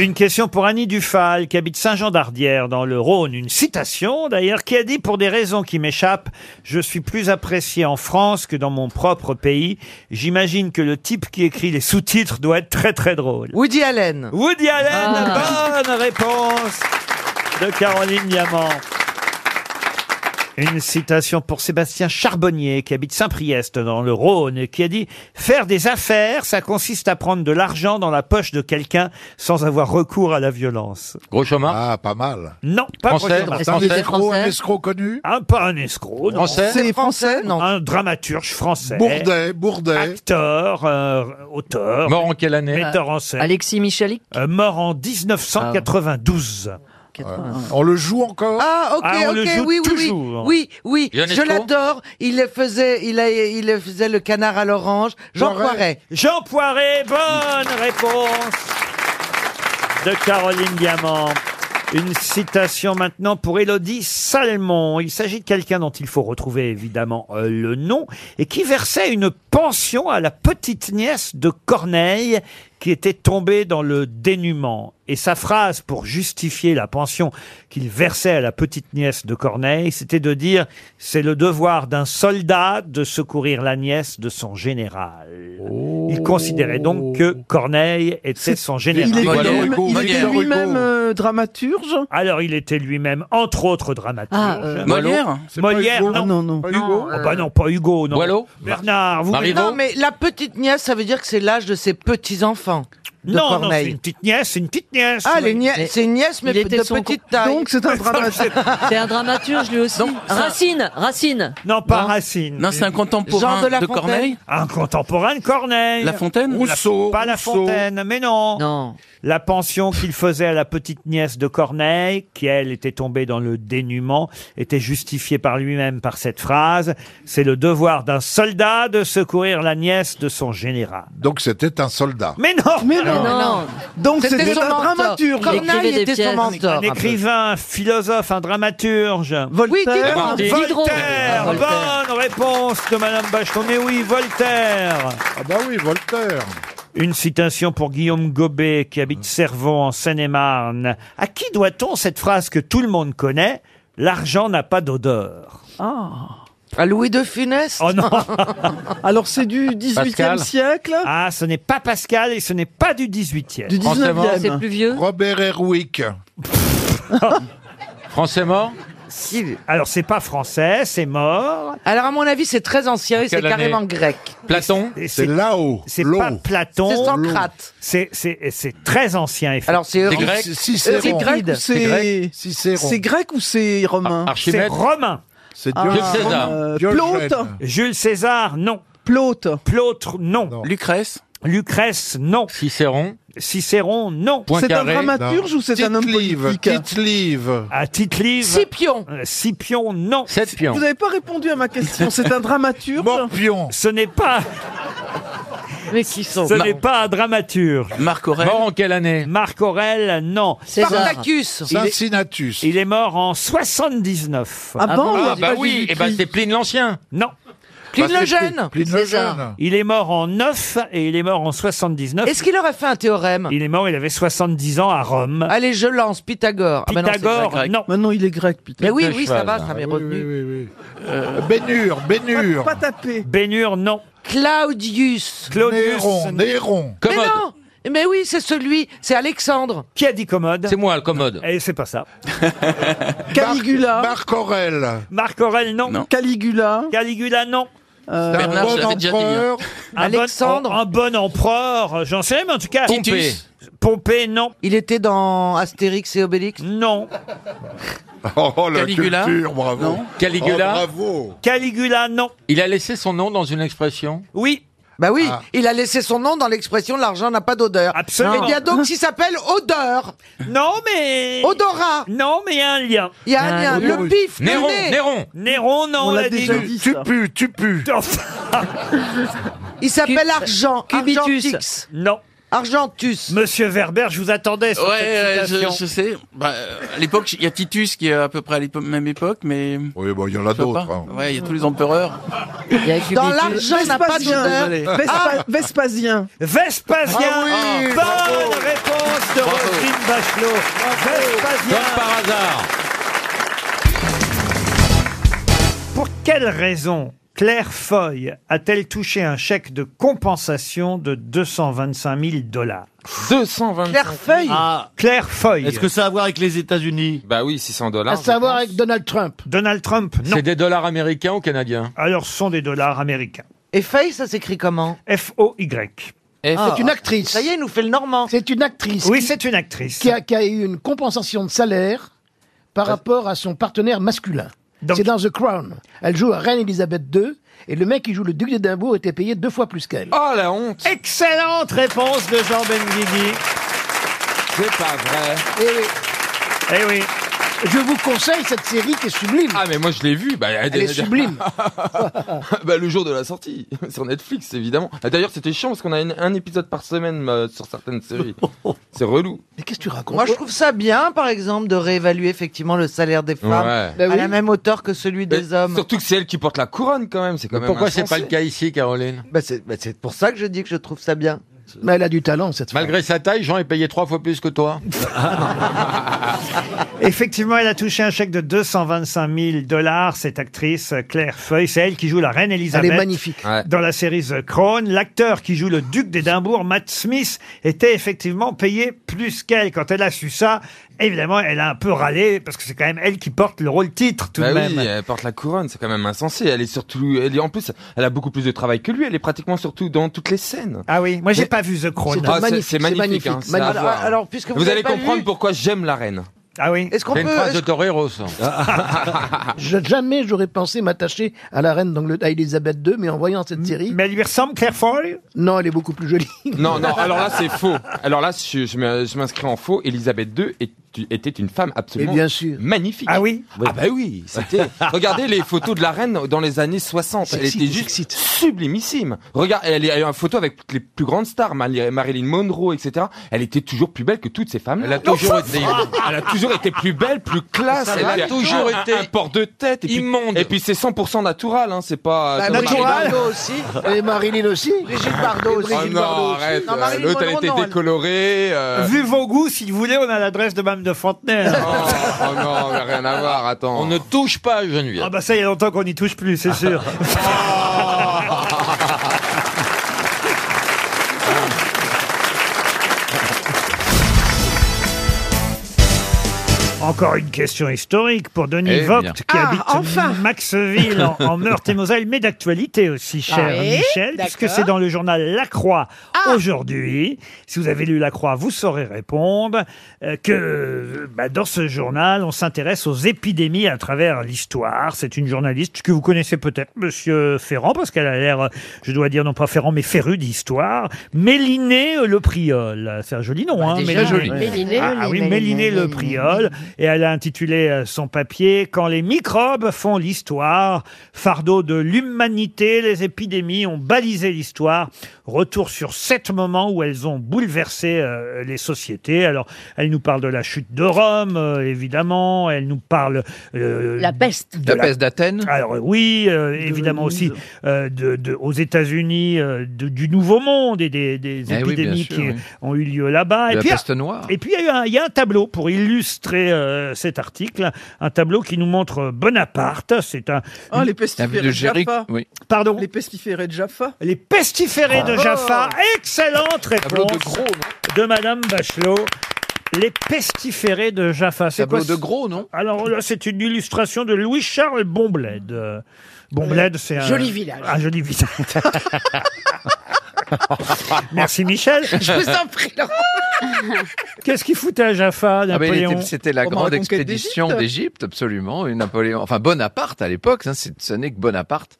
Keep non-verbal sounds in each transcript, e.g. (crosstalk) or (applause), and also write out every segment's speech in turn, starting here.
Une question pour Annie Dufal, qui habite Saint-Jean-d'Ardière, dans le Rhône. Une citation, d'ailleurs, qui a dit Pour des raisons qui m'échappent, je suis plus apprécié en France que dans mon propre pays. J'imagine que le type qui écrit les sous-titres doit être très très drôle. Woody Allen. Woody Allen, Ah. bonne réponse de Caroline Diamant. Une citation pour Sébastien Charbonnier, qui habite Saint-Priest, dans le Rhône, et qui a dit « Faire des affaires, ça consiste à prendre de l'argent dans la poche de quelqu'un sans avoir recours à la violence. Gros chômage. Ah, pas mal. » Non, pas Français, Roger Martin. C'est un Français, escroc, français. un escroc connu Ah, pas un escroc, non. Français C'est français Non. Un dramaturge français. Bourdet, Bourdet. Acteur, euh, auteur, Mort en quelle année metteur en scène. Alexis Michalik Ah. Euh, mort en 1992. Euh, On le joue encore Ah, ok, Ah, on ok, le joue oui, oui, oui, toujours. oui, oui, Ionesco je l'adore. Il le faisait, il, a- il le faisait le canard à l'orange. Jean Poiret. Poiret. Jean Poiret, bonne réponse de Caroline Diamant. Une citation maintenant pour Élodie Salmon. Il s'agit de quelqu'un dont il faut retrouver évidemment euh, le nom et qui versait une pension à la petite nièce de Corneille qui était tombée dans le dénuement. Et sa phrase pour justifier la pension qu'il versait à la petite nièce de Corneille, c'était de dire « C'est le devoir d'un soldat de secourir la nièce de son général Il considérait donc que Corneille était son général. Il est, Victor il est- Hugo, il est Victor Hugo. lui-même euh, dramaturge. Alors, il était lui-même, entre autres, dramaturge. Ah, euh, Molière C'est pas Molière, Hugo non. non, non. Pas Hugo Oh, bah non, pas Hugo, non. Boileau Bernard, vous... Marie- Prévost. Non, mais la petite nièce, ça veut dire que c'est l'âge de ses petits-enfants. de non, non, c'est Corneille. une petite nièce, c'est une petite nièce. Ah, les oui. nièces- Mais- c'est une nièce, mais Il était de son petite con- taille. Donc (laughs) c'est un dramaturge. c'est un dramaturge lui aussi. Hein Racine, Racine. Non, pas Non. Racine. Non, c'est un contemporain Jean de de, La Fontaine. Corneille. Un contemporain de Corneille. La Fontaine Rousseau. Pas La Rousseau. Fontaine, mais non. Non. La pension qu'il faisait à la petite nièce de Corneille, qui elle était tombée dans le dénuement, était justifiée par lui-même par cette phrase. C'est le devoir d'un soldat de secourir la nièce de son général. Donc c'était un soldat. Mais non Mais non. Non. Donc C'était c'était son un mentor. dramaturge. Il écrivait Corneille des était son pièces. mentor. Un écrivain, un philosophe, un dramaturge. Oui, Voltaire. Voltaire. dites-moi. Diderot. Voltaire, Ah, Voltaire. bonne réponse de Madame Bachelot. Mais oui, Voltaire. Ah bah oui, Voltaire. Une citation pour Guillaume Gobet qui Mmh. habite Servon en Seine-et-Marne. À qui doit-on cette phrase que tout le monde connaît L'argent n'a pas d'odeur. Oh. À Louis de Funès. Oh non Alors c'est du 18e Pascal. siècle, Ah, ce n'est pas Pascal et ce n'est pas du 18e. du Français mort. C'est 19e. plus vieux. Robert Erwick. (laughs) Français mort Alors, c'est pas français, c'est mort. Alors, à mon avis, c'est très ancien et c'est Quelle année carrément grec. Platon Et C'est C'est là-haut. c'est pas C'est Platon. Socrate. C'est c'est- et c'est très ancien, effectivement. Alors, c'est C'est Euripide. grec. C'est Cicéron. grec ou C'est c'est grec. Cicéron. c'est grec ou c'est romain C'est Archimède romain. C'est Ah, Diogène. Jules César. euh, Diogène. Plaute, Jules César, non. Plaute. Plautre, non. Non. Lucrèce Lucrèce, non. Cicéron Cicéron, non. Point C'est un carré dramaturge ou c'est un homme Tite-Live. politique Tite-Live. À Ah, Tite-Live, Scipion. euh, Scipion, non. 7 Vous pions n'avez pas répondu à ma question. C'est un dramaturge. Morpion. Ce n'est pas, Mais qui sont ce n'est pas un dramaturge. Marc Aurèle Mort en quelle année Marc Aurel, non. César. Spartacus. Cincinnatus. Il est mort en 79. Ah bon Ah j'ai bah pas oui, vu et bah qui. c'est Pline l'Ancien Non. Pline Bah, le c'est- Jeune. Pline le Jeune. Il est mort en 9 et il est mort en (laughs) 79. Est-ce qu'il aurait fait un théorème Il est mort, il avait 70 ans à Rome. Allez, je lance Pythagore. Ah, bah non, c'est Pythagore, pas grec. non. Maintenant il est grec, putain. Mais oui, de oui, ça cheval, va, là. ça m'est Ah, Oui, oui, revenu. oui, oui. Euh, Bénure, Bénure. Pas tapé. Bénure, non. Claudius. Claudius. Néron, Néron. Mais Commode non Mais oui, c'est celui, c'est Alexandre. Qui a dit commode C'est moi le commode Et c'est pas (laughs) ça. Caligula. Marc Aurèle. Marc Aurel, non. Non. Caligula. Caligula, non. euh, Un Bernard, je bon l'avais hein. déjà dit, empereur. Un bon- Alexandre. un bon empereur, euh, j'en sais rien, mais en tout cas. Pompée Pompée, Eh, non. Il était dans Astérix et Obélix. Non. Oh, la Caligula culture, bravo. Non. Caligula Oh, bravo. Caligula, non. Il a laissé son nom dans une expression Oui, Bah oui, Ah. il a laissé son nom dans l'expression l'argent n'a pas d'odeur. Absolument. Et bien donc, il s'appelle odeur, non, mais. odorat. Non, mais il y a un lien. Il y a un Ah, lien. Le oui. pif, le Néron nez. Néron Néron, non, On l'a dit. déjà dit. Tu ça. pues, tu pues. Enfin, Il s'appelle argent. Cubitus. Argentix. non. Argentus. Monsieur Werber, je vous attendais sur Ouais, cette ouais, je, citation. je sais. Bah, euh, à l'époque, il y a Titus qui est à peu près à la même époque, mais. Oui, bon, il y en a je sais d'autres. pas. hein. Ouais, il y a tous les empereurs. Il y a écrit Dans des- l'argent n'a pas Ah. d'odeur. Désolé. Vespa- Vespasien. (laughs) Vespasien Ah oui, Bonne bravo. réponse de Bravo. Roselyne Bachelot Vespasien hasard. Pour quelle raison Claire Foy a-t-elle touché un chèque de compensation de 225 000 dollars Clairefeuille. Ah, Claire Foy est-ce que ça a à voir avec les États-Unis Bah oui, 600 dollars. À savoir avec Donald Trump. Donald Trump Non. C'est des dollars américains ou canadiens Alors ce sont des dollars américains. Et feuille, ça Ah. s'écrit comment F-O-Y. Ah. C'est une actrice. Ça y est, il nous fait le normand. C'est une actrice Oui, qui, c'est une actrice. qui a, qui a eu une compensation de salaire par rapport à son partenaire masculin. Donc- C'est dans The Crown. Elle joue à Reine Elisabeth II et le mec qui joue le duc d'Édimbourg était payé deux fois plus qu'elle. Oh la honte Excellente réponse de Jean Benguigui. C'est pas vrai. Et Eh oui. je vous conseille cette série qui est sublime. Ah mais moi je l'ai vu. Bah, Elle est sublime. (laughs) bah, le jour de la sortie (laughs) sur Netflix évidemment. Ah, D'ailleurs c'était chiant parce qu'on a une- un épisode par semaine euh, sur (laughs) certaines séries. C'est relou. Mais qu'est-ce que tu racontes Moi, je trouve ça bien, par exemple, de réévaluer effectivement le salaire des femmes Ouais. Bah à oui. la même hauteur que celui des Mais hommes. Surtout que c'est elle qui porte la couronne quand même. C'est quand Mais même Pourquoi c'est pas insensé. le cas ici, Caroline Bah, c'est bah, c'est pour ça que je dis que je trouve ça bien. Mais elle a du talent cette femme. Malgré sa taille, Jean est payé trois fois plus que toi. (laughs) Effectivement, elle a touché un chèque de 225 000 dollars, cette actrice euh, Claire Foy. C'est elle qui joue la reine Elle Elisabeth. est magnifique. Ouais. Dans la série The Crown, l'acteur qui joue le duc d'Édimbourg, Matt Smith, était effectivement payé plus qu'elle. Quand elle a su ça, évidemment, elle a un peu râlé parce que c'est quand même elle qui porte le rôle titre tout Bah de même. oui, elle porte la couronne, c'est quand même insensé. Elle est surtout, elle est en plus, elle a beaucoup plus de travail que lui. Elle est pratiquement surtout dans toutes les scènes. Ah oui, moi j'ai pas vu The Crown. C'est Ah, magnifique, c'est c'est magnifique. magnifique, hein, c'est à magnifique. Alors, voir. alors, puisque vous, vous allez avez pas comprendre lu, pourquoi j'aime la reine. Ah oui. Ah, Est-ce qu'on C'est peut une phrase est-ce de hein. Torero, ça. (laughs) Je- jamais j'aurais pensé m'attacher à la reine d'Angleterre, à Elisabeth II, mais en voyant cette série, Mais elle lui ressemble, Claire Foy non, elle est beaucoup plus jolie. Non, non, alors là, c'est faux. Alors là, je, je m'in- je m'inscris en faux. Elisabeth II est- était une femme Mais absolument bien sûr. magnifique. Ah oui Ah bah oui, c'était. Regardez les photos de la reine dans les années 60. Elle Sexy, était juste sublimissime. Regarde, elle a eu une photo avec toutes les plus grandes stars, Mali- Marilyn Monroe, etc. Elle était toujours plus belle que toutes ces femmes. Elle a toujours été Elle a toujours été plus belle, plus classe. Ça elle l'a avait toujours un- été un port de tête. Et puis, immonde. Et puis c'est 100% naturel, hein. C'est pas. Bah, c'est Brigitte pas- (laughs) Bardot aussi. Et Marilyn aussi. Brigitte Bardot aussi. Oh non, arrête. euh, Non, Marilyn L'autre, elle Monroe, était non, elle- décolorée. euh, Vu vos goûts, si vous voulez, on a l'adresse de Mme de Fontenay. hein. (laughs) Oh, oh non, mais rien à voir, attends. On ne touche pas à Ah Geneviève. bah ça, il y a longtemps qu'on n'y touche plus, (laughs) c'est sûr. Encore une question historique pour Denis Eh bien. Vogt, qui habite Maxeville en, en Meurthe-et-Moselle, mais d'actualité aussi, cher Michel, puisque c'est dans le journal La Croix aujourd'hui. Si vous avez lu La Croix, vous saurez répondre euh, que euh, bah, dans ce journal, on s'intéresse aux épidémies à travers l'histoire. C'est une journaliste que vous connaissez peut-être, Monsieur Ferrand, parce qu'elle a l'air, euh, je dois dire, non pas Ferrand, mais féru d'histoire. Mélinée Le Priol. C'est un joli nom, hein, Déjà, Mélinée. Méliné, Ah, ah oui, Méliné Le Priol. Et elle a intitulé euh, son papier Quand les microbes font l'histoire, fardeau de l'humanité, les épidémies ont balisé l'histoire. Retour sur sept moments où elles ont bouleversé euh, les sociétés. Alors, elle nous parle de la chute de Rome, euh, évidemment. Elle nous parle euh, La peste. de la- d'Athènes. alors euh, oui, euh, évidemment aussi euh, de, de- aux États-Unis euh, de- du Nouveau Monde et des, des Eh oui, épidémies bien sûr, qui oui. ont eu lieu là-bas. Et puis, noire. et puis il y, a un- il y a un tableau pour illustrer euh, cet article, un tableau qui nous montre Bonaparte. C'est un Oh, les pestiférés de Jaffa. pardon. Les pestiférés de Jaffa. Oh. Les pestiférés Ah. de Jaffa. Excellente Tableau réponse de de, gros, non Madame Bachelot. Les pestiférés de Jaffa. C'est quoi ce- gros, non Alors là, c'est une illustration de Louis-Charles Bombled. Euh, Bombled, c'est un joli village. Un joli village. Merci Michel. Je vous en prie, Laurent. Qu'est-ce qu'il foutait à Ah, Jaffa, Ah, Napoléon C'était la Pour la grande reconquête expédition d'Égypte. d'Égypte, absolument. Et Napoléon, enfin Bonaparte à l'époque, hein, c'est- ce n'est que Bonaparte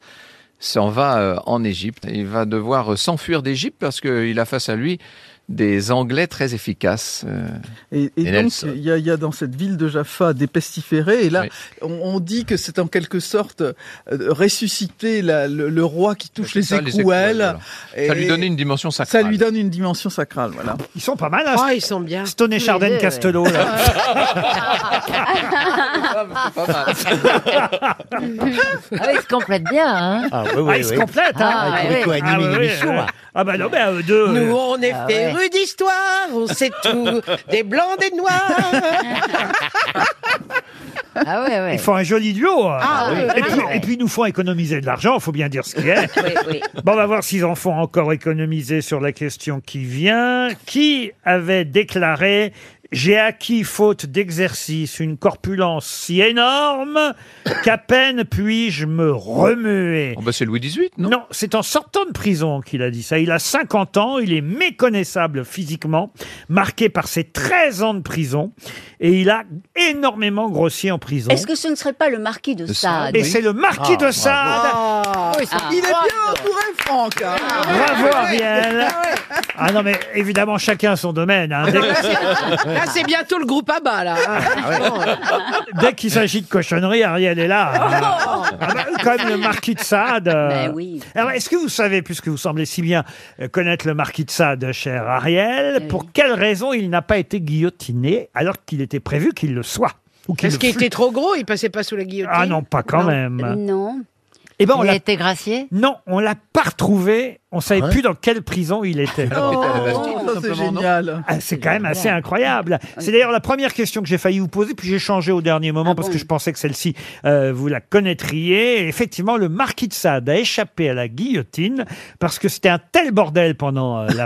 s'en va euh, en Égypte. Il va devoir euh, s'enfuir d'Égypte parce qu'il a face à lui des Anglais très efficaces. euh, Et, et (laughs) Et donc, Nelson. il y, a- il y a dans cette ville de Jaffa des pestiférés, et là, Oui. on, on dit que c'est en quelque sorte euh, ressusciter la- le, le roi qui touche les ça, écrouelles. voilà. et Ça lui donnait une dimension ça sacrale. lui donne une dimension sacrale, voilà. Ils sont pas mal, hein, Ah, ils sont bien. Stone et Tous les Chardin deux, Castelot. là. Pas mal. bah. ouais. Ah, ils se complètent bien, hein. Ah oui, oui, Ah, ils se oui. complètent, hein Ah, ouais. Cohen, Ah, animé oui, une oui, émission, euh, là. ah bah non, mais à eux deux. Nous, euh, on est Ah ouais. férus d'histoire, on sait (laughs) tout, des blancs, des noirs. Ah ouais, ouais. Ils font un joli duo. hein. Ah, oui. et, puis, Ouais. et puis, ils nous font économiser de l'argent, faut bien dire ce (laughs) qui est. (laughs) Oui, oui. Bon, on va voir s'ils en font encore économiser sur la question qui vient. Qui avait déclaré J'ai acquis, faute d'exercice, une corpulence si énorme qu'à peine puis-je me remuer Oh, bah, c'est Louis XVIII, non non, c'est en sortant de prison qu'il a dit ça. Il a 50 ans, il est méconnaissable physiquement, marqué par ses 13 ans de prison, et il a énormément grossi en prison. Est-ce que ce ne serait pas le marquis de De Sade Ah. Et c'est le marquis de Sade. Il est bien entouré, Franck hein. Bravo Ariel. Ah non mais évidemment chacun son domaine. hein. Dès- Là, c'est bientôt le groupe à bas, là. Ah, Dès qu'il s'agit de cochonnerie, Ariel est là. Ah bah, comme le marquis de Sade. euh. Ben oui. Alors, est-ce que vous savez, puisque vous semblez si bien euh, connaître le marquis de Sade, cher Eh Ariel, pour quelle raison il n'a pas été guillotiné alors qu'il était prévu qu'il le soit ou qu'il Parce le qu'il fût était trop gros, il passait pas sous la guillotine. Ah non, pas quand Non. Mm. même. Non. Eh ben, on Il a l'a... été gracié Non, on l'a pas retrouvé. On savait plus dans quelle prison il était. Oh, ça, c'est génial. Ah, c'est quand même assez incroyable. C'est d'ailleurs la première question que j'ai failli vous poser, puis j'ai changé au dernier moment Ah parce bon que je pensais que celle-ci, euh, vous la connaîtriez. Et effectivement, le marquis de Sade a échappé à la guillotine parce que c'était un tel bordel pendant euh, la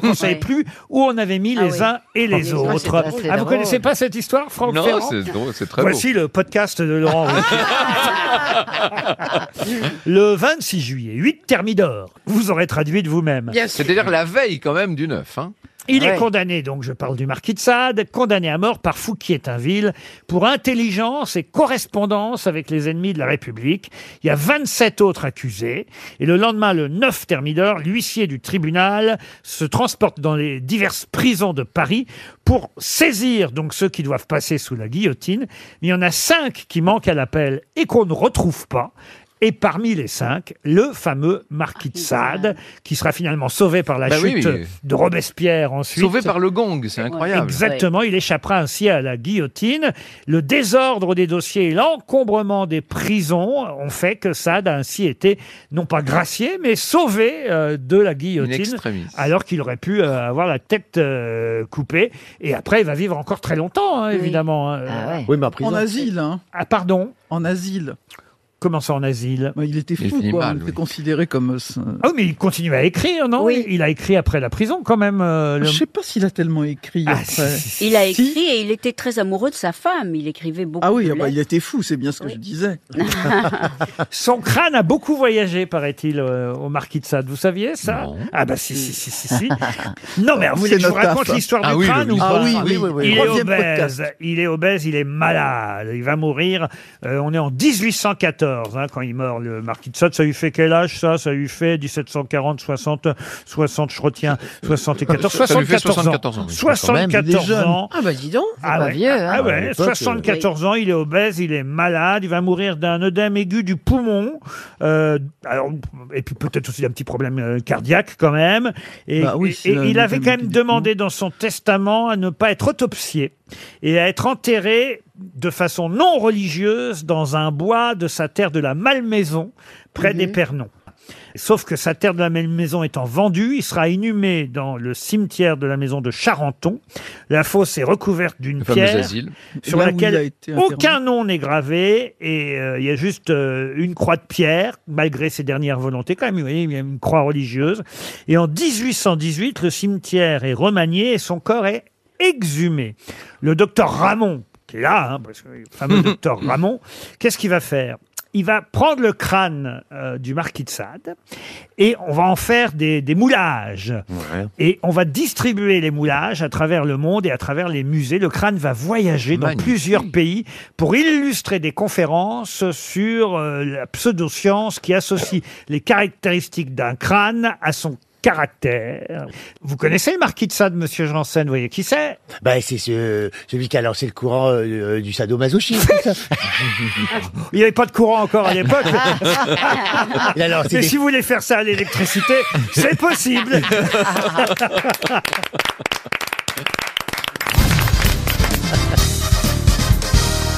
(laughs) qu'on ne savait Ouais. plus où on avait mis Ah les oui. uns et les Ah, c'est autres. assez Ah, drôle. vous (laughs) connaissez pas cette histoire, Franck Non, Ferrand c'est drôle, c'est très beau. Voici le podcast de (laughs) Laurent Ruquier. le 26 juillet, 8 Thermidor. Vous aurez traduit de vous-même. Bien sûr. C'est-à-dire la veille, quand même, du 9. Hein. Il est Ouais. condamné, donc je parle du marquis de Sade, condamné à mort par Fouquier-Tinville pour intelligence et correspondance avec les ennemis de la République. Il y a 27 autres accusés. Et le lendemain, le 9 Thermidor, l'huissier du tribunal se transporte dans les diverses prisons de Paris pour saisir donc ceux qui doivent passer sous la guillotine. Il y en a cinq qui manquent à l'appel et qu'on ne retrouve pas. Et parmi les cinq, le fameux marquis de Sade, qui sera finalement sauvé par la Bah oui, chute oui. de Robespierre ensuite. Sauvé par le gong, c'est incroyable. Exactement, il échappera ainsi à la guillotine. Le désordre des dossiers et l'encombrement des prisons ont fait que Sade a ainsi été, non pas gracié, mais sauvé euh, de la In guillotine. extremis. Alors qu'il aurait pu euh, avoir la tête euh, coupée. Et après, il va vivre encore très longtemps, hein, Oui. évidemment. hein. Ah ouais. Oui, mais en En prison. asile, hein. Ah, pardon En asile. Comment ça en asile Bah, il était Il fou, finit quoi. mal, il était oui. considéré comme. euh, ce- Ah oui, mais il continue à écrire, non Oui. Il a écrit après la prison, quand même. euh, le- Je sais pas s'il a tellement écrit Ah, après. si, si, si. Il a Si. écrit et il était très amoureux de sa femme. Il écrivait beaucoup. Ah oui, de ah bah, lettres. il était fou, c'est bien ce que je disais. (laughs) Son crâne a beaucoup voyagé, paraît-il, euh, au marquis de Sade. Vous saviez ça Non. Ah bah si, si, si, si, si. non, mais vous voulez C'est que je vous notre raconte taf. l'histoire Ah du oui, le- crâne ou Ah pas oui, oui, Il est, Troisième obèse, podcast. il est obèse, il est malade, il va mourir. Euh, on est en 1814 hein, quand il meurt, le marquis de Sade. Ça lui fait quel âge ça Ça lui fait 1740, 60, 60, je retiens, 74, Ça- ça lui fait 74 74 ans. ans, oui. 74 jeune. ans. Ah bah dis donc. Ah pas ouais. vieux, hein. euh, Ah ouais, À l'époque, 74 ans, il est obèse, il est malade, il va mourir d'un œdème aigu du poumon, euh, alors, et puis peut-être aussi d'un petit problème euh, cardiaque quand même. Et, Bah oui, et- c'est et un il œdème avait quand aigu même du demandé dans son testament à ne pas être autopsié et à être enterré de façon non religieuse dans un bois de sa terre de la Malmaison, près des Pernons. Sauf que sa terre de la même maison étant vendue, il sera inhumé dans le cimetière de la maison de Charenton. La fosse est recouverte d'une Le fameux pierre asile. sur Là où il a laquelle été interné. aucun nom n'est gravé et euh, il y a juste euh, une croix de pierre, malgré ses dernières volontés quand même, vous voyez, il y a une croix religieuse. Et en 1818, le cimetière est remanié et son corps est exhumé. Le docteur Ramon, qui est là, hein, parce que le fameux docteur Ramon, qu'est-ce qu'il va faire il va prendre le crâne euh, du marquis de Sade et on va en faire des, des moulages. Et on va distribuer les moulages à travers le monde et à travers les musées. Le crâne va voyager dans Magnifique. plusieurs pays pour illustrer des conférences sur euh, la pseudoscience qui associe les caractéristiques d'un crâne à son caractère. Vous connaissez le marquis de Sade, monsieur Janssen, vous voyez qui c'est Bah, c'est ce, celui qui a lancé le courant euh, du sadomasochisme. (laughs) Il n'y avait pas de courant encore à l'époque. (laughs) Il a lancé Mais des- si vous voulez faire ça (laughs) à l'électricité, c'est possible.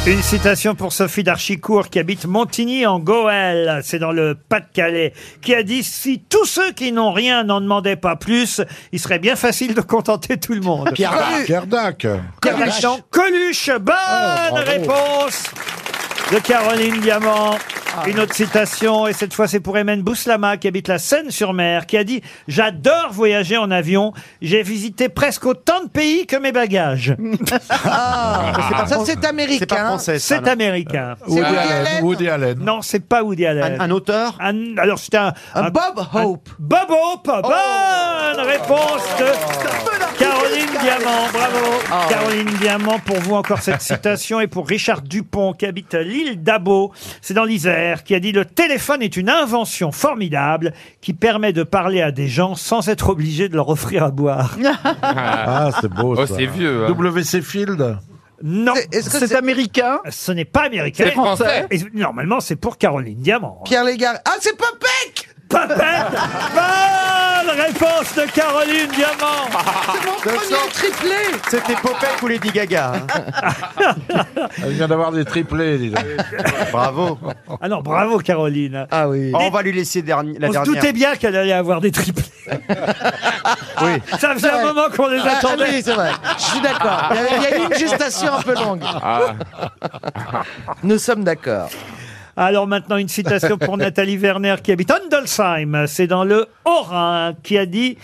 Une citation pour Sophie d'Archicourt qui habite Montigny en Goële, c'est dans le Pas-de-Calais, qui a dit si tous ceux qui n'ont rien n'en demandaient pas plus, il serait bien facile de contenter tout le monde. Pierre Dac. Coluche. non, Coluche, bonne Oh, réponse de Caroline Diamant. Ah. Une autre citation, et cette fois c'est pour Emen Bouslama qui habite la Seine-sur-Mer, qui a dit « J'adore voyager en avion, j'ai visité presque autant de pays que mes bagages (laughs) Ah, ça, c'est pas- ça, c'est américain. C'est américain. Euh, C'est Woody Woody Allen. Allen. Woody Allen. Non, c'est pas Woody Allen. Un- un auteur Alors c'était un, un- Bob Hope. Oh. Bob Hope, bonne réponse de Caroline Diamant, bravo. Oh. Caroline Diamant, pour vous encore cette citation et pour Richard Dupont qui habite l'île d'Abo, c'est dans l'Isère, qui a dit le téléphone est une invention formidable qui permet de parler à des gens sans être obligé de leur offrir à boire. Ah, c'est beau. Oh, ça. c'est vieux, hein. WC Field. Non, que c'est- américain. Ce n'est pas américain. (laughs) C'est français. Et normalement, c'est pour Caroline Diamant. Pierre Légaré. Ah, c'est Popek Popek Bonne réponse de Caroline Diamant C'est mon premier triplé C'était Popek ou Lady Gaga. hein. (laughs) Elle vient d'avoir des triplés, dis donc. Bravo. Oh, Ah non, bravo Caroline. Ah oui. on va lui laisser derni- la On se dernière. doutait bien qu'elle allait avoir des triplés. Oui. Ça faisait un moment qu'on les attendait. Ah, oui, c'est vrai. Je suis d'accord. Il y a- il y a eu une gestation un peu longue. Ah. Nous sommes d'accord. Alors maintenant, une citation pour (laughs) Nathalie Werner qui habite Andolsheim. C'est dans le Haut-Rhin qui a dit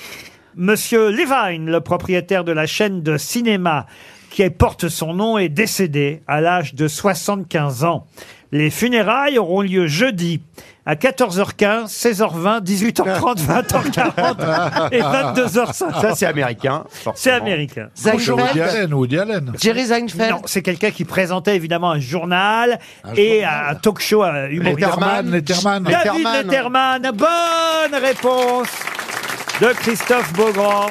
Monsieur Levine, le propriétaire de la chaîne de cinéma qui porte son nom, est décédé à l'âge de 75 ans. Les funérailles auront lieu jeudi à 14h15, 16h20, 18h30, 20h40 et 22h50. Ça, c'est américain. C'est américain. Bonjour, Woody Allen, Woody Allen. Jerry Seinfeld. Non, c'est quelqu'un qui présentait évidemment un journal et un talk show euh, humoristique. Letterman, Letterman. David Letterman. Letterman. Bonne réponse de Christophe Beaugrand.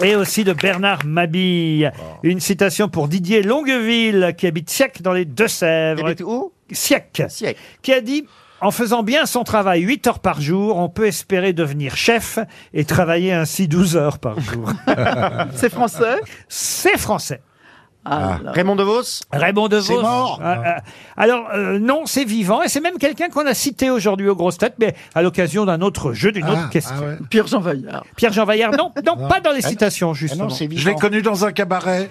Et aussi de Bernard Mabille. Oh. Une citation pour Didier Longueville, qui habite Siac dans les Deux-Sèvres. Habite où Siac. Qui a dit En faisant bien son travail 8 heures par jour, on peut espérer devenir chef et travailler ainsi 12 heures par jour. (laughs) C'est français Ah, C'est français. Ah. Raymond DeVos Raymond DeVos. C'est mort. Ah, ah. alors, euh, non, c'est vivant. Et c'est même quelqu'un qu'on a cité aujourd'hui aux grosses têtes, mais à l'occasion d'un autre jeu, Ah. d'une autre question. Pierre-Jean Vaillard. Pierre-Jean Vaillard, non, non, pas dans les Ah citations, justement. Je l'ai connu dans un (laughs) cabaret.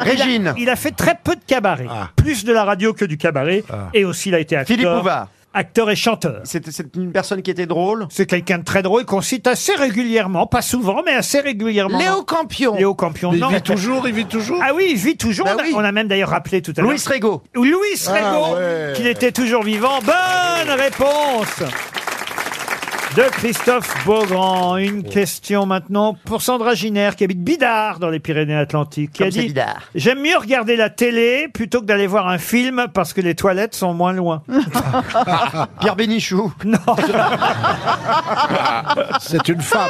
Régine. Il a, fait très peu de cabaret. Plus de la radio que du cabaret. Et aussi, il a été acteur. Ah. Philippe Bouvard. Acteur et chanteur. C'est c'est une personne qui était drôle C'est quelqu'un de très drôle qu'on cite assez régulièrement, pas souvent, mais assez régulièrement. Léo Campion. Léo Campion, Mais il non. vit toujours, il vit toujours. Ah oui, il vit toujours. Bah on, a, oui. on a même d'ailleurs rappelé tout à l'heure. Louis Rego. Louis Ah Rego, ouais. qu'il était toujours vivant. Bonne réponse de Christophe Beaugrand. Une question maintenant pour Sandra Giner, qui habite Bidart dans les Pyrénées-Atlantiques, qui Comme a c'est dit Bidart. J'aime mieux regarder la télé plutôt que d'aller voir un film parce que les toilettes sont (laughs) moins loin. Pierre Bénichou. Non. C'est une femme.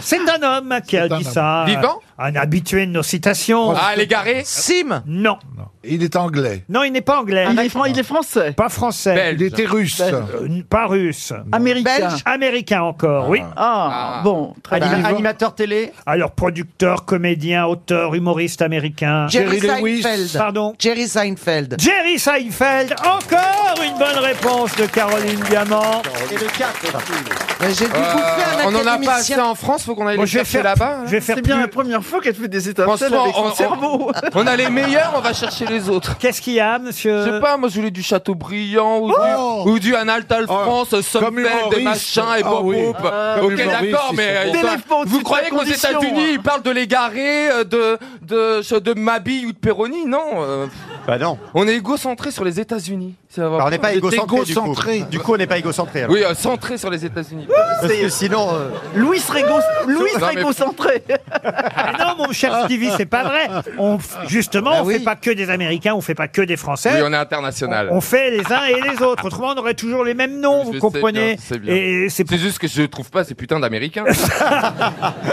C'est un homme qui a C'est un dit homme. ça. Vivant Un habitué de nos citations. Ah, l'égaré Sim Non. Il est anglais. Non, il n'est pas anglais. Ah, Il est, fran- il est français. Pas français. Il était russe. Euh, pas russe. Américain. Belge Américain encore, oui. Ah, bon, très Bah, bien. vivant. Animateur télé Alors, producteur, comédien, auteur, humoriste américain. Jerry, Seinfeld. Pardon Jerry Seinfeld. Jerry Seinfeld, encore Ah, une bonne réponse de Caroline Diamant. Oh, Et le 4. Mais J'ai dû vous Euh, faire un on en a pas assez académicien. en France, faut qu'on aille Bon, les je vais chercher faire là-bas. Je vais faire C'est bien la plus- première fois qu'elle fait des étincelles Franchement, avec son on- on- cerveau. (laughs) On a les meilleurs, on va chercher les autres. Qu'est-ce qu'il y a, Je monsieur sais pas, moi je voulais du Châteaubriand ou, Oh Ah, du, ou du Analtal France, Oh, Somfeld, humoriste. des machins et Ah Bob oui. Hope. Ah. ok, Comme humoriste, d'accord, ils mais sont euh, bons. ça- Téléphone, vous c'est croyez pas qu'aux condition, hein. États-Unis ils parlent de l'égaré, euh, de, de, de Mabi ou de Peroni Non. euh, Bah non. on est égocentré sur les États-Unis. Ça va Bah, on n'est pas Vous êtes égocentré. Du égocentré. euh, coup. du coup, on n'est pas égocentré. alors. Oui, euh, centré sur les États-Unis. Parce que sinon. euh, Louis Rego, Louis serait (laughs) concentré. Mais Ah non, mon cher Stevie, c'est pas vrai. On, f- justement, on fait pas que des Américains, on fait pas que des Français. Oui, on est international. On fait les uns et les autres. Autrement, on aurait toujours les mêmes noms, vous Je sais comprenez bien, je sais bien. Et c'est C'est juste que je trouve pas ces putains d'Américains.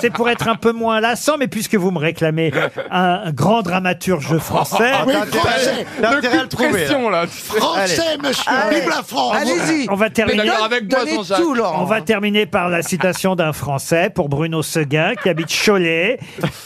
c'est pour être un peu moins lassant, mais puisque vous me réclamez un grand dramaturge français. Oui, Ah, T'as intérêt- français. t'as Le intérêt à le coup de trouver, là. pression, là, tu sais. Français, monsieur. Vive la France. Allez-y. On va terminer. Mais d'accord avec moi, Donnez Jean-Jacques. tout, Laurent. On va terminer par la citation d'un Français pour Bruno Seguin, qui habite Cholet.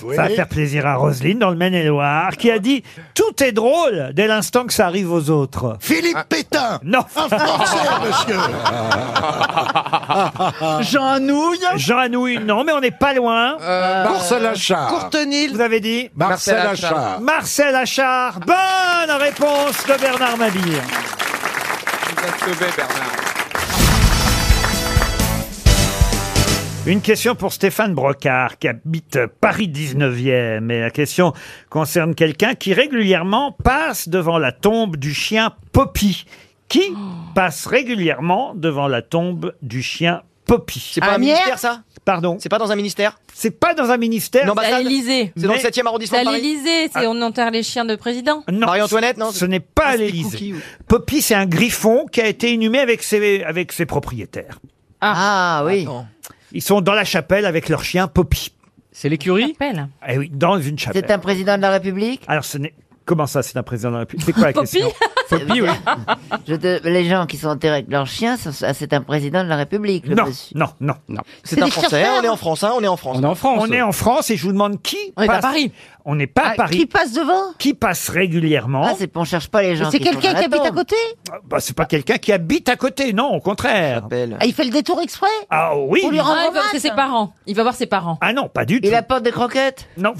Oui. Ça va faire plaisir à Roselyne, dans le Maine-et-Loire, qui a dit Tout est drôle dès l'instant que ça arrive aux autres. Ah. Philippe Pétain Non Un Français, monsieur Ah. Jean Anouille Jean Anouille, non, mais on n'est pas loin. Euh, Marcel Achard. Courtenil. Vous avez dit Marcel Marcel Achard. Achard. Marcel Achard. Bonne réponse de Bernard Mabille. Une question pour Stéphane Brocard, qui habite Paris 19e. Et la question concerne quelqu'un qui régulièrement passe devant la tombe du chien Poppy. Qui passe régulièrement devant la tombe du chien Poppy C'est pas un Amière ministère, ça Pardon C'est pas dans un ministère C'est pas dans un ministère. Une ambassade À l'Elysée. bah, C'est dans le 7e arrondissement de C'est à Paris l'Elysée, c'est Ah. on enterre les chiens de président. Non, Marie-Antoinette, non Ce n'est pas à l'Élysée. Poppy, c'est un griffon qui a été inhumé avec ses, avec ses propriétaires. Ah, oui. Ils sont dans la chapelle avec leur chien Poppy. C'est l'écurie Eh oui, dans une chapelle. C'est un président de la République Alors, ce n'est. Comment ça, c'est un président de la République C'est quoi la question Poppy, oui. Je te- Les gens qui sont enterrés avec leurs chiens, ça- ça- c'est un président de la République. le Non, monsieur. non, non, non. C'est un Français, on est en France, hein, on est en France. On est en France. On est en France et je vous demande qui On est à passe- Paris. On n'est pas à Paris. Qui passe devant Qui passe régulièrement Ah, c'est on cherche pas les gens. C'est sont quelqu'un dans la qui habite à tombe. côté Bah, c'est pas quelqu'un qui habite à côté, non, au contraire. Ah, il fait le détour exprès Ah oui. Ah, il va- c'est ses parents. Il va voir ses parents. Ah non, pas du tout. Il apporte des croquettes Non.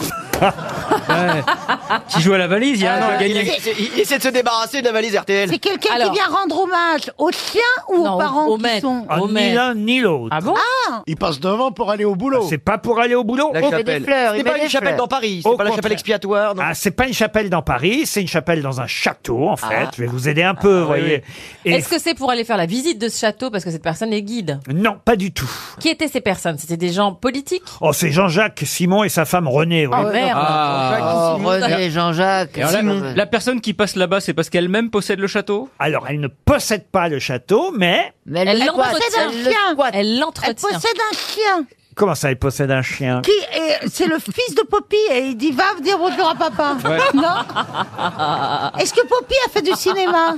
Qui joue à la valise, il y a un an, il a Ah. Euh, il, gagné. essaie, il essaie de se débarrasser de la valise RTL. C'est quelqu'un Alors. qui vient rendre hommage aux chiens ou Non, aux parents au qui maître. sont Ah, Oh, ni l'un ni l'autre. Ah bon Ah Il passe devant pour aller au boulot. c'est pas pour aller au boulot. La Au- chapelle. Il met des fleurs, il C'est met pas des une chapelle fleurs. dans Paris, c'est Au pas la chapelle contraire. expiatoire, non Ah, c'est pas une chapelle dans Paris, c'est une chapelle dans un château, en fait. Ah. Je vais vous aider un peu, vous voyez. Et- Est-ce que c'est pour aller faire la visite de ce château parce que cette personne est guide Non, pas du tout. Qui étaient ces personnes C'était des gens politiques Oh, c'est Jean-Jacques Simon et sa femme Renée. vous Ah, voyez. merde. Ah, Jacques Oh, Simon. René, Jean-Jacques, Et alors, Simon. la, la personne qui passe là-bas, c'est parce qu'elle-même possède le château Alors, elle ne possède pas le château, mais... Mais elle Elle le l'entretient. possède un Elle le chien. Elle Elle l'entretient. possède un chien. Comment ça, elle possède un chien Qui est- C'est le fils de Poppy et il dit va dire bonjour à papa. (laughs) Ouais. Non Est-ce que Poppy a fait du cinéma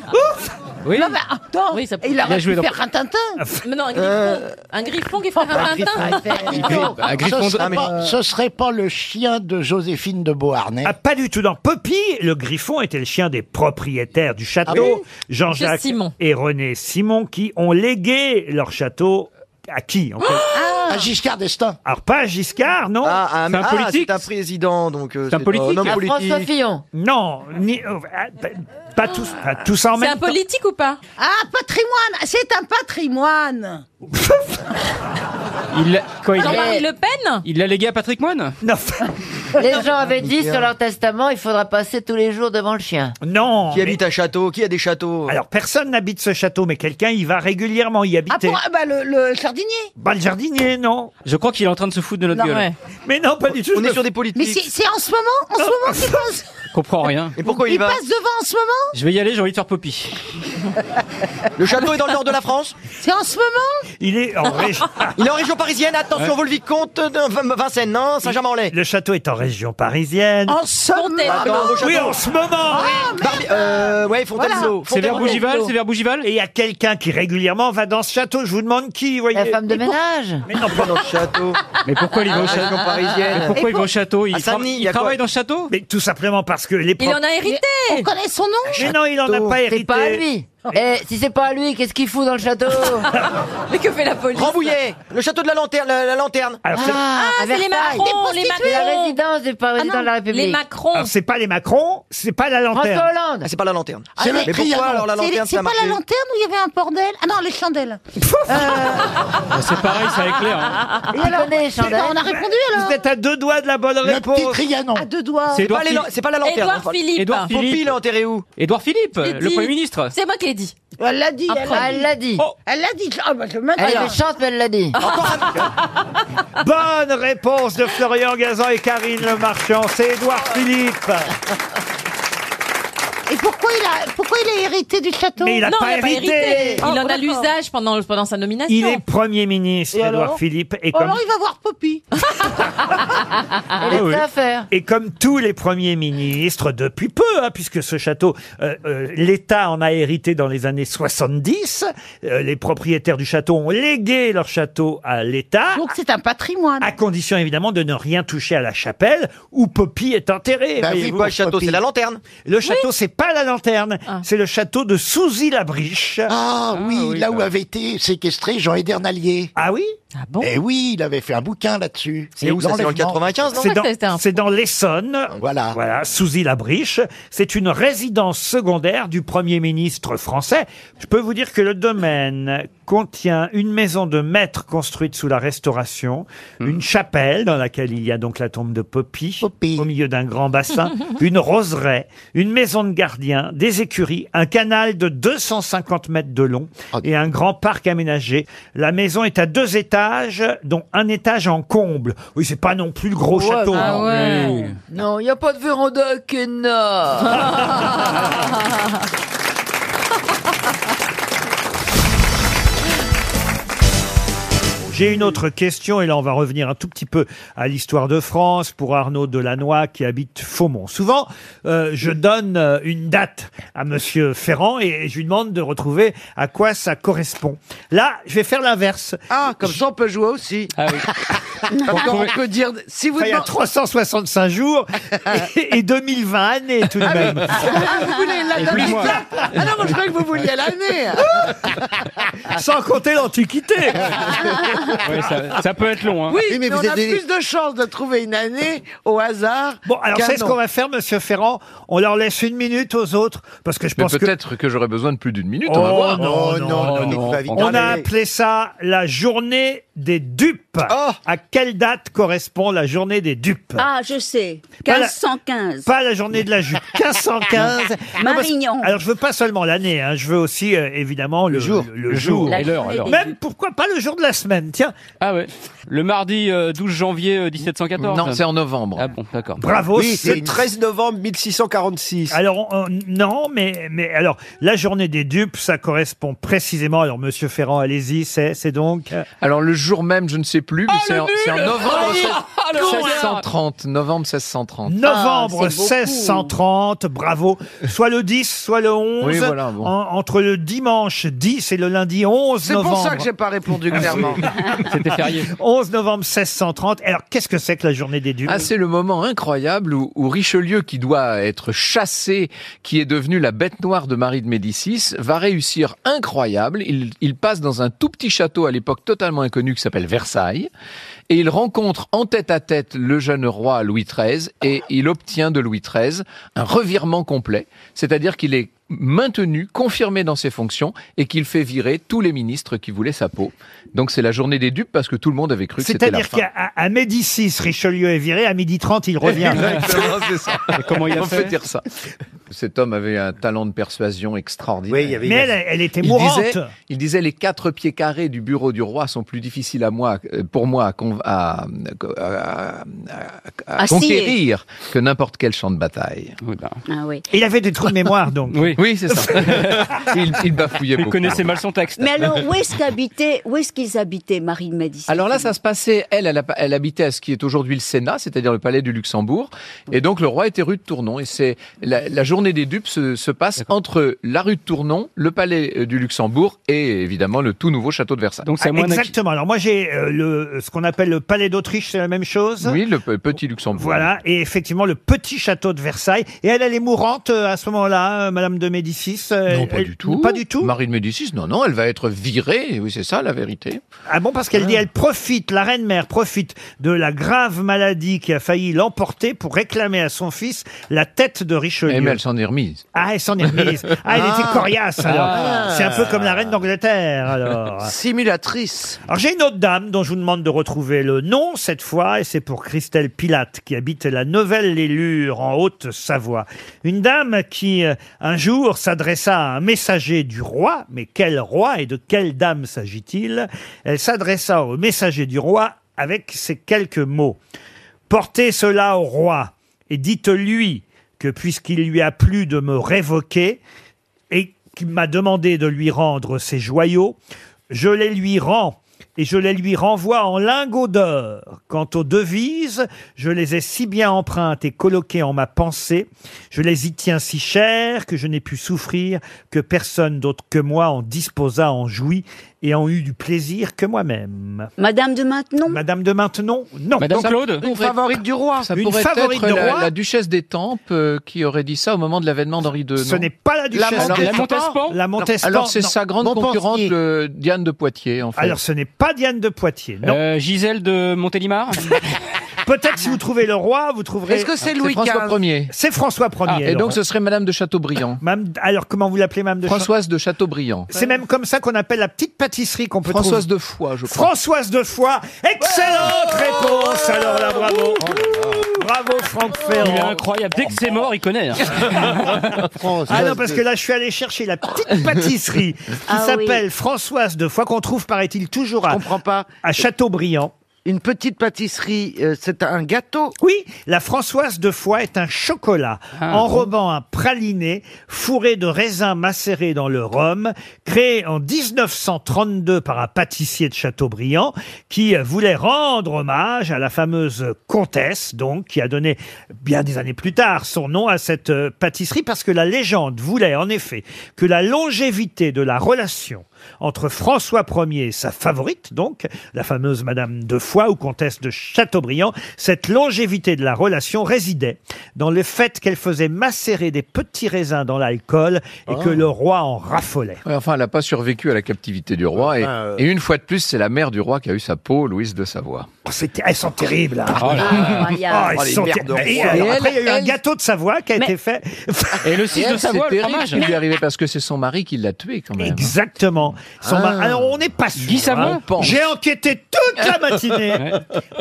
Oui. Non mais attends, il a Il a joué pu dans- faire un tintin. Mais non, un griffon. Un griffon qui frère un tintin. Ah, Griffon ce, de- serait Ah, mais- pas, ce serait pas le chien de Joséphine de Beauharnais Ah, pas du tout. Dans Poppy, le griffon était le chien des propriétaires du château, Jean-Jacques Monsieur Simon. et René Simon, qui ont légué leur château à qui en fait Ah À Giscard d'Estaing. Alors, pas à Giscard, non Ah, ah, C'est un président, donc. euh, C'est un politique. homme À politique. François Fillon. Non, ni- euh, ah, pas- pas tous, pas tous en C'est même un temps. politique ou pas Ah, patrimoine, c'est un patrimoine. Il l'a- quoi, il l'a- Jean-Marie Le Pen il l'a légué à Patrick Moine (laughs) Non. Les gens avaient dit sur leur testament, il faudra passer tous les jours devant le chien. Non. Qui habite un château Qui a des châteaux Alors, personne n'habite ce château, mais quelqu'un y va régulièrement, y Ah, habiter. pour, ah, bah, le, le jardinier. Pas le jardinier, non. Je crois qu'il est en train de se foutre de notre Non, gueule. ouais. Mais non, pas du tout. On je est me- sur des Mais politiques. c'est c'est en ce moment, en ce moment qu'il passe. Comprends rien. Et pourquoi il, va passe devant en ce moment. Je vais y aller, j'ai envie de faire Poppy. (laughs) Le château est dans le nord de la France C'est en ce Oh, moment. Il est en région. (laughs) Il est en région parisienne. Attention, vous le vicomte de Vin- Vincennes, non Saint-Germain-en-Laye. Le château est en région parisienne. En ce Ah, dans vos moment. oui, châteaux. en ce Ah, moment. Barbie- euh, ouais, Fontainebleau. C'est vers Fontainebleau. Bougival, c'est vers Bougival Et il y a quelqu'un qui régulièrement va dans ce château. Je vous demande qui, vous voyez. La femme de ménage. Mais non, Pas dans le château. Mais pourquoi il va au Ah, château région parisienne. Mais Pourquoi il va au château Il, À tra- Saint-Denis, il il y a quoi travaille dans le château Mais tout simplement parce que les Il propres- en a hérité On connaît son nom. Mais non, il en a pas hérité. C'est pas à lui. Eh, si c'est pas à lui, qu'est-ce qu'il fout dans le château (laughs) Mais que fait la police Rambouillet, le château de la lanterne, la, la lanterne. Alors, c'est- Euh, Ah, Ah, à c'est Versailles. les Macron, les C'est la Macron résidence des Ah pas- présidents de la République. Les Macron alors, c'est pas les Macron, c'est pas la François lanterne. Hollande. Ah, c'est pas la lanterne. C'est le mais pourquoi trianon. alors la C'est lanterne c'est ça a pas la marché lanterne où il y avait un bordel Ah non, les (laughs) chandelles. Ah, C'est pareil, ça éclaire. hein. Il connaît les chandelles. On a répondu alors. Vous êtes à deux doigts de la bonne Le réponse. petit Trianon. À deux doigts. C'est C'est pas, Édouard les lan- Philippe. c'est pas la lanterne. Édouard Philippe. Édouard Pompil Philippe. est enterré où Édouard Philippe, J'ai le dit. Premier ministre. C'est moi qui l'ai dit. Elle l'a dit, elle l'a dit. Elle l'a dit. Oh. Elle l'a dit. Ah, bah, je me Elle est méchante, mais elle l'a dit. Ah. (laughs) Bonne réponse de Florian Gazan et Karine Le Marchand. C'est Édouard Philippe. Et pourquoi il a, pourquoi il a hérité du château Mais il a Non, pas il a pas hérité. hérité. Il Oh, en a d'accord. l'usage pendant, le- pendant sa nomination. Il est Premier ministre, Et Édouard alors Philippe. Et Oh, comme, alors il va voir Poppy. Ah oui. Et comme tous les premiers ministres, depuis peu, hein, puisque ce château, euh, euh, l'État en a hérité dans les années 70, euh, les propriétaires du château ont légué leur château à l'État. Donc c'est un patrimoine. À condition évidemment de ne rien toucher à la chapelle où Poppy est enterré. Bah oui, voyez-vous. quoi, le château, Poppy. c'est la lanterne. Le château, c'est pas la lanterne, c'est le château de Souzy-la-Briche. Ah oui, là où avait été séquestré Jean Edernalier. Ah oui Ah bon Eh oui, il avait fait un bouquin là-dessus. C'est où, ça, c'est dans le 95, non C'est dans- c'est dans l'Essonne. Voilà. Voilà, Souzy-la-Briche. C'est une résidence secondaire du Premier ministre français. Je peux vous dire que le domaine contient une maison de maître construite sous la Restauration, une chapelle dans laquelle il y a donc la tombe de Poppy, au milieu d'un grand (laughs) bassin, une roseraie, une maison de gardien, des écuries, un canal de 250 mètres de long et un grand parc aménagé. La maison est à deux étages, dont un étage en comble. Oui, c'est pas non plus le gros Ouais, château. ah hein. ouais. Non, il n'y a pas de véranda à Kenna. J'ai une autre question, et là on va revenir un tout petit peu à l'histoire de France pour Arnaud Delannoy qui habite Faumont. Souvent, euh, je donne euh, une date à Monsieur Ferrand et je lui demande de retrouver à quoi ça correspond. Là, je vais faire l'inverse. Ah, comme ça on peut jouer aussi. Ah (laughs) oui. Parce qu'on peut dire, si vous il y a demandez- 365 jours et, et 2020 années tout de Ah même. oui. Ah, vous voulez la- la- Écoute-moi. Ah non, moi, je croyais que vous vouliez l'année. Sans compter l'Antiquité. (laughs) Ouais, ça, ça peut être long. Hein. Oui, mais, on a plus de chances de trouver une année au hasard. Bon, alors qu'un c'est ce nom. qu'on va faire, Monsieur Ferrand. On leur laisse une minute aux autres parce que je Mais pense que peut-être que, j'aurais besoin de plus d'une minute. Oh, on va voir. non, non, non, On a appelé ça la journée des dupes. À quelle date correspond la journée des dupes (laughs) Ah, je sais. Pas la- 1515. Pas la journée de la jupe. 1515. Non, parce- Marignan. Alors, je veux pas seulement l'année, hein, je veux aussi, euh, évidemment, le, jour. Le, Le jour. jour. La Et l'heure, journée alors. des Même, pourquoi pas le jour de la semaine Tiens, Ah ouais. Le mardi euh, 12 janvier euh, 1714. Non, c'est en novembre. Ah bon, d'accord. bravo. c'est- 13 novembre 1646. Alors, on- on- non, mais, mais alors, la journée des dupes, ça correspond précisément. Alors, monsieur Ferrand, allez-y, c'est c'est donc. euh, Alors le jour même, je ne sais plus, mais c'est en, Oh, c'est en novembre Ah, le con, 1630. Novembre 1630. Ah, Novembre Ah, 1630, bravo. Soit le 10, soit le 11. Oui, voilà, bon. En- entre le dimanche 10 et le lundi 11 C'est novembre. pour ça que j'ai pas répondu clairement. Oh, (laughs) 11 novembre 1630. Alors, qu'est-ce que c'est que la journée des dupes Ah, c'est le moment incroyable où, où Richelieu, qui doit être chassé, qui est devenu la bête noire de Marie de Médicis, va réussir incroyable. Il, il passe dans un tout petit château à l'époque totalement inconnu qui s'appelle Versailles, et il rencontre en tête à tête le jeune roi Louis XIII, et il obtient de Louis XIII un revirement complet, c'est-à-dire qu'il est maintenu, confirmé dans ses fonctions, et qu'il fait virer tous les ministres qui voulaient sa peau. Donc c'est la journée des dupes parce que tout le monde avait cru que c'était la C'est-à-dire fin. qu'à à- à Médicis, Richelieu est viré, à midi 30, il revient. (laughs) Exactement, c'est ça. comment il a On fait peut dire ça. Cet homme avait un talent de persuasion extraordinaire. Mais elle, elle était mourante. Il disait, il disait, les quatre pieds carrés du bureau du roi sont plus difficiles à moi, euh, pour moi à, conv- à- à- à- à À scier. conquérir que n'importe quel champ de bataille. Ah oui. Il avait des trous de mémoire, donc. Oui, c'est ça. (laughs) il, il bafouillait Il beaucoup. connaissait mal son texte. Mais alors, où est-ce qu'habitait, où est-ce qu'ils habitaient, Marie de Médicis Alors là, ça se passait, elle, elle, a- elle habitait à ce qui est aujourd'hui le Sénat, c'est-à-dire le palais du Luxembourg. Et donc, le roi était rue de Tournon. Et c'est la, la journée des dupes se, se passe entre la rue de Tournon, le palais euh, du Luxembourg et évidemment le tout nouveau château de Versailles. Donc, Ah, Exactement. Alors moi j'ai euh, le ce qu'on appelle le palais d'Autriche, c'est la même chose. Oui, le pe- petit Luxembourg. Voilà, et effectivement le petit château de Versailles. Et elle, elle est mourante euh, à ce moment-là, euh, Madame de Médicis. euh, Non, pas elle- du tout. Pas du tout. Marie de Médicis, non, non, elle va être virée. Oui, c'est ça la vérité. Ah bon, parce qu'elle dit, elle profite, la reine mère profite de la grave maladie qui a failli l'emporter pour réclamer à son fils la tête de Richelieu. Eh, mais elle s'en s'en est remise. Ah, elle s'en est remise. Ah, elle était Ah. coriace, alors. Ah. C'est un peu comme la reine (laughs) (laughs) d'Angleterre, alors. Simulatrice. Alors, j'ai une autre dame dont je vous demande de retrouver le nom, cette fois, et c'est pour Christelle Pilate, qui habite la Novelle-les-Lures, en Haute-Savoie. Une dame qui, euh, un jour, s'adressa à un messager du roi. Mais quel roi et de quelle dame s'agit-il Elle s'adressa au messager du roi avec ces quelques mots. Portez cela au roi et dites-lui que puisqu'il lui a plu de me révoquer et qu'il m'a demandé de lui rendre ses joyaux, je les lui rends et je les lui renvoie en lingots d'or. Quant aux devises, je les ai si bien empreintes et colloquées en ma pensée, je les y tiens si chères que je n'ai pu souffrir que personne d'autre que moi en disposa, en jouit et en eut du plaisir que moi-même. Madame de Maintenon Madame de Maintenon Non. Madame Donc, Claude Une favorite du roi. Ça une pourrait favorite être du la, roi. la duchesse des Tempes euh, qui aurait dit ça au moment de l'avènement d'Henri II. Ce Euh, non n'est pas la duchesse Alors, des la Tempes. Montespan La Montespan, Alors c'est non. sa grande Montpensier. concurrente, le Diane de Poitiers, en fait. Alors, ce n'est pas Diane de Poitiers, non. Euh, Gisèle de Montélimar Peut-être si vous trouvez le roi, vous trouverez. Est-ce que c'est C'est Louis François XV? Ier. Ah, C'est François Ier. Ah, et donc, ce serait (laughs) Madame de Chateaubriand. alors comment vous l'appelez Madame de Françoise de Chateaubriand. C'est même comme ça qu'on appelle la petite pâtisserie qu'on peut Françoise trouver. de Foix, je crois. Françoise de Foix. Excellente réponse. Alors là, bravo. Bravo Franck Ferrand. Il est incroyable. Dès que c'est mort, il connaît. hein. Ah non, parce que là, je suis allé chercher la petite (laughs) pâtisserie qui Ah oui. s'appelle Françoise de Foix, qu'on trouve, paraît-il, toujours à, à Châteaubriand. Une petite pâtisserie, euh, c'est un gâteau Oui, la Françoise de Foix est un chocolat Ah, enrobant un praliné fourré de raisins macérés dans le rhum, créé en 1932 par un pâtissier de Châteaubriand qui euh, voulait rendre hommage à la fameuse comtesse, donc, qui a donné bien des années plus tard son nom à cette euh, pâtisserie parce que la légende voulait en effet que la longévité de la relation entre François Ier et sa favorite, donc, la fameuse Madame de Foix ou comtesse de Chateaubriand, cette longévité de la relation résidait dans le fait qu'elle faisait macérer des petits raisins dans l'alcool et que le roi en raffolait. Ouais, enfin, elle n'a pas survécu à la captivité du roi. Et, Ah, et une fois de plus, c'est la mère du roi qui a eu sa peau, Louise de Savoie. euh. Oh, c'était- elles sont terribles. hein. Oh là Ah, là. elles Oh, les sont merdes de terri- Et roi. alors, Et après, il y a eu un elle- gâteau de Savoie hein, qui a été fait. Et le 6 de Savoie, le c'est terrible fromage. ce qui lui est arrivé parce que c'est son mari qui l'a tué quand même. Exactement. Son Ah. mari- Alors, on n'est pas sûr. Guy Savoie hein. On pense. J'ai enquêté toute la (laughs) matinée. Ouais.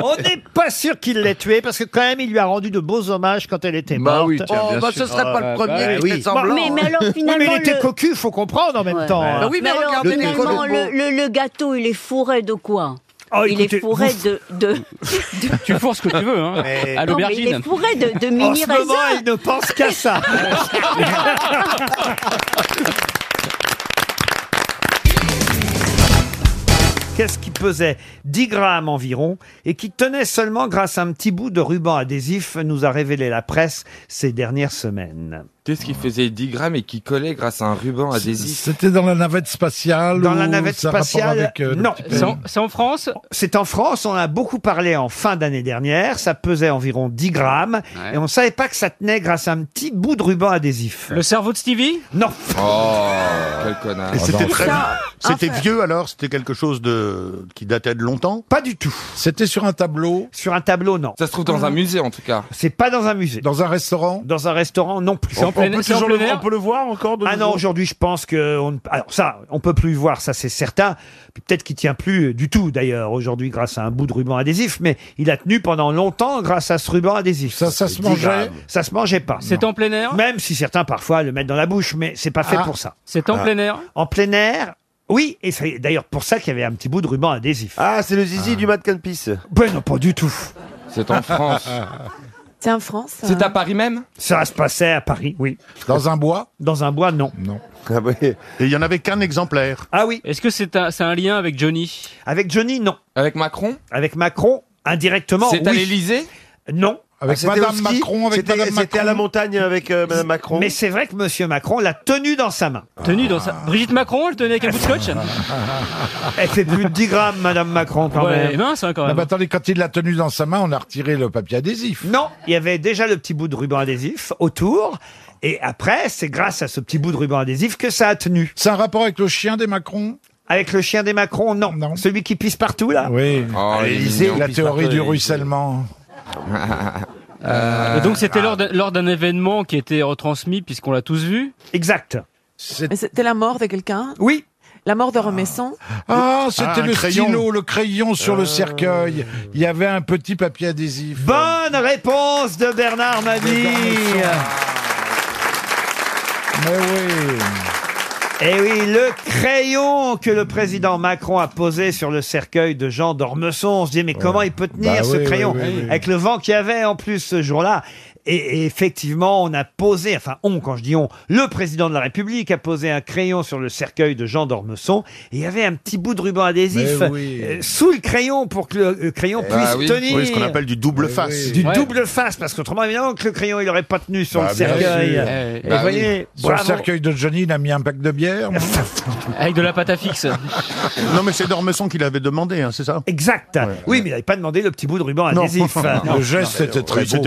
on n'est pas sûr qu'il l'ait tué parce que quand même, il lui a rendu de beaux hommages quand elle était Bah morte. oui, tiens, Oh, bien bah, sûr. ce serait pas le Ah, premier bah, qui oui. fait semblant, Mais- mais hein. alors, Oui, finalement, il était le- cocu, faut comprendre en même temps. hein. alors, finalement, le, le- le gâteau, il est fourré de quoi Oh, Il est écoutez, fourré vous- de, de... tu fourres ce que tu veux, hein. Non, À mais il l'aubergine. est fourré de, de En mini ce moment, elle ne pense (laughs) qu'à ça. Qu'est-ce qui pesait 10 grammes environ et qui tenait seulement grâce à un petit bout de ruban adhésif, nous a révélé la presse ces dernières semaines. Qu'est-ce qui faisait 10 grammes et qui collait grâce à un ruban adhésif C'était dans la navette spatiale Dans ou la navette ça a rapport spatiale, avec, euh, le non. petit- C'est en, France C'est en France, on en a beaucoup parlé en fin d'année dernière, ça pesait environ 10 grammes, et on ne savait pas que ça tenait grâce à un petit bout de ruban adhésif. Le cerveau de Stevie Non. Oh, quel connard. Ah, Et c'était très. C'était enfin- vieux alors C'était quelque chose de qui datait de longtemps Pas du tout. C'était sur un tableau Sur un tableau, non. Ça se trouve dans un musée en tout cas. C'est pas dans un musée. Dans un restaurant Dans un restaurant, non plus. C'est en On- on plein- peut c'est en toujours plein le- air on peut voir encore Ah non, aujourd'hui, je pense que... on ne- alors ça, on peut plus le voir, ça c'est certain. Puis Peut-être qu'il tient plus du tout, d'ailleurs, aujourd'hui, grâce à un bout de ruban adhésif, mais il a tenu pendant longtemps grâce à ce ruban adhésif. Ça, ça se mangeait Ça se mangeait pas. C'est en plein air Même si certains, parfois, le mettent dans la bouche, mais c'est pas fait Ah. pour ça. C'est en plein air En plein air oui, et c'est d'ailleurs pour ça qu'il y avait un petit bout de ruban adhésif. Ah, c'est le zizi du Mad Piece. Ben non, pas du tout. C'est en (laughs) France. C'est en France. euh, ça. C'est à Paris même Ça se passait à Paris, oui. Dans un bois Dans un bois, non. Non. Et il y en avait qu'un exemplaire. Ah oui. Est-ce que c'est un, c'est un lien avec Johnny Avec Johnny, non. Avec Macron Avec Macron, indirectement. C'est à oui. l'Élysée Non. Avec Ah, c'était Madame au ski Macron, avec C'était- Madame c'était à la Macron montagne avec euh, Madame Macron. Mais c'est vrai que Monsieur Macron l'a tenue dans sa main. Tenue dans sa. Brigitte Macron, elle tenait avec un bout de scotch Ah. (laughs) Elle fait plus de 10 grammes, Madame Macron, quand Ouais, même. elle est mince, hein, quand Non, même. mais attendez, quand il l'a tenu dans sa main, on a retiré le papier adhésif. Non, il y avait déjà le petit bout de ruban adhésif autour. Et après, c'est grâce à ce petit bout de ruban adhésif que ça a tenu. C'est un rapport avec le chien des Macron Avec le chien des Macron, non. Celui qui pisse partout, là Oui. Oh, À Ah, il est l'Élysée, mignon, la puis théorie partout, du à l'Élysée. ruissellement. Euh, Euh, Et donc ah. c'était lors d'un- lors d'un événement qui était retransmis puisqu'on l'a tous vu. Exact. Mais C'était la mort de quelqu'un Oui. La mort de Remesson Ah, c'était Ah, un le crayon. Euh. stylo, le crayon sur le cercueil. Il y avait un petit papier adhésif. Bonne réponse de Bernard Mabille. Mais oui. Eh oui, le crayon que le président Macron a posé sur le cercueil de Jean d'Ormesson. On se dit, mais comment il peut tenir Bah ce oui, crayon oui, oui, oui. Avec le vent qu'il y avait en plus ce jour-là. Et, et effectivement, on a posé, enfin on, quand je dis on, le président de la République a posé un crayon sur le cercueil de Jean d'Ormesson. Et il y avait un petit bout de ruban adhésif Mais oui. euh, sous le crayon pour que le euh, crayon puisse Ah oui. tenir. Oui, ce qu'on appelle du double Eh Mais face. oui. Du Ouais. double face, parce qu'autrement, évidemment, que le crayon, il n'aurait pas tenu sur Bah, le bien cercueil. Eh, sûr. Et Bah oui. voyez, Sur le bravo. cercueil de Johnny, il a mis un pack de bière. (laughs) Avec de la pâte à fixe. Non, mais c'est Dormesson qui l'avait demandé, hein, c'est ça Exact. Oui, mais il n'avait pas demandé le petit bout de ruban Non. adhésif. Le geste était très beau, quand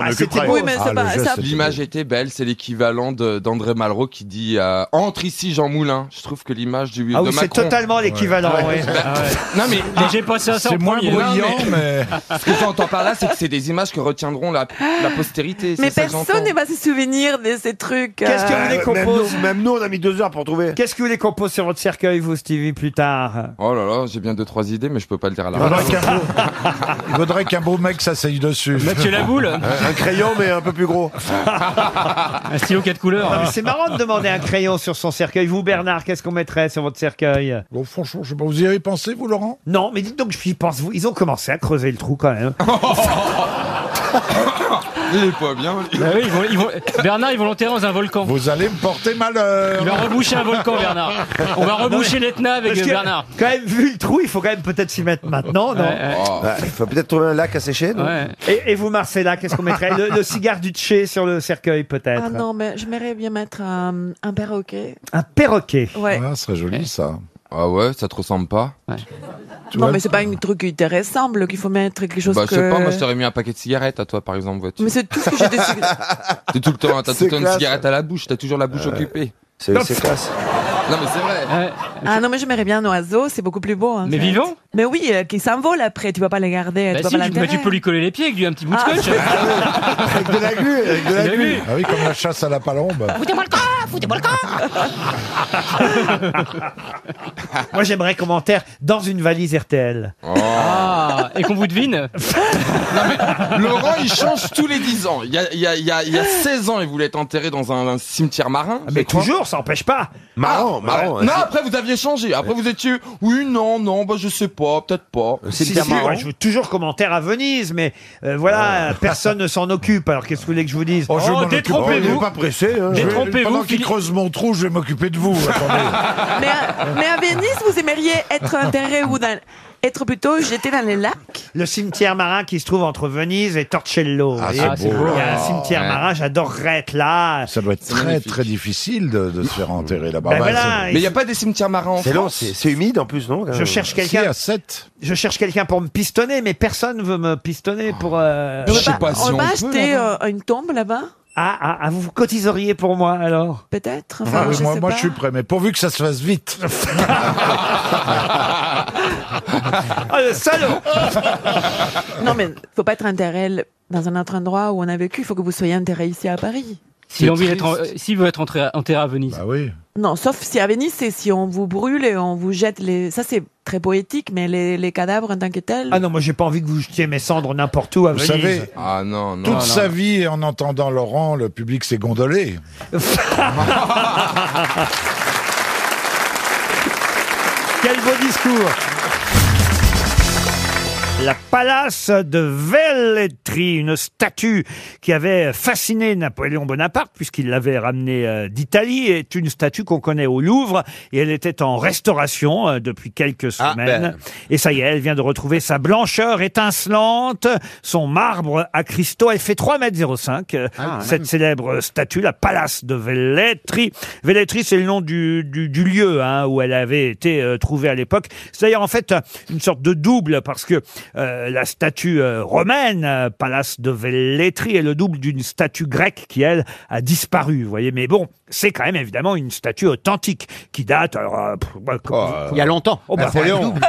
même. Ah, c'était beau, mais ça va, ça- L'image était belle, c'est l'équivalent de- d'André Malraux qui dit euh, Entre ici Jean Moulin ». Je trouve que l'image du Ah de oui, c'est Macron- totalement l'équivalent, Ah, oui. Bah, Non mais Mais j'ai pensé à ça en C'est moins premier. brillant, Non, (laughs) ce que j'entends par là, c'est que c'est des images que retiendront la, la postérité. c'est Mais ça que j'entends. personne ne va se souvenir de ces trucs. euh, Qu'est-ce que vous voulez qu'on pose Même nous, on a mis deux heures pour trouver. Qu'est-ce que vous voulez qu'on pose sur votre cercueil, vous, Stevie, plus tard Oh là là, j'ai bien deux trois idées, mais je peux pas le dire à la Il faudrait radio. qu'un beau, il faudrait qu'un beau mec s'asseye dessus. Mathieu Laboule Un crayon, mais (laughs) un peu plus gros. Un stylo quatre couleurs. Non, Ah, mais C'est marrant de demander un crayon sur son cercueil. Vous, Bernard, qu'est-ce qu'on mettrait sur votre cercueil Bon, franchement, je sais pas, vous y avez pensé, vous, Laurent Non, mais dites donc, j'y pense. Vous, Ils ont commencé à creuser le trou quand même. (laughs) Il est pas bien. lui. Bah oui, ils vont- ils (laughs) vont- Bernard, ils vont l'enterrer dans un volcan. Vous allez me porter malheur. Il va reboucher un volcan, Bernard. On va reboucher l'Etna avec Parce que, Bernard. Quand même, vu le trou, il faut quand même peut-être s'y mettre maintenant, Oh, non Oh. Bah, Il faut (laughs) (laughs) peut-être trouver un lac à sécher. non et, et vous, Marcella, qu'est-ce qu'on mettrait le, le cigare du Tché sur le cercueil, peut-être Ah non, mais j'aimerais bien mettre un, un perroquet. Un perroquet. Ouais. Ah, ce serait joli, ça. Ah ouais, ça te ressemble pas non, mais c'est pas un truc qui te ressemble, qu'il faut mettre quelque chose Bah, je que... sais pas, moi je t'aurais mis un paquet de cigarettes à toi, par exemple, (laughs) vois-tu. mais c'est tout ce que j'ai décidé. T'es tout le temps, t'as tout C'est le temps une classe. cigarette à la bouche, t'as toujours la bouche occupée. C'est c'est classe. Non mais c'est vrai. Ah non, mais j'aimerais bien un oiseau, c'est beaucoup plus beau. en Mais fait. vivant Mais oui, euh, qui s'envole après, tu vas pas le garder. Bah tu vas si, pas tu- mais tu peux lui coller les pieds avec du un petit bout de Ah. scotch. (laughs) Avec de la glu, avec de la De la glu. glu. Ah oui, comme la chasse à la palombe. Foutez-moi le camp Foutez-moi le camp Ah. Moi, j'aimerais commentaire dans une valise RTL. Oh. Ah, et qu'on vous devine Laurent, il change tous les 10 ans. Il y a, il y a- il y a- il y a 16 ans, il voulait être enterré dans un, un cimetière marin. Ah, Mais toujours, ça empêche pas. Marrant, marrant, hein, Non, c'est- après vous aviez changé. Après vous étiez, oui, Oh non, non, bah je sais pas, peut-être pas. Si, si, moi, je veux toujours commentaire à Venise, mais euh, voilà, personne ne s'en occupe. Alors qu'est-ce que vous voulez que je vous dise Oh, je m'en occupe. Oh, il est pas pressé. hein. Je vais- Pendant qu'il Philippe. creuse mon trou, je vais m'occuper de vous. Attendez. Mais à, mais à Venise, vous aimeriez être enterré ou dans- être plutôt jeté dans les lacs Le cimetière marin qui se trouve entre Venise et Torcello. vous voyez. c'est Ah, c'est beau. beau. Il y a un Ah, cimetière ouais. marin, j'adorerais être là. Ça doit être C'est très magnifique. très difficile de, de se faire enterrer là-bas. Ben Bah, voilà, c'est- il- Mais il y a pas des cimetières marins C'est long, c'est c'est humide en plus, non Euh, Je cherche quelqu'un. à 7. Je cherche quelqu'un pour me pistonner, mais personne veut me pistonner Oh. pour. euh, On va- On va acheter hein. euh, une tombe là-bas Ah, ah, ah, vous vous cotiseriez pour moi alors Peut-être. Ah, mais moi, moi, je suis prêt, mais pourvu que ça se fasse (laughs) vite. Ah, le salaud (laughs) Non, mais faut pas être enterré dans un autre endroit où on a vécu. Il faut que vous soyez enterré ici à Paris. S'il a envie d'être en- euh, s'il veut être enterré, enterré à Venise. Bah oui. Non, sauf si à Venise, c'est si on vous brûle et on vous jette les. Ça, c'est très poétique, mais les, les cadavres en tant que tels. Ah non, moi j'ai pas envie que vous jetiez mes cendres n'importe où à Vous Venise. savez, Ah non, non. toute sa vie, en entendant Laurent, le public s'est gondolé. Quel beau discours La Palace de Velletri, une statue qui avait fasciné Napoléon Bonaparte puisqu'il l'avait ramenée euh, d'Italie, est une statue qu'on connaît au Louvre et elle était en restauration euh, depuis quelques Ah, semaines. ben. Et ça y est, elle vient de retrouver sa blancheur étincelante, son marbre à cristaux. Elle fait 3,05 m, Ah, euh, cette ouais. célèbre euh, statue, la Palace de Velletri. Velletri, c'est le nom du, du, du lieu hein, où elle avait été euh, trouvée à l'époque. C'est d'ailleurs en fait euh, une sorte de double parce que euh, la statue euh, romaine, euh, Pallas de Velletri, est le double d'une statue grecque qui, elle, a disparu. Vous voyez, mais bon, c'est quand même évidemment une statue authentique qui date. alors, euh, pff, bah, Il y a longtemps. Oh, bah, Ah, Napoléon. du,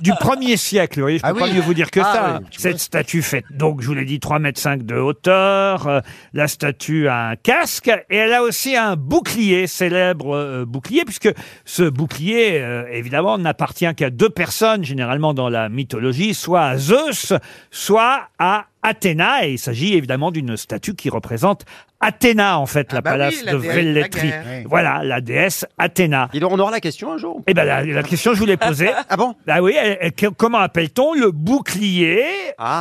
du premier siècle, vous voyez, je peux Ah pas oui. mieux vous dire que Ah ça. oui, tu Cette statue fait donc, je vous l'ai dit, 3 mètres de hauteur. Euh, la statue a un casque et elle a aussi un bouclier, célèbre euh, bouclier, puisque ce bouclier, euh, évidemment, n'appartient qu'à deux personnes, généralement dans la mythologie, soit à Zeus, soit à Athéna. Et il s'agit évidemment d'une statue qui représente Athéna, en fait, la bah oui, palace la de déesse de la Velletri. guerre. Oui. Voilà, la déesse Athéna. On aura la question un jour. Eh ben la, la question je vous l'ai posée. ah bon Bah oui. elle- elle- que- comment appelle-t-on le bouclier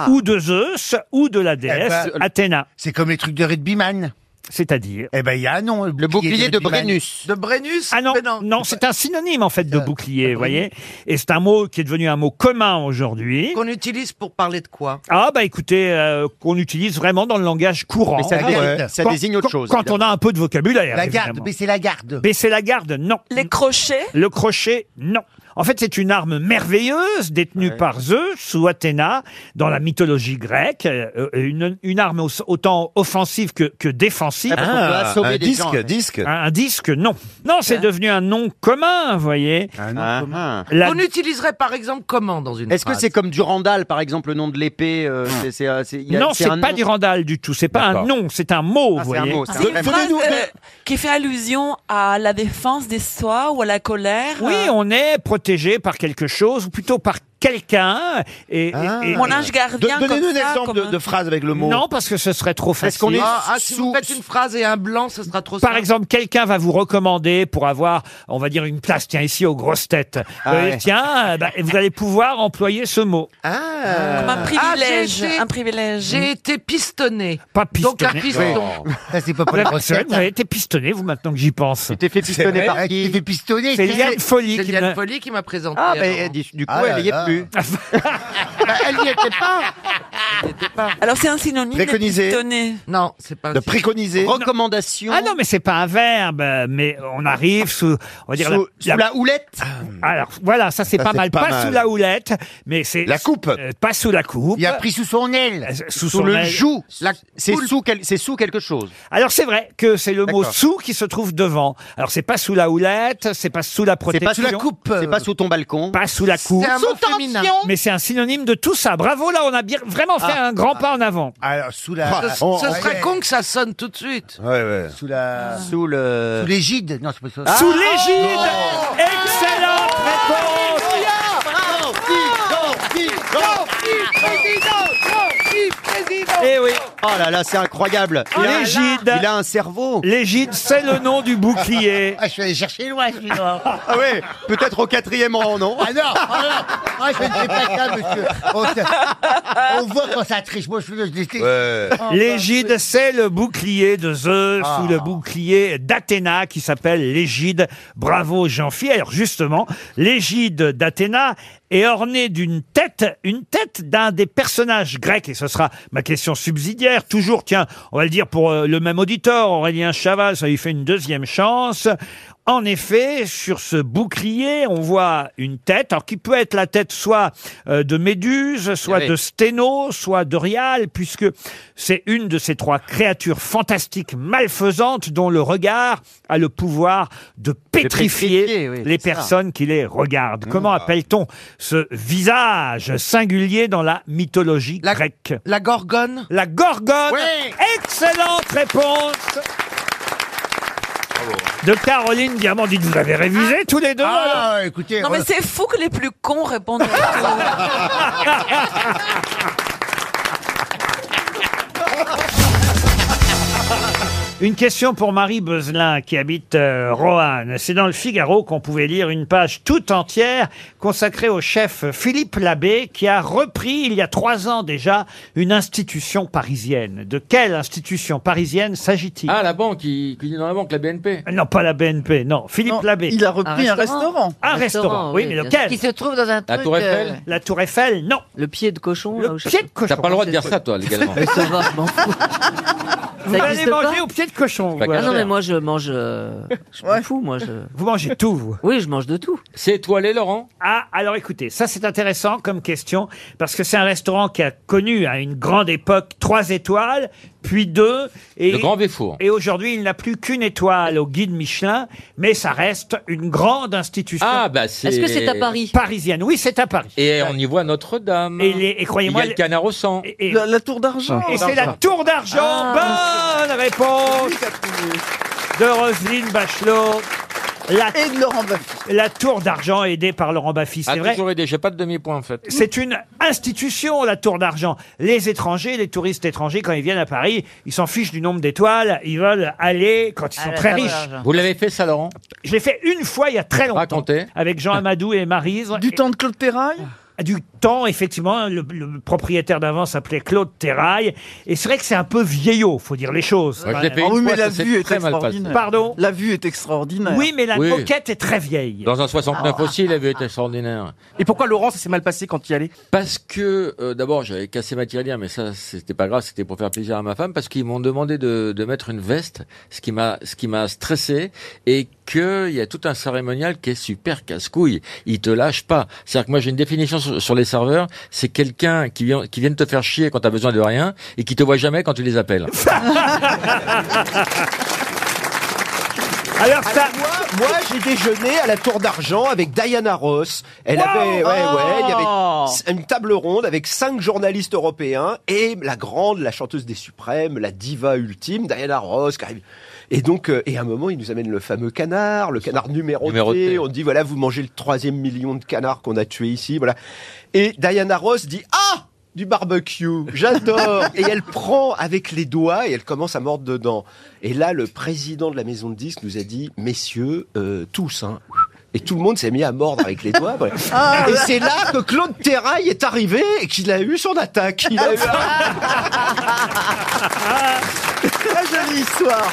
ou de Zeus ou de la déesse Eh ben, Athéna C'est comme les trucs de rugbyman. C'est-à-dire Eh ben, il y a un nom. Le bouclier de rugbyman. Brennus. De Brennus Ah non, non, c'est un synonyme en fait de bouclier, vous voyez. Et c'est un mot qui est devenu un mot commun aujourd'hui. Qu'on utilise pour parler de quoi Ah bah écoutez, euh, qu'on utilise vraiment dans le langage courant. Mais ça Ah désigne- ouais. ça Quand- désigne autre quand- chose, Quand on évidemment. a un peu de vocabulaire. La garde, évidemment. baisser la garde. Baisser la garde, non. Les crochets Le crochet, non. En fait, c'est une arme merveilleuse détenue par Zeus ou Athéna dans la mythologie grecque. euh, euh, Une, une arme au- autant offensive que, que défensive. Ah, parce qu'on peut Ah, assommer un des disque, gens, ouais. disque. Un, un disque, non. Non, c'est Hein devenu un nom commun, vous voyez. Un Ah, nom commun. La On utiliserait par exemple comment dans une Est-ce que phrase c'est comme Durandal, par exemple, le nom de l'épée euh, c'est- c'est, euh, il y a- non, c'est un pas nom du randal du tout. C'est pas un D'accord. nom, c'est un mot. Ah, vous c'est un voyez. mot, c'est C'est une phrase euh, qui fait allusion à la défense des soi ou à la colère. Oui, euh, on est protégé par quelque chose, ou plutôt par quelqu'un. Et, et- et- Mon ange gardien, De- donnez-nous comme un ça, exemple comme- euh, de- de phrase avec le mot. Non, parce que ce serait trop facile. Ah, ah, si vous faites une phrase et un blanc, ce sera trop Par exemple, quelqu'un va vous recommander pour avoir, on va dire, une place, tiens, ici, aux grosses têtes. Ah Euh, ouais. Tiens, euh, bah, vous allez pouvoir employer ce mot. Ah. Comme un privilège, Euh, été- un privilège. J'ai été pistonné. Pas pistonné. Donc un piston. (laughs) c'est pas pour les grosses têtes, Vous avez été pistonné, vous, maintenant que j'y pense. Vous t'es fait pistonner par qui Il fait pistonner. C'est Liane Folie C'est qui Liane me- Folie qui m'a présenté. Ah, ben, alors. du, du coup, Ah là elle n'y est là. plus. (laughs) Bah, elle n'y était pas. Alors c'est un synonyme Préconiser. de pistonner. Non, c'est pas. Recommandation. Ah non, mais c'est pas un verbe, euh, mais on arrive sous, on va dire Ah. Sous- sous la houlette. Alors voilà, ça c'est Ça, pas c'est mal, pas pas, mal. sous la houlette, mais c'est la coupe, pas sous la coupe. Il a pris sous son aile. Euh, Sous, sous son le aile. joug. C'est sous, quel- c'est sous quelque chose. Alors c'est vrai que c'est le mot D'accord. sous qui se trouve devant. Alors c'est pas sous la houlette, c'est pas sous la C'est protection, pas sous la coupe. C'est pas sous ton balcon. pas sous la coupe. un mot Sous féminin. tension. Mais c'est un synonyme de tout ça. Bravo, là on a bien, vraiment fait Ah. un grand pas en avant. Alors, sous la. Ce, ce serait con que ça sonne tout de suite. Sous la. Sous le. Sous l'égide. Non, c'est pas Ah, ça. Sous l'égide. (laughs) Excellente réponse. Eh oui. Oh là là, c'est incroyable. Oh Il a- L'égide. Il a un cerveau. L'égide, c'est le nom (laughs) du bouclier. Ah, je suis allé chercher loin, je suis Ah Ah ouais, peut-être au quatrième rang, non non, ah non, ah, je ne fais pas ça, monsieur. On, se- on voit quand ça triche. Moi, je, je déteste. Oh, L'égide, c'est le bouclier de Zeus Ah. ou le bouclier d'Athéna qui s'appelle l'égide. Bravo Jean-Pierre. Alors justement, l'égide d'Athéna est ornée d'une tête, une tête d'un des personnages grecs. Et ce sera ma question subsidiaire. Toujours, tiens, on va le dire pour euh, le même auditeur, Aurélien Chaval, ça lui fait une deuxième chance. En effet, sur ce bouclier, on voit une tête, alors qui peut être la tête soit euh, de Méduse, soit Eh oui. de Sténo, soit d'Orial, puisque c'est une de ces trois créatures fantastiques malfaisantes dont le regard a le pouvoir de pétrifier, pétrifier, oui, les c'est ça. Hmm. personnes qui les regardent. Comment appelle-t-on ce visage singulier dans la mythologie grecque La gorgone. La gorgone Excellente réponse de Caroline Diamant, dites vous avez révisé tous les deux alors Ah, écoutez. Non mais euh, c'est fou que les plus cons répondent. à Une question pour Marie Bezelin qui habite euh, Roanne. C'est dans le Figaro qu'on pouvait lire une page toute entière consacrée au chef Philippe Labbé qui a repris il y a trois ans déjà une institution parisienne. De quelle institution parisienne s'agit-il Ah, la banque, il, il est dans la banque, la BNP. Non, pas la BNP, non. Philippe Labbé. il a repris Un un restaurant. restaurant. Un Un restaurant, restaurant, oui, oui, mais bien lequel Qui se trouve dans La un truc... Tour Eiffel euh, La Tour Eiffel, non. Le pied de cochon. Le pied de cochon. (laughs) T'as pas le droit de dire ça, toi, légalement. Ça va, je m'en fous. Vous allez existe pas manger au pied de de cochon. vous, Ah non, alors. mais moi, je mange. euh, je m'en fous, moi. Je... Vous mangez tout, vous Oui, je mange de tout. C'est étoilé, Laurent Ah, alors écoutez, ça c'est intéressant comme question, parce que c'est un restaurant qui a connu à une grande époque trois étoiles, puis deux. Et, Le Grand Véfour. Et aujourd'hui, il n'a plus qu'une étoile au guide Michelin, mais ça reste une grande institution. Ah, bah, c'est- Est-ce que c'est à Paris Parisienne, oui, c'est à Paris. Et on y voit Notre-Dame. Et, les- et croyez-moi, Il y a le canard au sang. La, tour d'argent. Ah. Et c'est la tour d'argent. Bonne réponse de Roselyne Bachelot. La, et de Laurent La tour d'argent aidée par Laurent Baffy, c'est Ah, vrai. toujours aidé, j'ai pas de demi-point en fait. C'est une institution, la Tour d'Argent. Les étrangers, les touristes étrangers, quand ils viennent à Paris, ils s'en fichent du nombre d'étoiles. Ils veulent aller quand ils Ah, sont la très Tour riches. d'Argent. Vous l'avez fait, ça, Laurent Je l'ai fait une fois il y a très longtemps. Avec Jean Amadou et Marise. Du temps de Claude Terrail du temps, effectivement, le, le propriétaire d'avant s'appelait Claude Terrail, et c'est vrai que c'est un peu vieillot, faut dire les choses. Ouais, je l'ai fait Ah une oui, fois, mais ça la s'est vue est très mal passé. extraordinaire. Pardon La vue est extraordinaire. Oui, mais la Oui. moquette est très vieille. Dans un 69 Ah. aussi, il avait été extraordinaire. Et pourquoi Laurent, ça s'est mal passé quand il y allait Parce que, euh, d'abord, j'avais cassé ma tirelire, mais ça, c'était pas grave, c'était pour faire plaisir à ma femme, parce qu'ils m'ont demandé de, de mettre une veste, ce qui m'a, ce qui m'a stressé, et que il y a tout un cérémonial qui est super casse-couille. Ils te lâchent pas. C'est-à-dire que moi, j'ai une définition sur, sur les serveurs, c'est quelqu'un qui vient, qui vient te faire chier quand t'as besoin de rien, et qui te voit jamais quand tu les appelles. Alors, ça... moi, moi, j'ai déjeuné à la Tour d'Argent avec Diana Ross. Elle Wow avait, ouais, ouais, il y Oh avait une table ronde avec cinq journalistes européens et la grande, la chanteuse des suprêmes, la diva ultime, Diana Ross. qui arrive. Et donc, euh, et à un moment, ils nous amènent le fameux canard, le canard numéroté. Numéroté. On dit voilà, vous mangez le troisième million de canards qu'on a tué ici, voilà. Et Diana Ross dit ah. Du barbecue, j'adore. et elle prend avec les doigts et elle commence à mordre dedans. Et là, le président de la maison de disques nous a dit, messieurs, euh, tous, hein. Et tout le monde s'est mis à mordre avec les doigts. voilà. Ah, et ouais. c'est là que Claude Terrail est arrivé et qu'il a eu son attaque. Il a eu... La jolie histoire.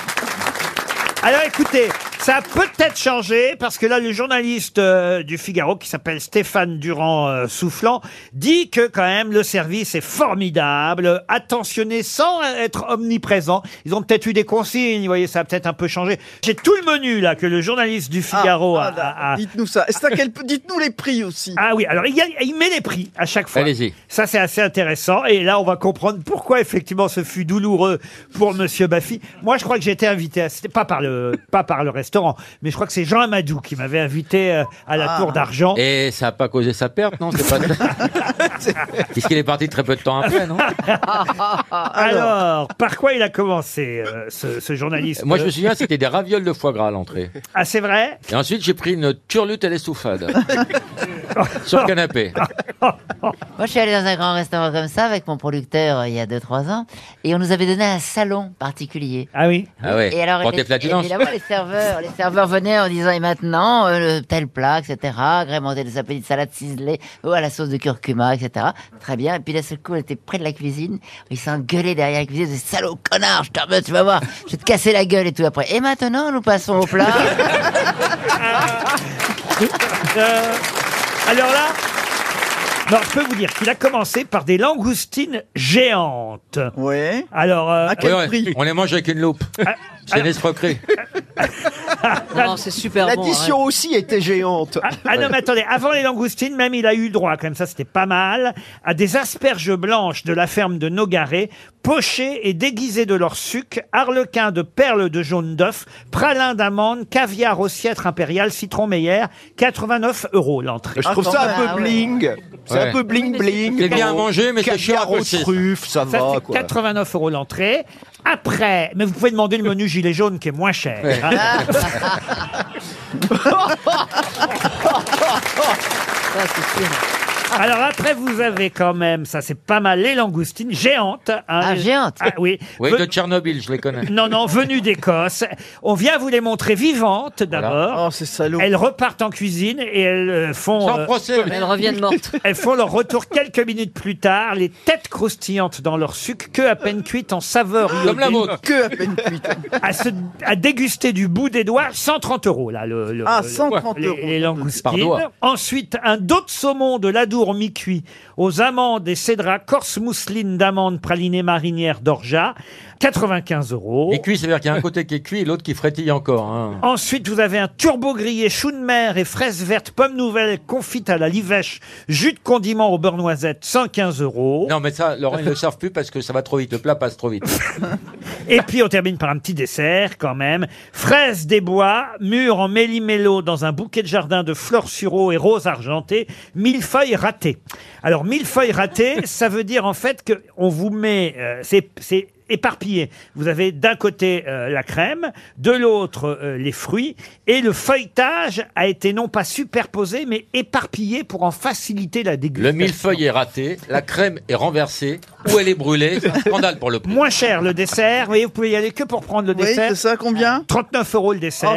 Alors écoutez, ça a peut-être changé parce que là, le journaliste euh, du Figaro qui s'appelle Stéphane Durand euh, Soufflant dit que quand même le service est formidable, attentionné sans être omniprésent. Ils ont peut-être eu des consignes, vous voyez, ça a peut-être un peu changé. J'ai tout le menu là que le journaliste du Figaro a- a, Ah, Dites-nous ça. Est-ce à quel- Dites-nous les prix aussi. Ah oui, alors il, y a- il met les prix à chaque fois. Allez-y. Ça, c'est assez intéressant. Et là, on va comprendre pourquoi, effectivement, ce fut douloureux pour Monsieur Baffy. Moi, je crois que j'ai été invité, à... c'était pas par le pas par le restaurant, mais je crois que c'est Jean Amadou qui m'avait invité euh, à Ah. la Tour d'Argent. Et ça n'a pas causé sa perte, non C'est pas. (laughs) Puisqu'il est parti très peu de temps après, non Ah, Ah, Alors, par quoi il a commencé, euh, ce, ce journaliste Moi, je me souviens, c'était des ravioles de foie gras à (laughs) l'entrée. Ah, c'est vrai Et ensuite, j'ai pris une turlute à (laughs) l'estouffade. sur le canapé. Moi, je suis allé dans un grand restaurant comme ça avec mon producteur euh, il y a 2-3 ans et on nous avait donné un salon particulier. Ah oui Ah ouais. Et alors, Prends évi- tes flatulences. évidemment, les serveurs, les serveurs venaient en disant et maintenant euh, le tel plat, etc. Agrémenté de sa petite salade ciselée ou à la sauce de curcuma, etc. Très bien. Et puis d'un seul coup, on était près de la cuisine. Ils s'engueulaient derrière la cuisine. Ils disaient, salaud connard, je t'emmerde, tu vas voir, je vais te casser la gueule et tout après. Et maintenant, nous passons au (laughs) plat. Euh, alors là, non, je peux vous dire qu'il a commencé par des langoustines géantes. Oui. Alors, euh, Ah, Ouais, ouais. On les mange avec une loupe. C'est une escroquerie. Non, c'est super bon. L'addition aussi était géante. hein. Ah non, mais attendez, avant les langoustines, même il a eu droit, comme ça c'était pas mal, à des asperges blanches de la ferme de Nogaret, pochées et déguisées de leur suc, arlequins de perles de jaune d'œuf, pralin d'amande, caviar au ciètre impérial, citron meilleur, 89 euros l'entrée. Je trouve ça un peu bling. C'est Ah, Ouais. un peu bling bling. C'est bien à manger, mais c'est cher à Caviar aux bosser. truffes, ça, Ça va fait quoi. 89 euros l'entrée. Après, mais vous pouvez demander le menu gilet jaune qui est moins cher. Ouais. Hein. (laughs) Ah. (laughs) (laughs) Alors après, vous avez quand même, ça c'est pas mal, les langoustines géantes. hein. Ah, géantes. Ah, oui. Oui, Ve- de Tchernobyl, je les connais. Non, non, venues d'Écosse. On vient vous les montrer vivantes d'abord. Oh, Elles repartent en cuisine et elles euh, font. Sans procès. Elles reviennent mortes. (laughs) Elles font leur retour quelques minutes plus tard, les têtes croustillantes dans leur suc, que à peine cuites en saveur. Comme la iodée. vôtre. Que à peine cuites. À, se- à déguster du bout des doigts, 130 euros là. Le, le- Ah, le- 130 les, euros. les langoustines. Par doigt. Ensuite, un dos de saumon de jours mi-cuits aux amandes et cédrats corse mousseline d'amandes pralinées marinières d'orgeat, 95 euros. Et cuit, c'est-à-dire qu'il y a un côté qui est cuit et l'autre qui frétille encore. hein. (laughs) Ensuite, vous avez un turbo grillé chou de mer et fraises vertes, pommes nouvelles, confites à la livèche, jus de condiment au beurre noisette, 115 euros. Non, mais ça, Laurent, ils ne le servent plus parce que ça va trop vite. Le plat passe trop vite. (laughs) Et puis on termine par un petit dessert quand même. Fraises des bois, mûres en méli-mélo dans un bouquet de jardin de fleurs sur eau et roses argentées, mille feuilles ratées. Alors mille feuilles ratées, ça veut dire en fait que on vous met, euh, c'est c'est éparpillé. Vous avez d'un côté euh, la crème, de l'autre euh, les fruits, et le feuilletage a été non pas superposé mais éparpillé pour en faciliter la Le dégustation. millefeuille est raté, la crème est renversée, ou elle est brûlée. C'est un Scandale pour le prix. Moins cher le dessert, vous voyez, vous pouvez y aller que pour prendre le Oui, dessert. c'est ça, combien 39 euros le dessert.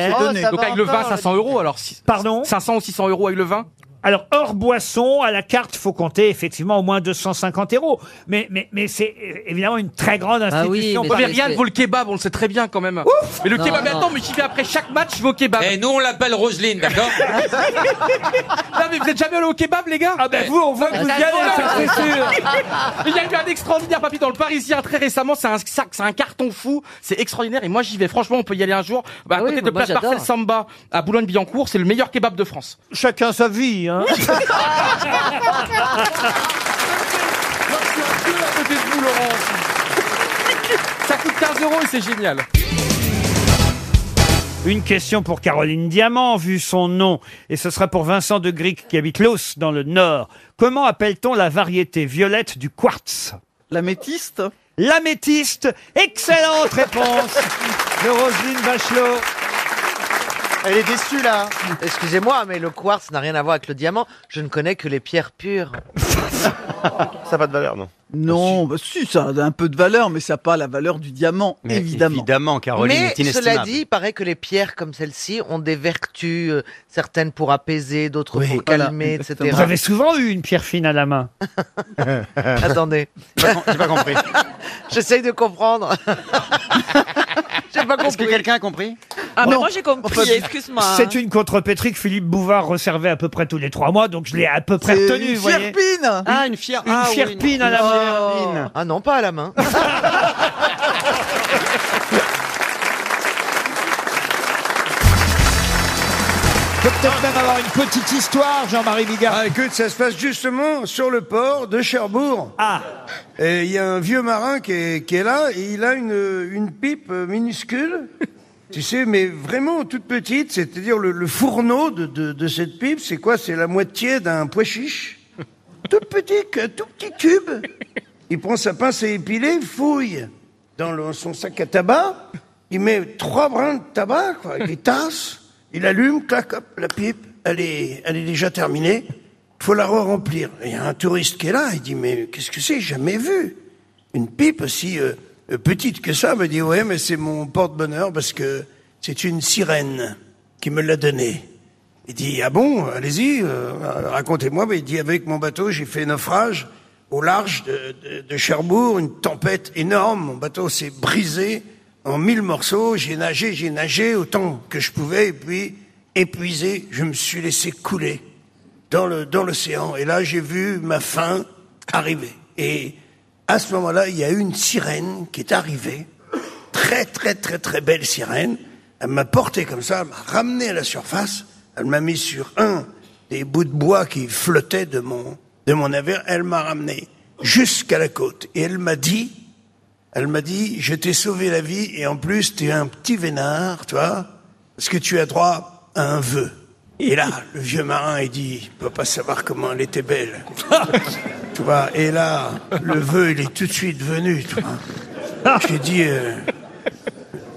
Donc avec le vin, 500 euros. Alors, si- Pardon 500 ou 600 euros avec le vin Alors, hors boisson, à la carte, faut compter effectivement au moins 250 euros. Mais, mais, mais c'est euh, évidemment une très grande Ah oui, institution. mais rien vaut le kebab, on le sait très bien quand même. mais le Non, kebab, mais non. attends, mais j'y vais après chaque match, je vais au kebab. Eh, Et nous, on l'appelle Roselyne, d'accord (laughs) Non, mais vous êtes jamais allé au kebab, les gars Ah, ben vous, on voit que vous y allez, ça, c'est sûr. Il y a eu un extraordinaire papier dans le Parisien très récemment, c'est un sac, c'est un carton fou, c'est extraordinaire. Et moi, j'y vais, franchement, on peut y aller un jour. Bah, à Ah oui, côté de moi, Place Parcel j'adore. Samba, à Boulogne-Billancourt, c'est le meilleur kebab de France. Chacun sa vie, hein Ça coûte 15 euros et c'est génial. Une question pour Caroline Diamant, vu son nom, et ce sera pour Vincent de Gric qui habite Los dans le Nord. Comment appelle-t-on la variété violette du quartz L'améthyste L'améthyste Excellente réponse de Roselyne Bachelot. Elle est déçue là. Excusez-moi, mais le quartz n'a rien à voir avec le diamant. Je ne connais que les pierres (laughs) pures. Ça n'a pas de valeur, non Non, bah si, ça a un peu de valeur, mais ça n'a pas la valeur du diamant, évidemment. évidemment, Caroline mais est inestimable. cela dit, il paraît que les pierres comme celle-ci ont des vertus, euh, certaines pour apaiser, d'autres pour Voilà. calmer, etc. Vous avez souvent eu une pierre fine à la main. (laughs) Attendez. J'ai (laughs) pas compris. J'essaye de comprendre. (laughs) J'ai pas compris. Est-ce que quelqu'un a compris Ah, mais moi j'ai compris, excuse-moi. hein. C'est une contrepétrie que Philippe Bouvard reservait à peu près tous les trois mois, donc je l'ai à peu près C'est retenue. une hein. vous voyez. fierpine Ah, une fier- Une ah oui, fierpine une à la fierpine. main. Ah non, pas à la (laughs) main. peut peut-être même avoir une petite histoire, Jean-Marie Bigard. Ah, écoute, ça se passe justement sur le port de Cherbourg. Ah Et il y a un vieux marin qui est, qui est là, et il a une, une pipe euh, (laughs) minuscule, tu sais, mais vraiment toute petite, c'est-à-dire le, le fourneau de, de- de cette pipe, c'est quoi C'est la moitié d'un pois chiche Tout petit, que- tout petit cube Il prend sa pince à épiler, fouille dans le- son sac à tabac, il met trois brins de tabac, quoi, il les tasse, il allume, clac, hop, la pipe, elle est, elle est déjà terminée, faut la re-remplir. Et Il y a un touriste qui est là, il dit, mais qu'est-ce que c'est, J'ai jamais vu une pipe aussi euh, euh, petite que ça, me dit, ouais, mais c'est mon porte-bonheur parce que c'est une sirène qui me l'a donnée. Il dit, ah bon, allez-y, euh, racontez-moi. Mais il dit, avec mon bateau, j'ai fait naufrage au large de, de- de Cherbourg, une tempête énorme. Mon bateau s'est brisé en mille morceaux. J'ai nagé, j'ai nagé autant que je pouvais. Et puis, épuisé, je me suis laissé couler dans le dans l'océan. Et là, j'ai vu ma fin arriver. Et à ce moment-là, il y a eu une sirène qui est arrivée, très très très très belle sirène. Elle m'a porté comme ça, elle m'a ramené à la surface. Elle m'a mis sur un des bouts de bois qui flottaient de mon de mon navire. Elle m'a ramené jusqu'à la côte et elle m'a dit, elle m'a dit, je t'ai sauvé la vie et en plus tu es un petit vénard, tu vois, parce que tu as droit à un vœu. Et là, le vieux marin, il dit, il peut pas savoir comment elle était belle. tu vois, et là, le vœu, il est tout de suite venu, tu vois. (laughs) J'ai dit, euh,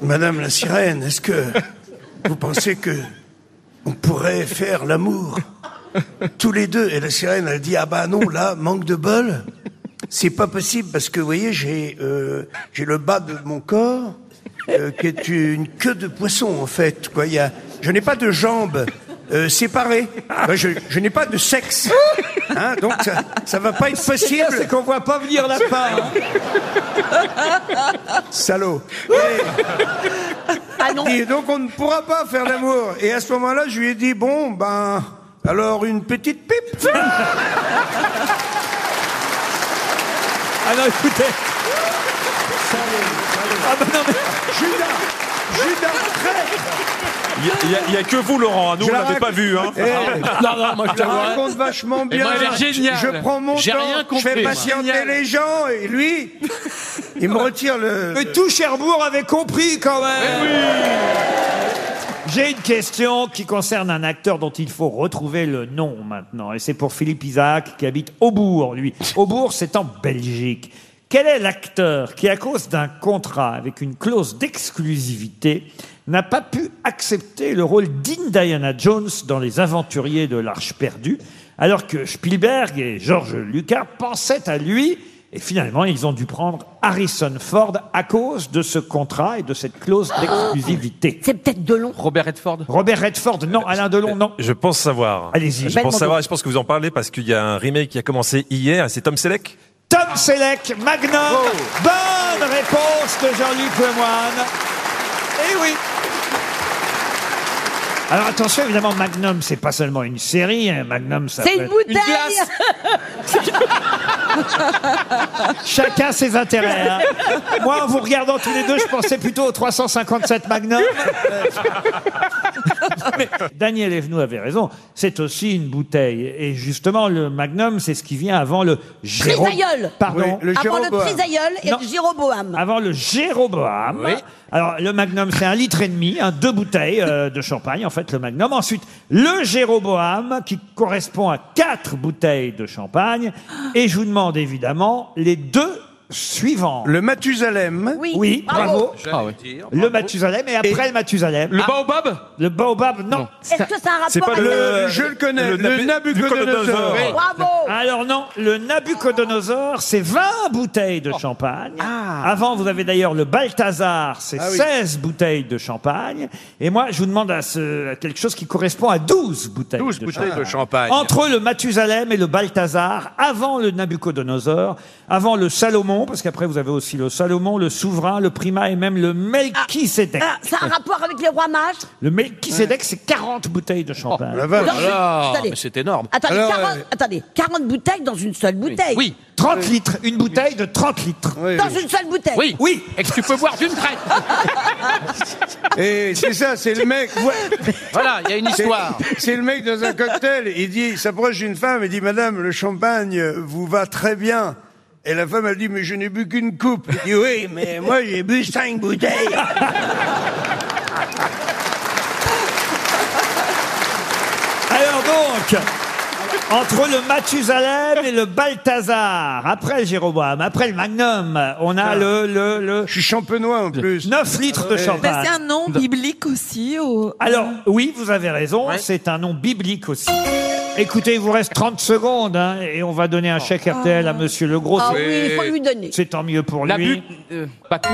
Madame la sirène, est-ce que vous pensez que on pourrait faire l'amour tous les deux Et la sirène, elle dit, ah bah non, là, manque de bol. C'est pas possible parce que, vous voyez, j'ai euh, j'ai le bas de mon corps euh, qui est une queue de poisson, en fait. Quoi. Il Y a, je n'ai pas de jambes euh, séparées. Moi, je je n'ai pas de sexe. Hein, donc, ça, ça va pas être possible. C'est qu'on voit pas venir la part. hein. Salaud. (laughs) Ah Et donc on ne pourra pas faire l'amour. Et à ce moment-là, je lui ai dit bon ben Alors une petite pipe (laughs) Ah non, écoutez Ah bah non, mais... Judas Judas Il y a- il y a- il y a, que vous, Laurent. hein. Nous, Je on la l'avait rac- pas vu. Hein. Eh, je la raconte Eh, vachement bien. Je prends mon temps, je fais patienter les gens et lui, il me retire le. Mais tout Cherbourg avait compris quand Eh même. J'ai une question qui concerne un acteur dont il faut retrouver le nom maintenant. Et c'est pour Philippe Isaac qui habite Aubourg, lui. Aubourg, c'est en Belgique. Quel est l'acteur qui, à cause d'un contrat avec une clause d'exclusivité, n'a pas pu accepter le rôle d'Indiana Jones dans Les Aventuriers de l'Arche perdue, alors que Spielberg et George Lucas pensaient à lui et finalement, ils ont dû prendre Harrison Ford à cause de ce contrat et de cette clause d'exclusivité. C'est peut-être Delon. Robert Redford. Robert Redford, non. Alain Delon, non. Euh, Je pense savoir. Allez-y. Je pense Belmondo. savoir. et Je pense que vous en parlez parce qu'il y a un remake qui a commencé hier. et C'est Tom Selleck. Tom Selleck, Magnum. Bonne réponse de Jean-Luc Lemoine. Eh oui. Alors attention, évidemment, Magnum, c'est pas seulement une série. hein. Magnum, ça peut C'est une être- bouteille (laughs) Chacun ses intérêts. hein. Moi, en vous regardant tous les deux, je pensais plutôt au 357 Magnum. Mais (laughs) Daniel Evenou avait raison. C'est aussi une bouteille. Et justement, le Magnum, c'est ce qui vient avant le Géro... Trisaïeul Pardon. Avant le trisaïeul et Non. (laughs) le gyroboam. Avant le Jéroboam. Oui. Alors, le Magnum, c'est un litre et demi, hein, deux bouteilles euh, de champagne, en fait, le Magnum. Ensuite, le Jéroboam, qui correspond à quatre bouteilles de champagne. Et je vous demande, évidemment, les deux suivants. Le Mathusalem. Oui, bravo. Le Mathusalem, et après le Mathusalem. Le Baobab Le Baobab, non. Est-ce que ça a un rapport avec connais, le Nabucodonosor. Oui. Bravo Alors non, le Nabucodonosor, c'est 20 bouteilles de champagne. Avant, vous avez d'ailleurs le Balthazar, c'est Ah oui. 16 bouteilles de champagne. Et moi, je vous demande à ce, à quelque chose qui correspond à 12 bouteilles, 12 de, bouteilles champagne. de champagne. Entre le Mathusalem et le Balthazar, avant le Nabucodonosor, avant le Salomon, parce qu'après vous avez aussi le Salomon, le Souverain, le Prima et même le Melchisédek. Ah, Ça a un rapport avec les rois mages Le Melchisédek, c'est 40 bouteilles de champagne. vache. Non, mais- attendez. mais c'est énorme. Attendez, 40, attendez, 40 bouteilles dans une seule bouteille. 30 litres, une bouteille de 30 litres. Dans une seule bouteille. Oui. Oui. Et que tu peux boire d'une traite. Ah. Et c'est ça, c'est le mec. Voilà, il y a une C'est- histoire. C'est le mec dans un cocktail. Il dit, il s'approche d'une femme et dit, Madame, le champagne vous va très bien. Et la femme, elle dit, mais je n'ai bu qu'une coupe. Il dit, oui, mais moi, j'ai bu cinq bouteilles. Alors donc, entre le Mathusalem et le Balthazar, après le Jéroboam, après le Magnum, on a le, le, le... Je Ah. suis champenois en plus. Euh, 9 litres de Ouais. champagne. Mais c'est un nom biblique aussi. Ou... Alors, oui, vous avez raison, c'est un nom biblique aussi. Écoutez, il vous reste 30 secondes hein, et on va donner un Oh. chèque RTL à Monsieur Legros. Ah oui, il faut lui donner. C'est tant mieux pour La lui. butte, euh, Bacchus.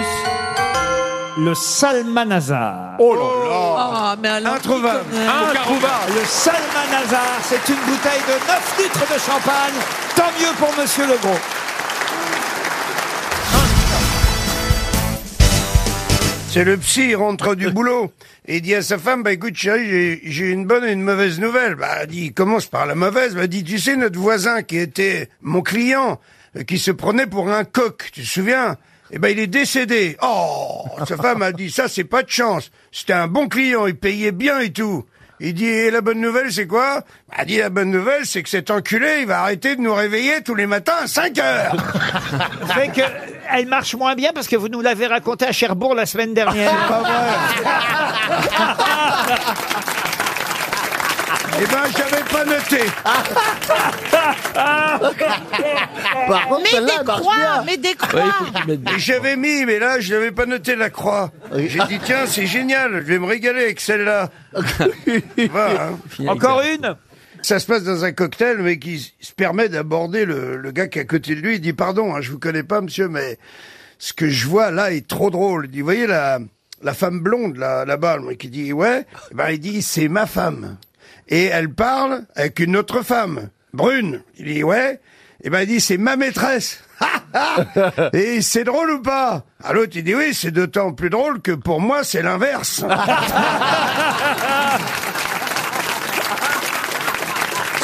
Le Salmanazar. Oh là là. Ah, mais alors. Introuvable. Un Ah, Carouba. Le Salmanazar, c'est une bouteille de 9 litres de champagne. Tant mieux pour Monsieur Legros. C'est le psy, il rentre du boulot. Et il dit à sa femme, bah écoute chérie, j'ai- j'ai une bonne et une mauvaise nouvelle. Bah elle dit, il commence par la mauvaise. Bah elle dit, tu sais, notre voisin qui était mon client, euh, qui se prenait pour un coq, tu te souviens Eh ben il est décédé. Oh Sa femme a dit, ça c'est pas de chance. C'était un bon client, il payait bien et tout. Il dit, et la bonne nouvelle c'est quoi Bah elle dit, la bonne nouvelle c'est que cet enculé, il va arrêter de nous réveiller tous les matins à 5 (laughs) heures. fait que elle marche moins bien parce que vous nous l'avez raconté à Cherbourg la semaine dernière. (laughs) Eh ben, j'avais pas noté. Ah, Par contre, Mais celle-là, des elle marche croix, bien. mais des croix. Ouais, il faut qu'il mette des Et J'avais mis, mais là, je n'avais pas noté la croix. J'ai dit, tiens, c'est génial, je vais me régaler avec celle-là. Va, hein. Encore une ça se passe dans un cocktail, mais qui se permet d'aborder le, le gars qui est à côté de lui. Il dit, pardon, hein, je vous connais pas, monsieur, mais ce que je vois là est trop drôle. Il dit, vous voyez la, la femme blonde là, là-bas, le mec qui dit, ouais, Eh ben, il dit, c'est ma femme. Et elle parle avec une autre femme, brune. Il dit, ouais, et ben, il dit, c'est ma maîtresse. (laughs) Ah Et c'est drôle ou pas À l'autre, il dit, oui, c'est d'autant plus drôle que pour moi, c'est (laughs) l'inverse.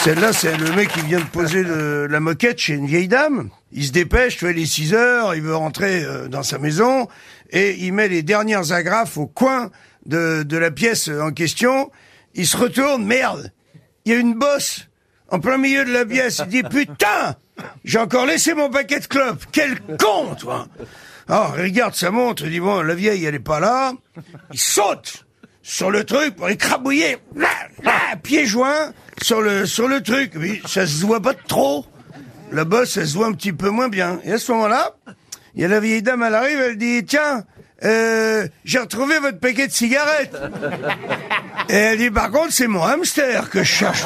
Celle-là, c'est le mec qui vient de poser le- la moquette chez une vieille dame. Il se dépêche, tu vois, il est 6 heures, il veut rentrer euh, dans sa maison et il met les dernières agrafes au coin de, de la pièce en question. Il se retourne, merde, il y a une bosse en plein milieu de la pièce. Il dit, putain, j'ai encore laissé mon paquet de clopes. Quel con, toi Alors, il Ah, regarde sa montre, il dit, bon, la vieille, elle est pas là. Il saute sur le truc pour écrabouiller, là, là, pieds joints sur le, sur le truc. Mais ça se voit pas trop. La bosse, elle se voit un petit peu moins bien. Et à ce moment-là, il y a la vieille dame, elle arrive, elle dit, tiens, euh, j'ai retrouvé votre paquet de cigarettes. Et elle dit, par contre, c'est mon hamster que je cherche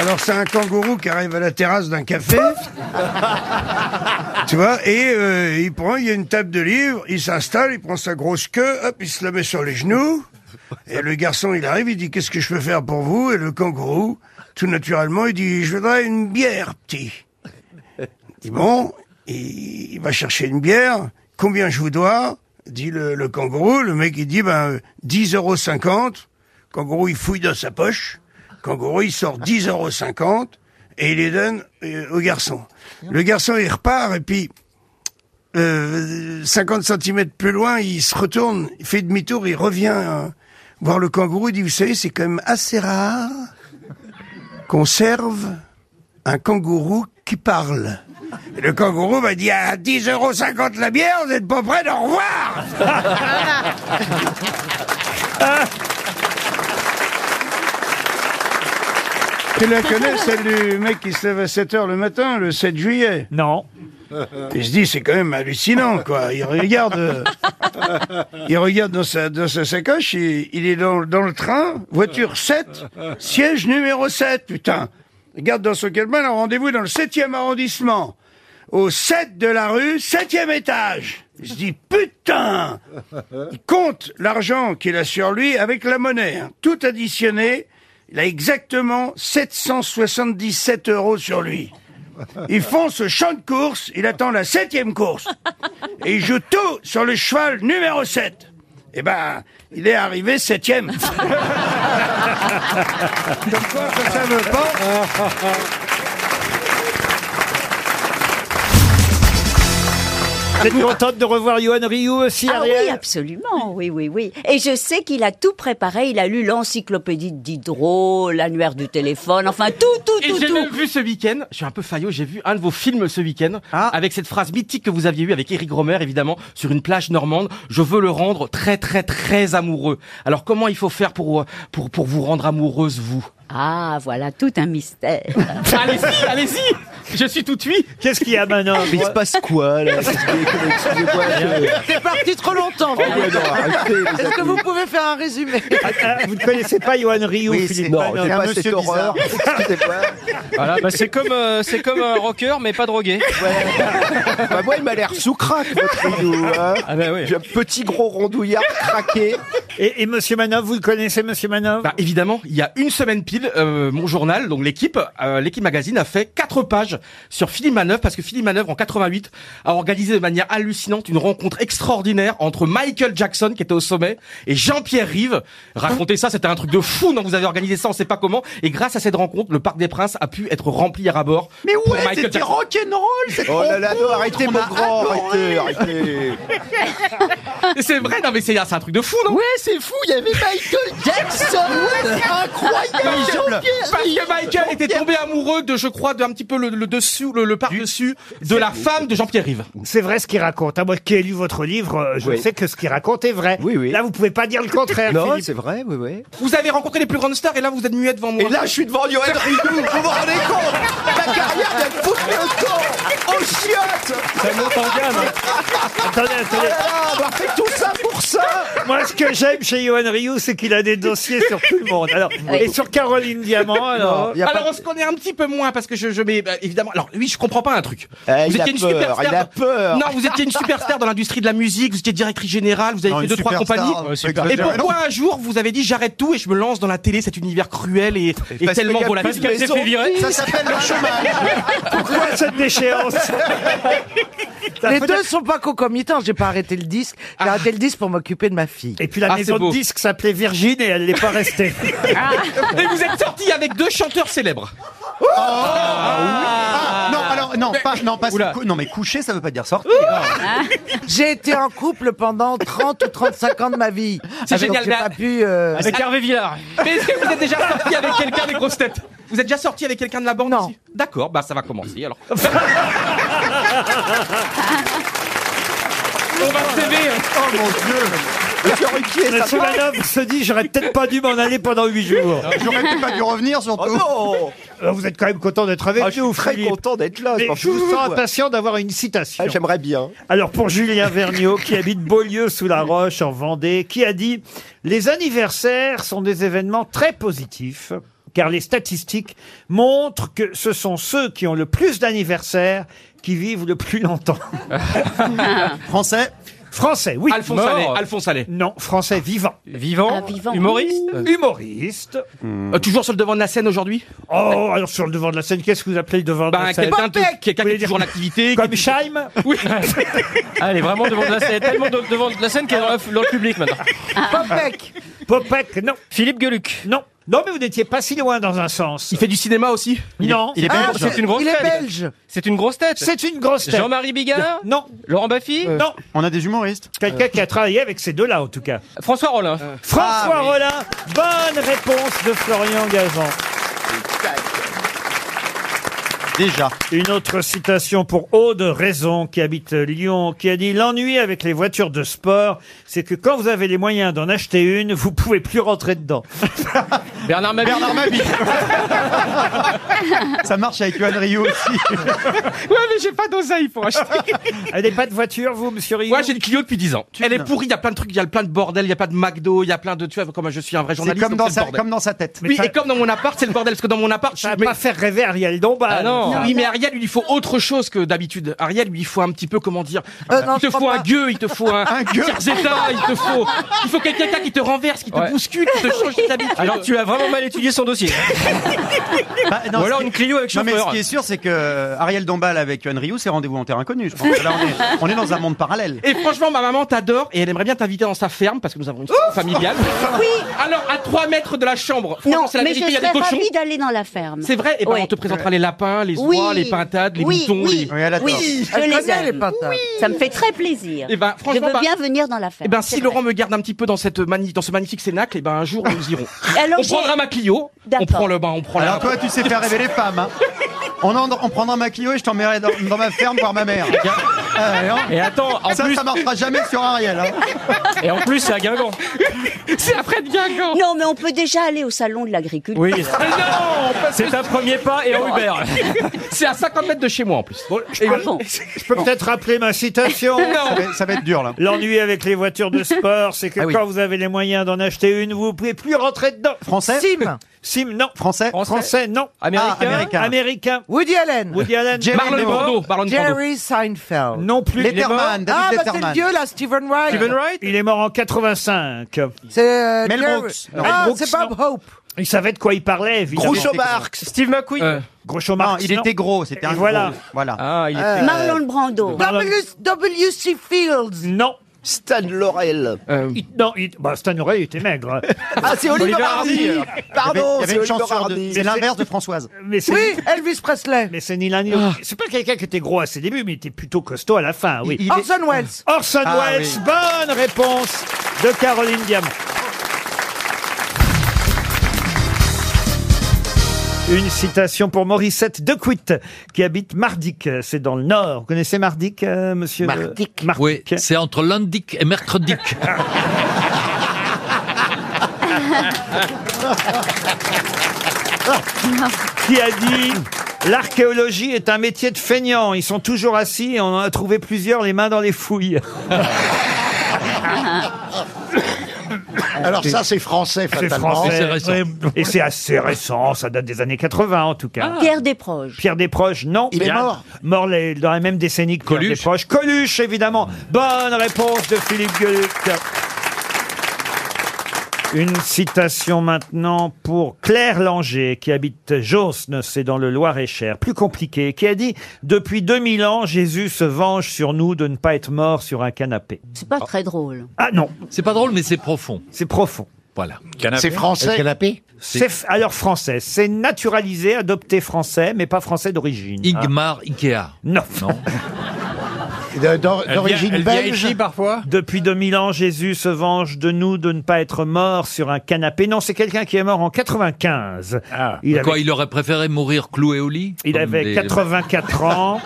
Alors c'est un kangourou qui arrive à la terrasse d'un café, tu vois, et euh, il prend, il y a une table de livres, il s'installe, il prend sa grosse queue, hop, il se la met sur les genoux, et le garçon il arrive, il dit qu'est-ce que je peux faire pour vous, et le kangourou, tout naturellement, il dit je voudrais une bière, petit. Il dit bon, il, il va chercher une bière, combien je vous dois dit le, le kangourou, le mec il dit ben euh, 10,50 euros. Kangourou il fouille dans sa poche, kangourou il sort 10,50 euros et il les donne euh, au garçon. Le garçon il repart et puis euh, 50 cm plus loin il se retourne, il fait demi-tour, il revient euh, voir le kangourou, il dit vous savez c'est quand même assez rare qu'on serve un kangourou qui parle. Et le kangourou va dire à 10,50 euros la bière, vous n'êtes pas prêts, au revoir (laughs) Tu la connais, celle du mec qui se lève à 7h le matin, le 7 juillet Euh. Non. Il se dit, c'est quand même hallucinant, quoi. Il regarde, euh, il regarde dans sa, dans sa sacoche, il, il est dans, dans le train, voiture 7, siège numéro 7, putain. Regarde dans son calepin, un rendez-vous dans le 7e arrondissement, au 7 de la rue, 7e étage. Il se dit, putain Il compte l'argent qu'il a sur lui avec la monnaie. hein. Tout additionné, il a exactement 777 euros sur lui. Il fonce au champ de course, il attend la septième course. Et il joue tout sur le cheval numéro 7. Eh ben, il est arrivé septième. Comme quoi, ça, ça veut pas. Vous êtes contente de revoir Johan Rioux aussi, Ah Ariel oui, absolument, oui, oui, oui. Et je sais qu'il a tout préparé, il a lu l'encyclopédie de Diderot, l'annuaire du téléphone, enfin tout, tout, Et tout, j'ai tout. même vu ce week-end, je suis un peu faillot, j'ai vu un de vos films ce week-end, Ah. avec cette phrase mythique que vous aviez eue avec Eric Romer, évidemment, sur une plage normande, je veux le rendre très très très amoureux. Alors comment il faut faire pour, euh, pour, pour vous rendre amoureuse, vous Ah, voilà, tout un (laughs) mystère. Allez-y, allez-y Je suis tout de suite Qu'est-ce qu'il y a maintenant Mais il se passe quoi, là (laughs) Excusez-moi, je- C'est parti trop longtemps. Ah ouais, non, arrêtez, les Est-ce que amis. vous pouvez faire un résumé Ah, Vous ne connaissez pas Johan Rioux, Oui, Philippe c'est- non, Manon c'est pas cette horreur. Voilà, bah, c'est comme, euh, c'est comme un rocker, mais pas drogué. Bah, moi, il m'a l'air sous-craque, votre Ah Rioux, hein. Ah, bah J'ai un petit gros rondouillard craqué. Et, et Monsieur Manov, vous le connaissez, Monsieur Manov Bah, évidemment, il y a une semaine pile, euh, mon journal, donc l'équipe, euh, l'équipe magazine a fait quatre pages sur Philippe Manœuvre parce que Philippe Manœuvre en 88 a organisé de manière hallucinante une rencontre extraordinaire entre Michael Jackson qui était au sommet et Jean-Pierre Rive. Racontez ça, c'était un truc de fou, non Vous avez organisé ça, on sait pas comment. Et grâce à cette rencontre, le Parc des Princes a pu être rempli à ras bord. Mais pour ouais, Michael c'était Jackson. rock'n'roll, cette Oh là là, non, rencontre, arrêtez, on mon a grand, adoré. arrêtez, C'est vrai, non mais c'est c'est un truc de fou, non Ouais, c'est fou, il y avait (laughs) Michael Jackson Ouais, c'est Incroyable Jean-Pierre Parce que Michael était tombé amoureux de, je crois, de un petit peu le, le dessus, le, le par-dessus de la femme de Jean-Pierre Rive. C'est vrai ce qu'il raconte. hein. Moi qui ai lu votre livre, euh, je Oui. sais que ce qu'il raconte est vrai. Là, vous pouvez pas dire le contraire. Non, Philippe. c'est vrai, oui, oui. Vous avez rencontré les plus grandes stars et là vous êtes muet devant moi. Et là, je suis devant Johan Rioux, vous vous rendez compte Ma carrière vient de foutre le camp Au chiottes Ça monte en gamme. attendez, Oh là attendez. là, on va faire tout ça pour ça Moi, ce que j'aime chez Johan Rioux, c'est qu'il a des dossiers sur tout le monde. Alors, Oui. et sur Caroline Diamant, alors. alors on se connaît un petit peu moins parce que je, je mets bah, évidemment. Alors lui, je comprends pas un truc. Eh, il a peur, superstar. il a peur. Non, vous étiez une superstar dans l'industrie de la musique. Vous étiez directrice générale. Vous avez Non, fait une deux trois superstar, compagnies. euh, super- et pourquoi un jour vous avez dit j'arrête tout et je me lance dans la télé, cet univers cruel et, et parce tellement qu'il y a volatile. plus de (laughs) (laughs) maisons. Ça s'appelle le chômage. (laughs) (laughs) Pourquoi cette déchéance Les deux sont pas concomitants. J'ai pas arrêté le disque. J'ai arrêté le disque pour m'occuper de ma fille. Ah. Et Ah, puis la maison de disques s'appelait Virgin et elle n'est (laughs) pas restée. Mais vous êtes sorti avec deux chanteurs célèbres. Oh Ah, non, alors, non, pas, non, pas cou- non, mais coucher, ça veut pas dire sortir. Ah. Ah. J'ai été en couple pendant 30 ou 35 ans de ma vie. Ah, C'est Donc, génial, J'ai mais- pas pu. euh, Avec Hervé Villard. Mais est-ce que vous êtes déjà sorti avec quelqu'un des grosses têtes Vous êtes déjà sorti avec quelqu'un de la bande Non. D'accord, bah ça va commencer (laughs) alors. On va se lever. Oh mon dieu Monsieur Manoff se dit j'aurais peut-être pas dû m'en aller pendant 8 jours. J'aurais peut-être pas dû revenir surtout. Oh Euh, Vous êtes quand même content d'être avec Ah, nous. je suis très Philippe. content d'être là, Mais je m'en je vous fous, sens moi. impatient d'avoir une citation. Ah, J'aimerais bien. Alors pour (laughs) Julien Vergniaud qui habite Beaulieu sous la Roche en Vendée, qui a dit les anniversaires sont des événements très positifs car les statistiques montrent que ce sont ceux qui ont le plus d'anniversaires qui vivent le plus longtemps. Français Français, oui. Alphonse Allais, Alphonse Allais. Non, français vivant. Vivant, humoriste Humoriste. Euh, Toujours sur le devant de la scène aujourd'hui Oh, alors sur le devant de la scène, qu'est-ce que vous appelez le devant de Bah, la scène quelqu'un de- quelqu'un qui est toujours en activité. (laughs) Comme Ah, Scheim (laughs) Oui. (laughs) Elle est vraiment devant de la scène, tellement de- devant de la scène qu'elle est dans le- dans le public maintenant. Popek Popek, non. Philippe Gueluc. Non. Non, mais vous n'étiez pas si loin dans un sens. Il fait du cinéma aussi Non. Il est Ah, belge. c'est- C'est une grosse il est tête. belge. C'est une grosse tête. C'est une grosse tête. Jean-Marie Bigard Non. Euh, Laurent Baffy Non. On a des humoristes. Euh. Quelqu'un qui a travaillé avec ces deux-là, en tout cas. François Rollin. François Ah, Rollin, bonne réponse de Florian Gazan. Déjà. Une autre citation pour Aude Raison, qui habite Lyon, qui a dit L'ennui avec les voitures de sport, c'est que quand vous avez les moyens d'en acheter une, vous pouvez plus rentrer (laughs) dedans. Bernard Mabille. Bernard Mabille. Ça marche avec Yoann Rio aussi. Ouais, mais j'ai pas d'oseille pour acheter. (laughs) Elle n'est pas de voiture, vous, monsieur Rio Ouais, j'ai une Clio depuis 10 ans. Elle est pourrie, il y a plein de trucs, il y a plein de bordel, il y a pas de McDo, il y a plein de. Tu vois, comme je suis un vrai C'est journaliste. comme, donc dans le sa- bordel. comme dans sa tête. Oui, ça- et comme dans mon appart, c'est le bordel, parce que dans mon appart, je Ça va pas faire rêver Ariel Dombal. Ah non. Non. Oui, mais Ariel, lui, il faut autre chose que d'habitude. Ariel, lui, il faut un petit peu, comment dire Euh, non, Il te je faut crois un pas. gueux, il te faut un, (laughs) Un gueux. Zerzeta, il te faut, il faut quelqu'un qui te renverse, qui te bouscule, qui te change d'habitude. Alors tu as vraiment mal étudié son dossier. Bah, non, (laughs) Ou alors ce qui- une Clio avec Non, mais chauffeur. ce qui est sûr, c'est que euh, Ariel Dombal avec Yoann Ryu, c'est rendez-vous en terrain inconnu. Je pense que là, on est, on est dans un monde parallèle. Et franchement, ma maman t'adore et elle aimerait bien t'inviter dans sa ferme parce que nous avons une ferme familiale. Oui. Alors à 3 mètres de la chambre. Non, franchement, c'est la mais je vérité, il y a des serais cochons. ravie d'aller dans la ferme. C'est vrai, et ben Ouais. on te présentera les lapins, les Oui. oies, les pintades, les Oui, moutons. oui. les- Oui, elle a Oui, tort. je Elle les connaît les aime. patates. Ça me fait très plaisir. Eh ben, je franchement, veux bah- bien venir dans la ferme. Eh ben, si c'est Laurent me garde un petit peu dans cette mani- dans ce magnifique cénacle, et ben un jour (laughs) nous irons. vrai. Alors, on j'ai- prendra ma Clio, on D'accord. prend le bain, on prend la. Alors toi, (laughs) tu sais faire rêver les femmes. hein. On, en- on prendra ma Clio et je t'emmènerai dans, dans ma ferme voir ma mère. Ah, ouais, hein. Et attends, en ça, plus, ça marchera jamais sur Ariel. hein. et en plus, c'est à Guingamp. (laughs) C'est après de Guingamp. Non, mais on peut déjà aller au salon de l'agriculture. (laughs) Ah, Oui. Mais Ah non, parce que C'est un premier pas et en Uber. (laughs) c'est à 50 mètres de chez moi en plus. Bon, je- Ah bon Je peux peut-être rappeler (laughs) ma citation. Ça va- ça va être dur là. L'ennui avec les (laughs) voitures de sport, c'est que Ah oui. quand vous avez les moyens d'en acheter une, vous pouvez plus rentrer dedans. Français (laughs) Sim. Sim, non. Français Français, non. Américain. Ah, américain. Américain. Woody Allen. Woody Allen. Jerry Marlon Lebo. Brando, Marlon Brando. Jerry Seinfeld. Non plus. Il est mort- Letterman, David Ah, bah c'est le Letterman. vieux là, Stephen Wright. Stephen Wright Il est mort en 85. C'est euh, Mel Jerry- Brooks. Ah, Non. Mel Brooks, c'est Bob Hope. Il savait de quoi il parlait, évidemment. Groucho Marx. Steve McQueen. Euh, Groucho Non, Marx. il était gros, c'était Et un voilà. gros. Voilà. Ah, Euh, il est... Marlon Brando. Marlon- W.C. Fields. Non. Stan Laurel. euh, Il- non, il... Bah, Stan Laurel était maigre. hein. Ah, c'est Oliver Hardy. Il y avait- Pardon, il y avait c'est une Oliver chanson de- Hardy. C'est l'inverse de Françoise. Mais c'est Oui, Elvis Presley. mais c'est ni l'un ni Ah. l'autre. Ah. C'est pas quelqu'un qui était gros à ses débuts, mais il était plutôt costaud à la fin, oui. Il- il est- Orson Welles. Orson Ah, Welles, oui. bonne réponse de Caroline Diamant. Une citation pour Morissette Dequitte, qui habite Mardic, c'est dans le Nord. Vous connaissez Mardic, euh, monsieur Mardic. Oui, Mardic. c'est entre lundi et (laughs) mercredi. qui a dit L'archéologie est un métier de feignant. Ils sont toujours assis et on en a trouvé plusieurs les mains dans les fouilles. Ah, Alors ça, c'est français, C'est fatalement. français. c'est récent. Oui. Et c'est assez récent, ça date des années 80 en tout Ah. cas. (laughs) Pierre Desproges. Pierre Desproches, non. Il est mort. Mort les- dans la même décennie que Pierre Coluche. Desproches. Coluche, évidemment. Bonne réponse de Philippe Gueluc. Une citation maintenant pour Claire Langer, qui habite Josne, c'est dans le Loir-et-Cher, plus compliqué, qui a dit « Depuis 2000 ans, Jésus se venge sur nous de ne pas être mort sur un canapé. C'est pas très drôle. » Ah non C'est pas drôle, mais c'est profond. C'est profond. Voilà. C'est français. C'est f- alors français. C'est naturalisé, adopté français, mais pas français d'origine. Ah. Igmar Ikea. Non. (laughs) Elle d'origine vient- elle vient belge ici, parfois Depuis 2000 ans, Jésus se venge de nous de ne pas être mort sur un canapé. Non, c'est quelqu'un qui est mort en 95. Il Quoi, avait, il aurait préféré mourir cloué au lit il Comme avait des- (laughs) 84 ans.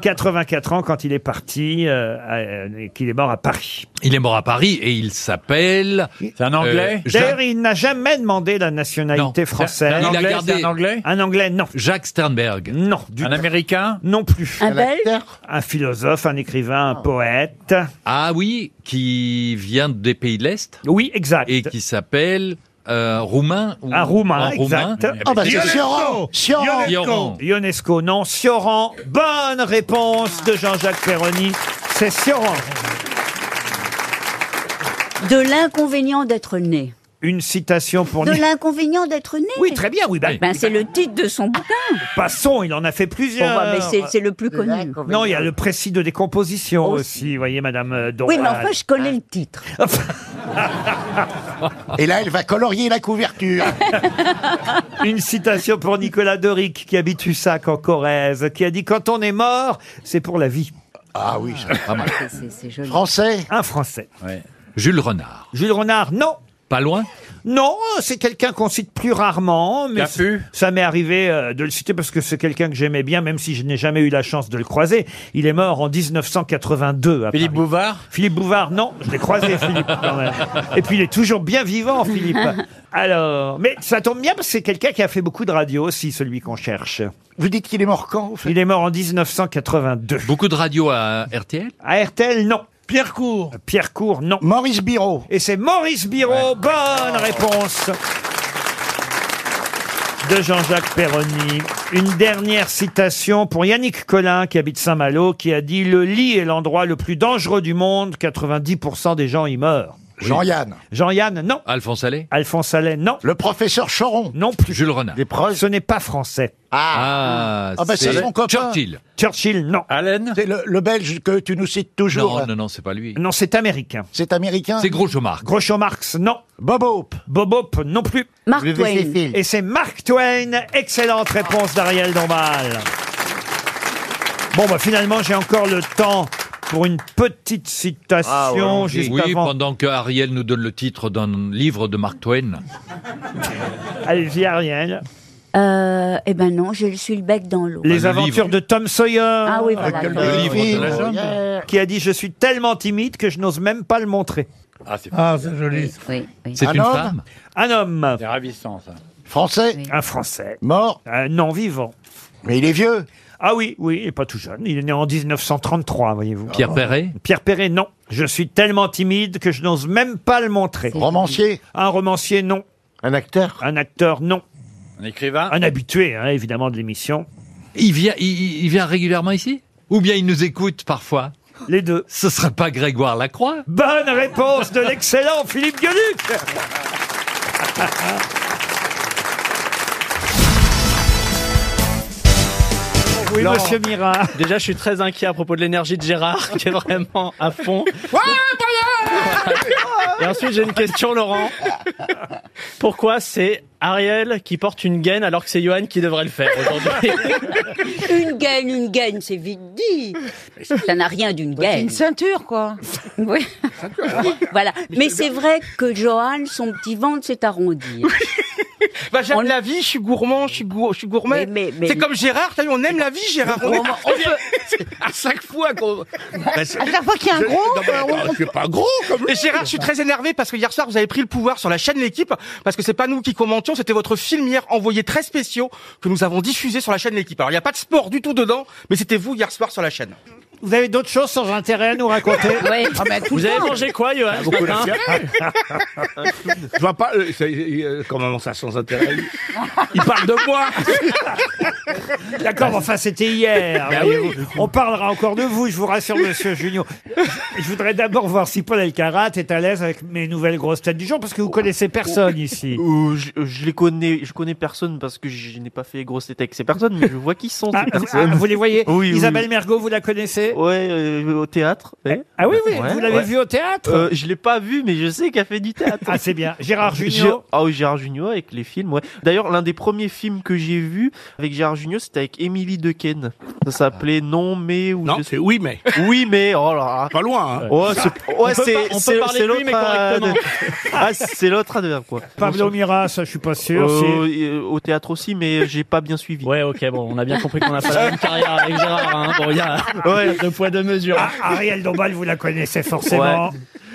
84 ans quand il est parti, euh, à- et qu'il est mort à Paris. Il est mort à Paris et il s'appelle. C'est un D'ailleurs, il n'a jamais demandé la nationalité française. C'est un Euh, Il a Anglais, gardé- c'est un Anglais Un Anglais, non. Jacques Sternberg. Non. un Américain Non plus. Un Un Belge Un philosophe, un écrivain, un poète. Ah oui, qui vient des pays de l'Est. Oui, exact. Et qui s'appelle euh, roumain. ou- Un roumain, en exact. Eh ben, c'est- Sioran. Sioran. Ionesco, non. Sioran. Bonne réponse de Jean-Jacques Perroni. C'est Sioran. De l'inconvénient d'être né. Une citation pour De Ni- l'inconvénient d'être né. Oui, très bien, oui. bah- Ben, c'est le titre de son bouquin. Passons, il en a fait plusieurs. Bon, bah, mais c'est- c'est le plus De connu. l'inconvénient. Non, il y a le précis de décomposition aussi, vous voyez, Madame euh, Oui, mais Doral. enfin, je connais le titre. Et là, elle va colorier la couverture. (laughs) Une citation pour Nicolas Doric, qui habite Hussac en Corrèze, qui a dit Quand on est mort, c'est pour la vie. Ah oui, pas mal. Français Un Français. Jules Renard. Jules Renard, non Pas loin Non, c'est quelqu'un qu'on cite plus rarement, mais c- ça m'est arrivé euh, de le citer parce que c'est quelqu'un que j'aimais bien, même si je n'ai jamais eu la chance de le croiser. Il est mort en 1982. À Philippe Bouvard Philippe Bouvard, non, je l'ai croisé, Philippe. quand même. Et puis il est toujours bien vivant, Philippe. Alors, mais ça tombe bien parce que c'est quelqu'un qui a fait beaucoup de radio aussi, celui qu'on cherche. Vous dites qu'il est mort quand Il est mort en 1982. Beaucoup de radio à RTL À RTL, non. Pierre Cour. Pierre Cour, non. Maurice Biro. Et c'est Maurice Biro. Bonne réponse de Jean-Jacques Perroni. Une dernière citation pour Yannick Collin, qui habite Saint-Malo, qui a dit Le lit est l'endroit le plus dangereux du monde. 90% des gens y meurent. Jean-Yann. Jean-Yann, non. Alphonse Allais Alphonse Allais, non. Le professeur Choron. Non plus. Jules Renard. Ce n'est pas français. Ah, Ah, bah, c'est son copain. Churchill. Churchill, non. Allen C'est le, le belge que tu nous cites toujours. Non, non, non, c'est pas lui. Non, c'est américain. C'est américain C'est Groucho Marx. Groucho Marx, non. Bob Hope. Bob Hope, non plus. Mark Le Twain. Westfield. Et c'est Mark Twain. Excellente réponse d'Ariel Dombal. Bon, bah finalement, j'ai encore le temps pour une petite citation Ah, juste oui, avant. pendant que Ariel nous donne le titre d'un livre de Mark Twain. Allez-y, Ariel. Euh, eh ben non, je suis Bah, le bec dans Bah, l'eau. Les aventures de Tom Sawyer. Ah oui, voilà. Le Le livre livre de la jungle. Qui a dit Je suis tellement timide que je n'ose même pas le montrer. Ah, c'est joli. C'est Un une homme femme Un homme. C'est ravissant, ça. Français Un Français. Mort Non, vivant. Mais il est vieux Ah oui, oui, il n'est pas tout jeune. Il est né en 1933, voyez-vous. Pierre Perret Pierre Perret, non. Je suis tellement timide que je n'ose même pas le montrer. Romancier Un romancier, non. Un acteur Un acteur, non. Un écrivain Un habitué, hein, évidemment, de l'émission. Il vient, il, il vient régulièrement ici Ou bien il nous écoute parfois Les deux. Ce serait pas Grégoire Lacroix Bonne réponse de l'excellent Philippe Gueluc Oui, monsieur Mira. Déjà, je suis très inquiet à propos de l'énergie de Gérard, qui est vraiment à fond. Et ensuite, j'ai une question, Laurent. Pourquoi c'est Ariel qui porte une gaine alors que c'est Johan qui devrait le faire aujourd'hui (laughs) Une gaine, une gaine, c'est vite dit. Ça n'a rien d'une gaine. Bah, une ceinture, quoi. Oui. voilà. Mais c'est vrai que Johan, son petit ventre s'est arrondi. hein. Bah, j'aime la vie, je suis gourmand, je suis, gour- je suis gourmet. Mais- mais- mais- c'est comme Gérard, t'as vu, on aime la vie, Gérard. On, (laughs) on peut- à chaque fois qu'on. Bah, À chaque fois qu'il y a un gros, euh, on- je suis pas gros comme Et Gérard, je suis très énervé parce que hier soir, vous avez pris le pouvoir sur la chaîne L'équipe, parce que c'est pas nous qui commentions, c'était votre film hier envoyé très spéciaux que nous avons diffusé sur la chaîne L'équipe. Alors, il n'y a pas de sport du tout dedans, mais c'était vous hier soir sur la chaîne. vous avez d'autres choses sans intérêt à (laughs) nous raconter Ouais. Ah, mais tout le Vous avez temps. mangé quoi, Johan, Ah, ce Hein Beaucoup (laughs) matin Je vois pas, euh, ça- euh, comment ça sans (laughs) intérêt Il parle de moi D'accord, enfin, c'était hier. Bah oui. voyez-vous. On parlera encore de vous, je vous rassure, monsieur Junior. Je voudrais d'abord voir si Paul Elkarat est à l'aise avec mes nouvelles grosses têtes du jour, parce que vous connaissez personne (laughs) ici. Ou Euh, je, je les connais, je connais personne parce que je n'ai pas fait les grosses têtes avec ces personnes, mais je vois qui (laughs) sont ces Ah, vous- personnes. ah, vous les voyez Oui, oui, Isabelle oui. Mergot, vous la connaissez Ouais, euh, au théâtre. ouais. Ah oui, oui, Ouais, vous l'avez ouais. vue au théâtre Euh, Je l'ai pas vue, mais je sais qu'elle fait du théâtre. Ah, c'est bien. Gérard Junior Junior Ah oui, Gérard Junior avec les films, ouais. D'ailleurs, l'un des premiers films que j'ai vu avec Gérard Junior, c'était avec Émilie Dequesne. Ça s'appelait Non mais ou Non, c'est Oui mais. Oui mais, oh là là. Pas loin. hein. Ouais, c'est On ouais, peut c'est- par- on peut c'est- parler c'est de lui, mais l'autre à- correctement. Ah, c'est l'autre adverbe quoi. Pablo Mira, ça, je suis pas sûr. Euh, c'est- euh, Au théâtre aussi, (laughs) mais j'ai pas bien suivi. Ouais, ok, bon, on a bien compris qu'on n'a pas la même carrière avec Gérard, hein. Bon, (laughs) il y a- il y a deux poids, deux mesures. Ah, Ariel Dombal, vous la connaissez forcément.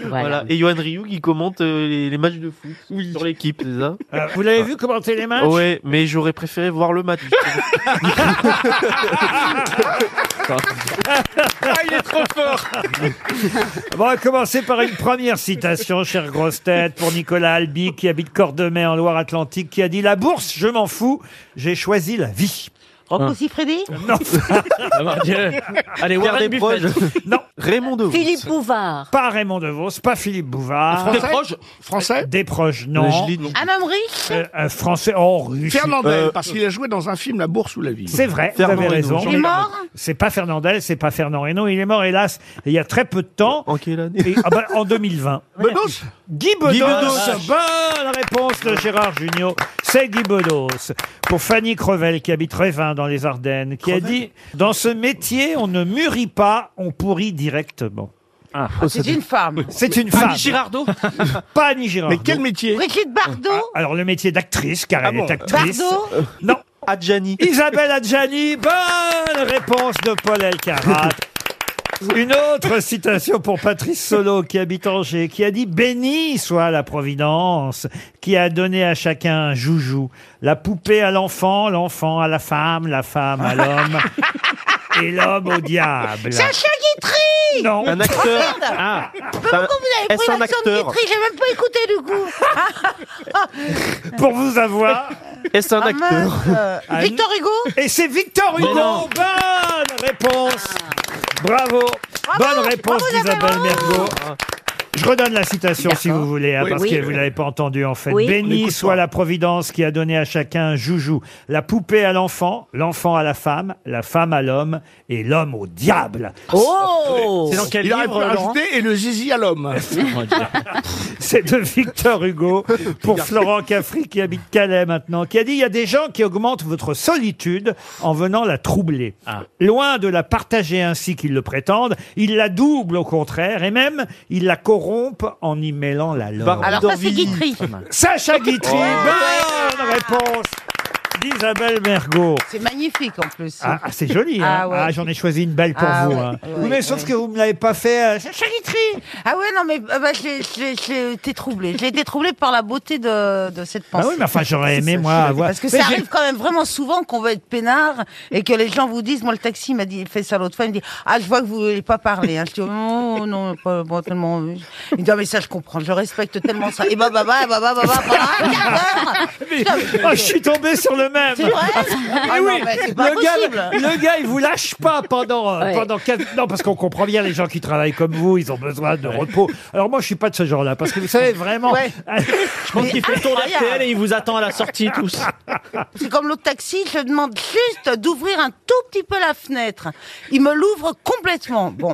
Voilà. Et Johan Ryu qui commente euh, les, les matchs de foot sur l'équipe, c'est ça Euh, vous l'avez vu commenter les matchs Ouais, mais j'aurais préféré voir le match. Ah, il est trop fort Bon, on va commencer par une première citation, chère grosse tête, pour Nicolas Albi, qui habite Cordemais en Loire-Atlantique, qui a dit La bourse, je m'en fous, j'ai choisi la vie. Rocco (laughs) Siffredi Non. Ah, mon Dieu. Allez, Pierre Warren Desproges. Buffett. Non. Raymond Devos. Philippe Bouvard. Pas Raymond Devos, pas Philippe Bouvard. Français Desproges Français Des proches, non. Je Un homme riche Euh, un Français, oh, russe. Fernandel, Euh, parce qu'il a joué dans un film La Bourse ou la Vie. C'est vrai, vous avez raison. C'est pas Fernandel, c'est pas Fernand Reynaud. Il est mort, hélas, il y a très peu de temps. En quelle année En 2020. Bedos Guy Bedos. Ah, Bonne réponse de Gérard Junior. C'est Guy Bedos. Pour Fanny Crevel, qui habite Révin dans les Ardennes, qui a dit Dans ce métier, on ne mûrit pas, on pourrit directement. C'est une femme. C'est une femme. Girardot (laughs) Pas Annie Girardot. Ah, Mais quel métier Brigitte Bardot Alors, le métier d'actrice, car Ah elle bon est actrice. Bardot Non. Adjani. Isabelle Adjani, bonne réponse de (laughs) Paul Elkarat. Une autre citation pour Patrice Solo, qui habite Angers, qui a dit « Béni soit la Providence, qui a donné à chacun un joujou, la poupée à l'enfant, l'enfant à la femme, la femme (laughs) à l'homme, et l'homme au diable. » Sacha Guitry Non. Un acteur. Oh, merde. Ah. Pourquoi vous avez Est-ce pris un l'accent de acteur Guitry J'ai même pas écouté du Ah. coup. (laughs) Pour vous avoir... Est-ce un acteur Victor Hugo Et c'est Victor Mais Hugo non. Bonne réponse Bravo Bonne réponse d'Isabelle Mergo. Je redonne la citation si vous voulez, hein, Oui. parce Oui. que vous l'avez pas entendu en fait. Oui. On Béni écoute soit la providence qui a donné à chacun un joujou, la poupée à l'enfant, l'enfant à la femme, la femme à l'homme et l'homme au diable. Oh C'est dans quel Il aurait livre, pu Laurent rajouter et le zizi à (laughs) l'homme. C'est de Victor Hugo pour Florent Caffry qui habite Calais maintenant, qui a dit il y a des gens qui augmentent votre solitude en venant la troubler. Loin de la partager ainsi qu'ils le prétendent, ils la doublent au contraire et même ils la corrompent en y mêlant la leur. Alors ça c'est Guitry. Sacha Guitry, bonne réponse d'Isabelle Mergot. C'est magnifique en plus. Ah, ah, c'est joli, hein. Ah ouais. Ah, j'en ai choisi une belle pour Ah vous. ouais, hein. ouais, Oui, mais sauf que vous me l'avez pas fait. euh, Sacha Guitry Ah ouais, non, mais euh, bah, j'ai- j'ai j'ai été troublée. J'ai été troublée par la beauté de, de cette Ah pensée. oui, mais enfin, (laughs) j'aurais aimé, moi, avoir. Parce que Mais ça j'ai- arrive quand même vraiment souvent qu'on va être peinard et que les gens vous disent, moi le taxi m'a dit, il fait ça l'autre fois, il me dit, ah je vois que vous voulez pas parler. hein. Je dis, non, non, pas, pas tellement. Il me dit, ah mais ça je comprends, je respecte tellement ça. Oh, Et bah bah bah bah bah bah bah, bah, un quart d'heure. Putain, mais- Oh, je suis tombé sur le même. C'est vrai Mais Ah non, oui, mais c'est pas le, gars, possible. le gars, il vous lâche pas pendant, euh, Ouais. pendant quatre- Non, parce qu'on comprend bien les gens qui travaillent comme vous, ils ont besoin de repos. Alors moi, je suis pas de ce genre-là, parce que vous savez vraiment. (laughs) Je pense qu'il fait le tour d'RTL et il vous attend à la sortie tous. C'est comme l'autre taxi, je demande juste d'ouvrir un tout petit peu la fenêtre. Il me l'ouvre complètement. Bon.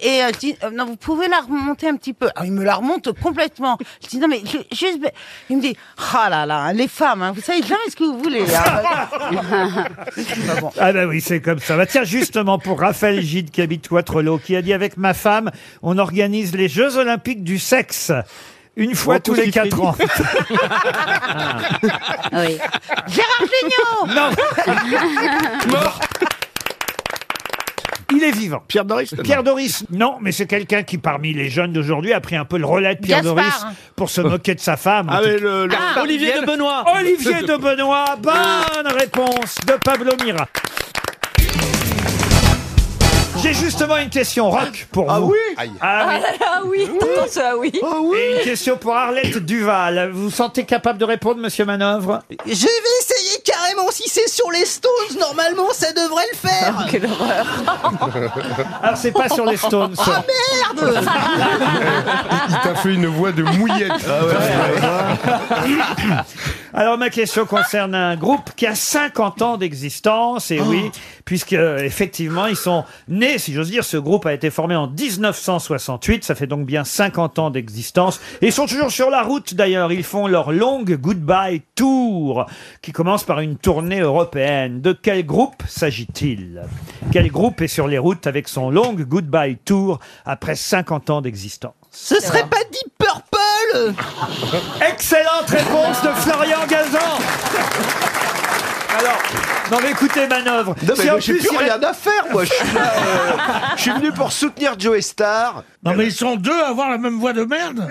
Et euh, je dis, euh, non, vous pouvez la remonter un petit peu. Ah, il me la remonte complètement. Je dis, non, mais je- juste. ben, Il me dit, ah là là, les femmes, hein, vous savez jamais ce que vous voulez. (laughs) hein. Ah ben oui, c'est comme ça. Bah, tiens, justement, pour Raphaël Gide, qui habite Waterloo, qui a dit avec ma femme, on organise les Jeux Olympiques du sexe. Une fois Oh, tous les Poussy quatre (laughs) ans. Ah Gérard Jugnot Non (laughs) Mort Il est vivant. Pierre Doris Pierre Doris, non, mais c'est quelqu'un qui, parmi les jeunes d'aujourd'hui, a pris un peu le relais de Pierre Gaspard. Doris pour se moquer de sa femme. en Ah, tout mais cas. le- le- Ah, Olivier Olivier de Benoît. Olivier de Benoît, bonne réponse de Pablo Mira. J'ai justement une question rock pour vous. Ah oui Ah Ah là là, oui, t'entends ça, oui. Et une question pour Arlette Duval. Vous vous sentez capable de répondre, monsieur Manœuvre (laughs) Je vais essayer carrément si c'est sur les Stones, normalement ça devrait le faire. quelle horreur. (laughs) Alors, c'est pas sur les Stones. Ah merde Il t'a fait une voix de mouillette. Ah (laughs) Alors, ma question concerne un groupe qui a 50 ans d'existence, et oui, puisque, euh, effectivement, ils sont nés, si j'ose dire, ce groupe a été formé en 1968, ça fait donc bien 50 ans d'existence, et ils sont toujours sur la route, d'ailleurs, ils font leur longue Goodbye Tour, qui commence par une tournée européenne. De quel groupe s'agit-il Quel groupe est sur les routes avec son long Goodbye Tour après 50 ans d'existence Ce serait pas Deep Purple Excellente réponse de Florian Gazan Alors, non mais écoutez manœuvre Non, mais Si en moi, j'ai plus, plus il- rien à faire, moi. Je suis là, euh, je suis venu pour soutenir Joe Star. Non, mais ils sont deux à avoir la même voix (laughs) de merde.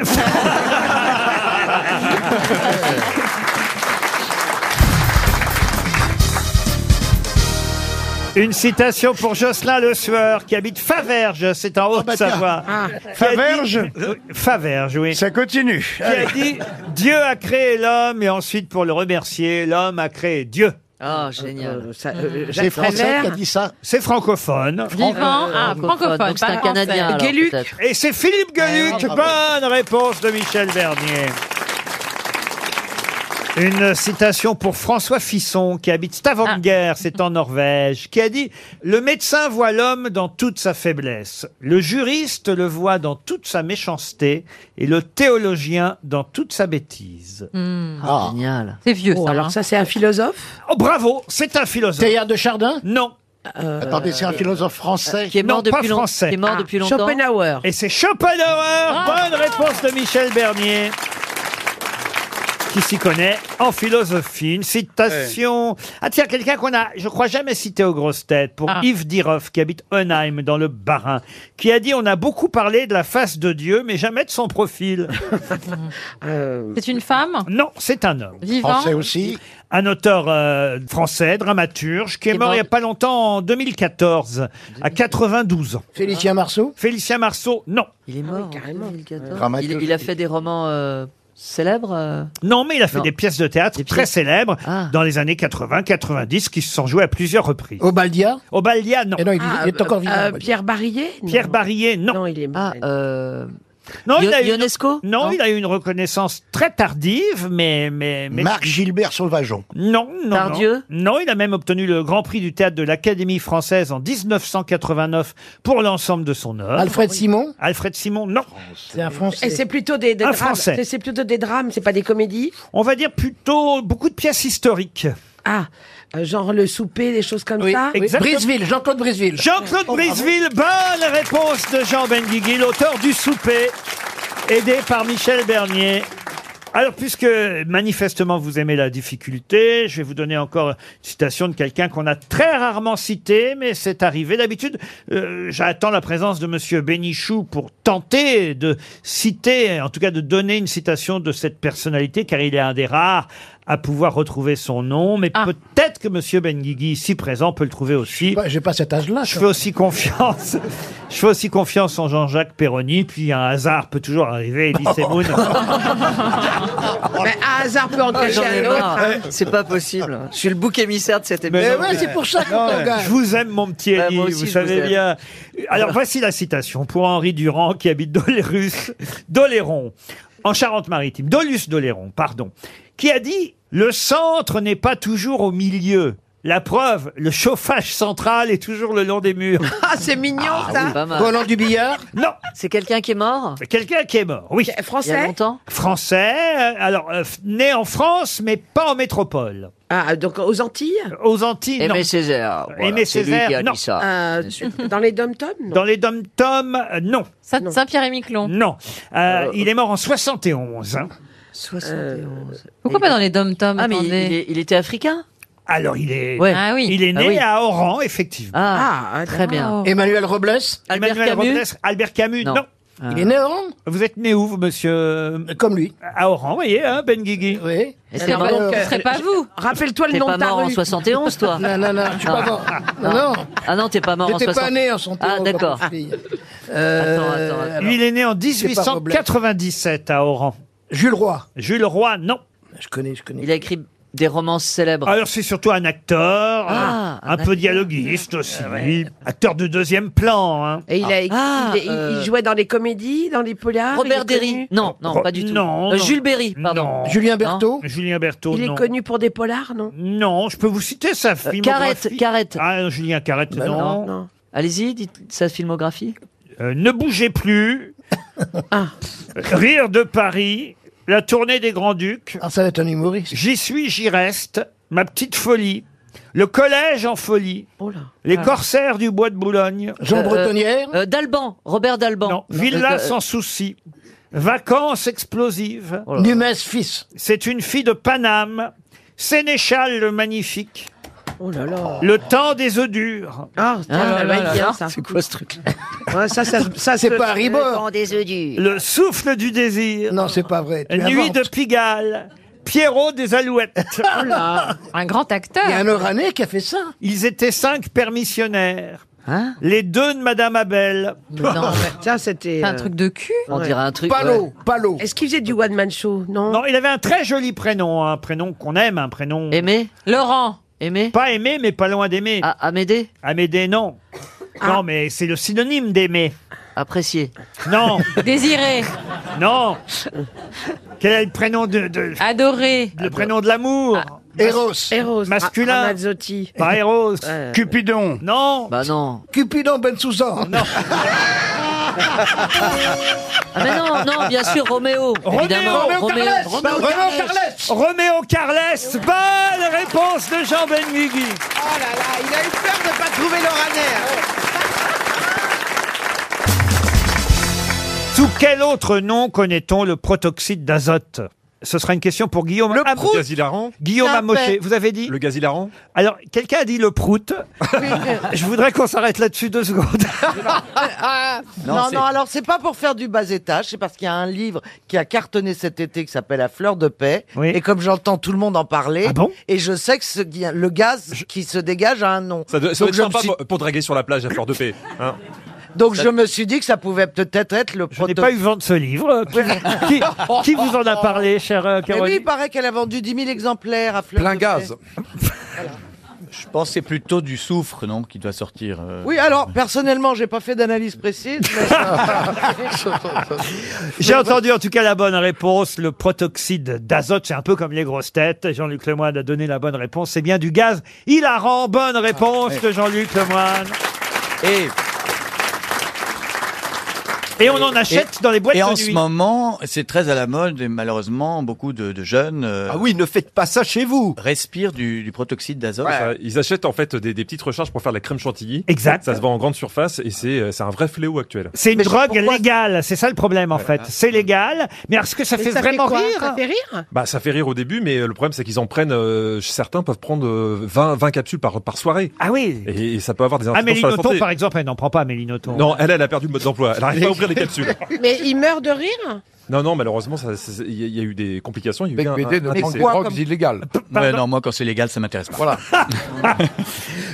Une citation pour Jocelyn Le Sueur, qui habite Faverges, c'est en Haute-Savoie. Ah. Qui a dit- Faverges Euh, Faverges, oui. Ça continue. Qui a dit Dieu a créé l'homme et ensuite pour le remercier, l'homme a créé Dieu. Oh, génial. Ah. C'est français qui a dit ça C'est francophone. Vivant, ah, francophone, Donc, c'est un pas Canadien, français. alors, Gueluc. peut-être. Et c'est Philippe Gueluc. Ouais, bravo. Bonne réponse de Michel Bernier. Une citation pour François Fisson, qui habite Ah. Stavanger, c'est en Norvège, qui a dit « Le médecin voit l'homme dans toute sa faiblesse, le juriste le voit dans toute sa méchanceté, et le théologien dans toute sa bêtise. Hmm. Ah, Génial. C'est vieux, ça. Oh, hein. Alors, ça, c'est un philosophe Oh, bravo, c'est un philosophe. Théard de Chardin Non. Attendez, c'est un philosophe français Qui est mort non, depuis pas long- français. qui est mort Ah, depuis longtemps. Ah. Schopenhauer. Et c'est Schopenhauer. Bonne réponse de Michel Bernier. Qui s'y connaît en philosophie. Une citation. Ah tiens, quelqu'un qu'on a, je crois, jamais cité aux grosses têtes, pour Ah. Yves Diroff, qui habite Unheim, dans le Bas-Rhin, qui a dit On a beaucoup parlé de la face de Dieu, mais jamais de (laughs) son profil. C'est une femme Non, c'est un homme. Vivant Euh, Français aussi. Un auteur euh, français, dramaturge, qui est mort il n'y a pas longtemps en 2014, à 92 ans. Félicien Marceau Félicien Marceau, non. Il est Ah mort carrément. Il, Dramaturge. il a fait des romans euh, célèbres euh, Non, mais il a fait Non. des pièces Ah. de théâtre très célèbres dans les années 80-90 qui se sont jouées à plusieurs reprises. Obaldia Obaldia, non. non, il, est Ah, encore euh, vivant, Obaldia. Pierre Barillet Pierre Barillet, euh, non. Non, il est mort. Non, Io- il a eu une- Ionesco non, il a eu une reconnaissance très tardive, mais... mais, mais... Marc Gilbert Sauvageon. Non, non, Tardieu non. Non, il a même obtenu le Grand Prix du théâtre de l'Académie française en 1989 pour l'ensemble de son œuvre. Alfred Simon Alfred Simon, non. C'est un Et c'est plutôt des, des Un drames. Français. C'est- C'est plutôt des drames, c'est pas des comédies. On va dire plutôt beaucoup de pièces historiques. Ah, euh, genre le souper, des choses comme ça. Briseville, Jean-Claude Briseville. Jean-Claude Briseville, bonne réponse de Jean Benguigui, l'auteur du souper, aidé par Michel Bernier. Alors, puisque manifestement vous aimez la difficulté, je vais vous donner encore une citation de quelqu'un qu'on a très rarement cité, mais c'est arrivé. D'habitude, euh, j'attends la présence de Monsieur Bénichou pour tenter de citer, en tout cas de donner une citation de cette personnalité, car il est un des rares à pouvoir retrouver son nom, mais peut-être que Monsieur Benguigui, ici présent, peut le trouver aussi. J'ai pas cet âge-là. Je fais aussi confiance. (laughs) Je fais aussi confiance en Jean-Jacques Perroni. Puis un hasard peut toujours arriver. (laughs) Elise Moon. Mais un hasard peut en Ah, cacher un autre. hein. C'est pas possible. Je suis le bouc émissaire de cette Mais émission. non, mais- Non, Je vous aime, mon petit Bah, Elie, moi aussi, vous je savez vous aime. bien. Alors, voici la citation pour Henri Durand, qui habite Dolérus, Doléron, en Charente-Maritime. Dolus Doléron, pardon. Qui a dit Le centre n'est pas toujours au milieu. La preuve, le chauffage central est toujours le long des murs. Ah, c'est mignon ça. Roland du billard Non. C'est quelqu'un qui est mort Quelqu'un qui est (laughs) mort, oui. Euh, Il y a longtemps Français, euh, alors euh, f- né en France, mais pas en métropole. Euh, Ah, donc aux Antilles Aux Antilles, non. Aimé Césaire, voilà, Aimé c'est lui Césaire, qui a non. dit ça. Euh, dans les dom-toms non Dans les dom-toms, euh, non. Saint-Pierre-et-Miquelon. Non. Euh, Il est mort en 71. hein. 71. Pourquoi pas dans les dom-toms Ah, mais il, attendez. il est- il était africain Alors, il est, Ouais. Ah oui. il est né Ah oui. à Oran, effectivement. Ah, Ah, très d'accord. bien. Emmanuel Robles Emmanuel Camus Robles, Albert Camus, non. Il est né à Oran Vous êtes né où, vous, monsieur Comme lui. À Oran, vous voyez, hein, Ben Guigui Oui. Euh, Et c'est pas- donc, ce serait pas vous. Euh, Rappelle-toi T'es pas mort en 71, (laughs) toi Non, non, non, je suis pas mort. Non, non. Ah non, t'es pas mort en J'étais 71. pas né en 71, Ah, d'accord. ma fille. Euh, Euh, Attends, attends, attends. Lui, il est né en C'est pas Robles. 1897 à Oran. Jules Roy. Jules Roy, non. Je connais, je connais. Il a écrit des romances célèbres. Alors, c'est surtout un acteur, hein, Ah, un, un un peu dialoguiste aussi, acteur de deuxième plan. hein. Et il, a, écrit- Ah, il, il- il euh, jouait dans les comédies, dans les polars. il Robert est Derry. connu- Non, non, Ro- pas du tout. Oh, non, Euh, non. Jules Berry, pardon. Julien Berthaud Julien Berthaud, Il non. est connu pour des polars, non Non, je peux vous citer sa filmographie. Euh, Carrette, Carrette. Ah, non, Julien Carrette, Bah non. non, non. Allez-y, dites sa filmographie. Ah. Euh, ne (laughs) bougez plus. Euh, Rire de Paris. La tournée des Grands-Ducs. Ah, ça va être un humoriste. J'y suis, j'y reste. Ma petite folie. Le collège en folie. Les Ah. corsaires du bois de Boulogne. Euh, euh, euh, D'Alban, Robert D'Alban. Non, Villa Euh, sans souci. Vacances explosives. Numes fils. C'est une fille de Paname. Sénéchal le magnifique. (laughs) Oh là là. Le temps des œufs durs. Ah, tiens, Ah ça là va être là bien, là. ça. C'est quoi ce truc Ouais, ça, ça, ça Ah, C'est se- pas Harry Bohr. des œufs durs. Le souffle du désir. Non, c'est pas vrai. Nuit inventes. de Pigalle. Pierrot des Alouettes. Un grand acteur. Oranais qui a fait ça. Ils étaient cinq permissionnaires. Les deux de Madame Abel. Non, ça c'était. C'est un truc de cul. On dirait un truc, Palo, ouais. Palo. Est-ce qu'il faisait du one man show Non. Non, il avait un très joli prénom, hein. un prénom qu'on aime, un prénom. Aimé Laurent Aimé Pas aimé, mais pas loin d'aimer. Amédée Amédée, non. Ah. Non, mais c'est le synonyme d'aimer. Apprécié. (laughs) Non. Désiré. Non. Quel est le prénom de. Adoré. Le prénom de l'amour. Ah, Eros. Eros. Ah, Masculin. Ramazzotti. Pas Eros. Cupidon. Non. Bah non. Cupidon Ben Sousan. Non. Ah mais non, non, bien sûr, Roméo. évidemment. Roméo Carles. Bonne réponse de Jean Benguigui. Oh là là, il a eu peur de pas trouver l'oraner. Sous quel autre nom connaît-on le protoxyde d'azote Ce sera une question pour Guillaume le prout. Le gaz hilarant. Guillaume Ah, Amoché, ben. vous avez dit Le gaz hilarant Alors, quelqu'un a dit le prout. (laughs) Je voudrais qu'on s'arrête là-dessus deux secondes. Non, Non, Ah, non, c'est- alors c'est pas pour faire du bas étage, c'est parce qu'il y a un livre qui a cartonné cet été qui s'appelle La fleur de paix. Et comme j'entends tout le monde en parler, Ah et je sais que ce qui- le gaz qui se dégage a un nom. Ça doit, ça doit donc, être je me sympa suis, pour, pour draguer sur la plage à Fleur de Paix. hein. donc Ça- je me suis dit que ça pouvait peut-être être le Je n'ai pas eu vent de (laughs) ce livre. Qui, qui vous en a parlé, chère euh, Mais oui, Caroline il paraît qu'elle a vendu 10 000 exemplaires à fleur Plein de gaz. Paix. Je pense que c'est plutôt du soufre, non, qui doit sortir. euh. Oui, alors personnellement, j'ai pas fait d'analyse précise. (laughs) (laughs) mais- J'ai entendu en tout cas la bonne réponse. Le protoxyde d'azote, c'est un peu comme les grosses têtes. Jean-Luc Lemoyne a donné la bonne réponse. C'est bien du gaz. Il a rend bonne réponse Ah, de Jean-Luc Lemoyne. Et... Et on en achète dans les boîtes Et de en nuit. ce moment, c'est très à la mode et malheureusement, beaucoup de, de jeunes. ah oui, ne faites pas ça chez vous. Respirent du, du protoxyde d'azote. Ça, Ils achètent en fait des, des petites recharges pour faire de la crème chantilly. Exact. Ça se vend en grande surface et c'est euh, c'est un vrai fléau actuel. C'est une drogue légale, c'est ça le problème en fait. C'est légal, mais est-ce que ça Mais fait vraiment quoi rire Ça fait rire Bah ça fait rire au début, mais euh, le problème c'est qu'ils en prennent. euh, certains peuvent prendre euh, 20, 20 capsules par, par soirée. Ah oui. Et, et ça peut avoir des Amélie incidences sur la Nothomb santé. par exemple, elle n'en prend pas Amélie Nothomb. Non, elle, elle a perdu le mode d'emploi. Elle n'arrive pas à ouvrir les capsules. Mais il meurt de rire Non, non, malheureusement, ça- ça- il y, a- il y a eu des complications. Il y a eu un, BD un- ne un prend décès. quoi comme- illégales. Ouais, non, moi quand c'est légal, ça m'intéresse pas. Voilà. (laughs)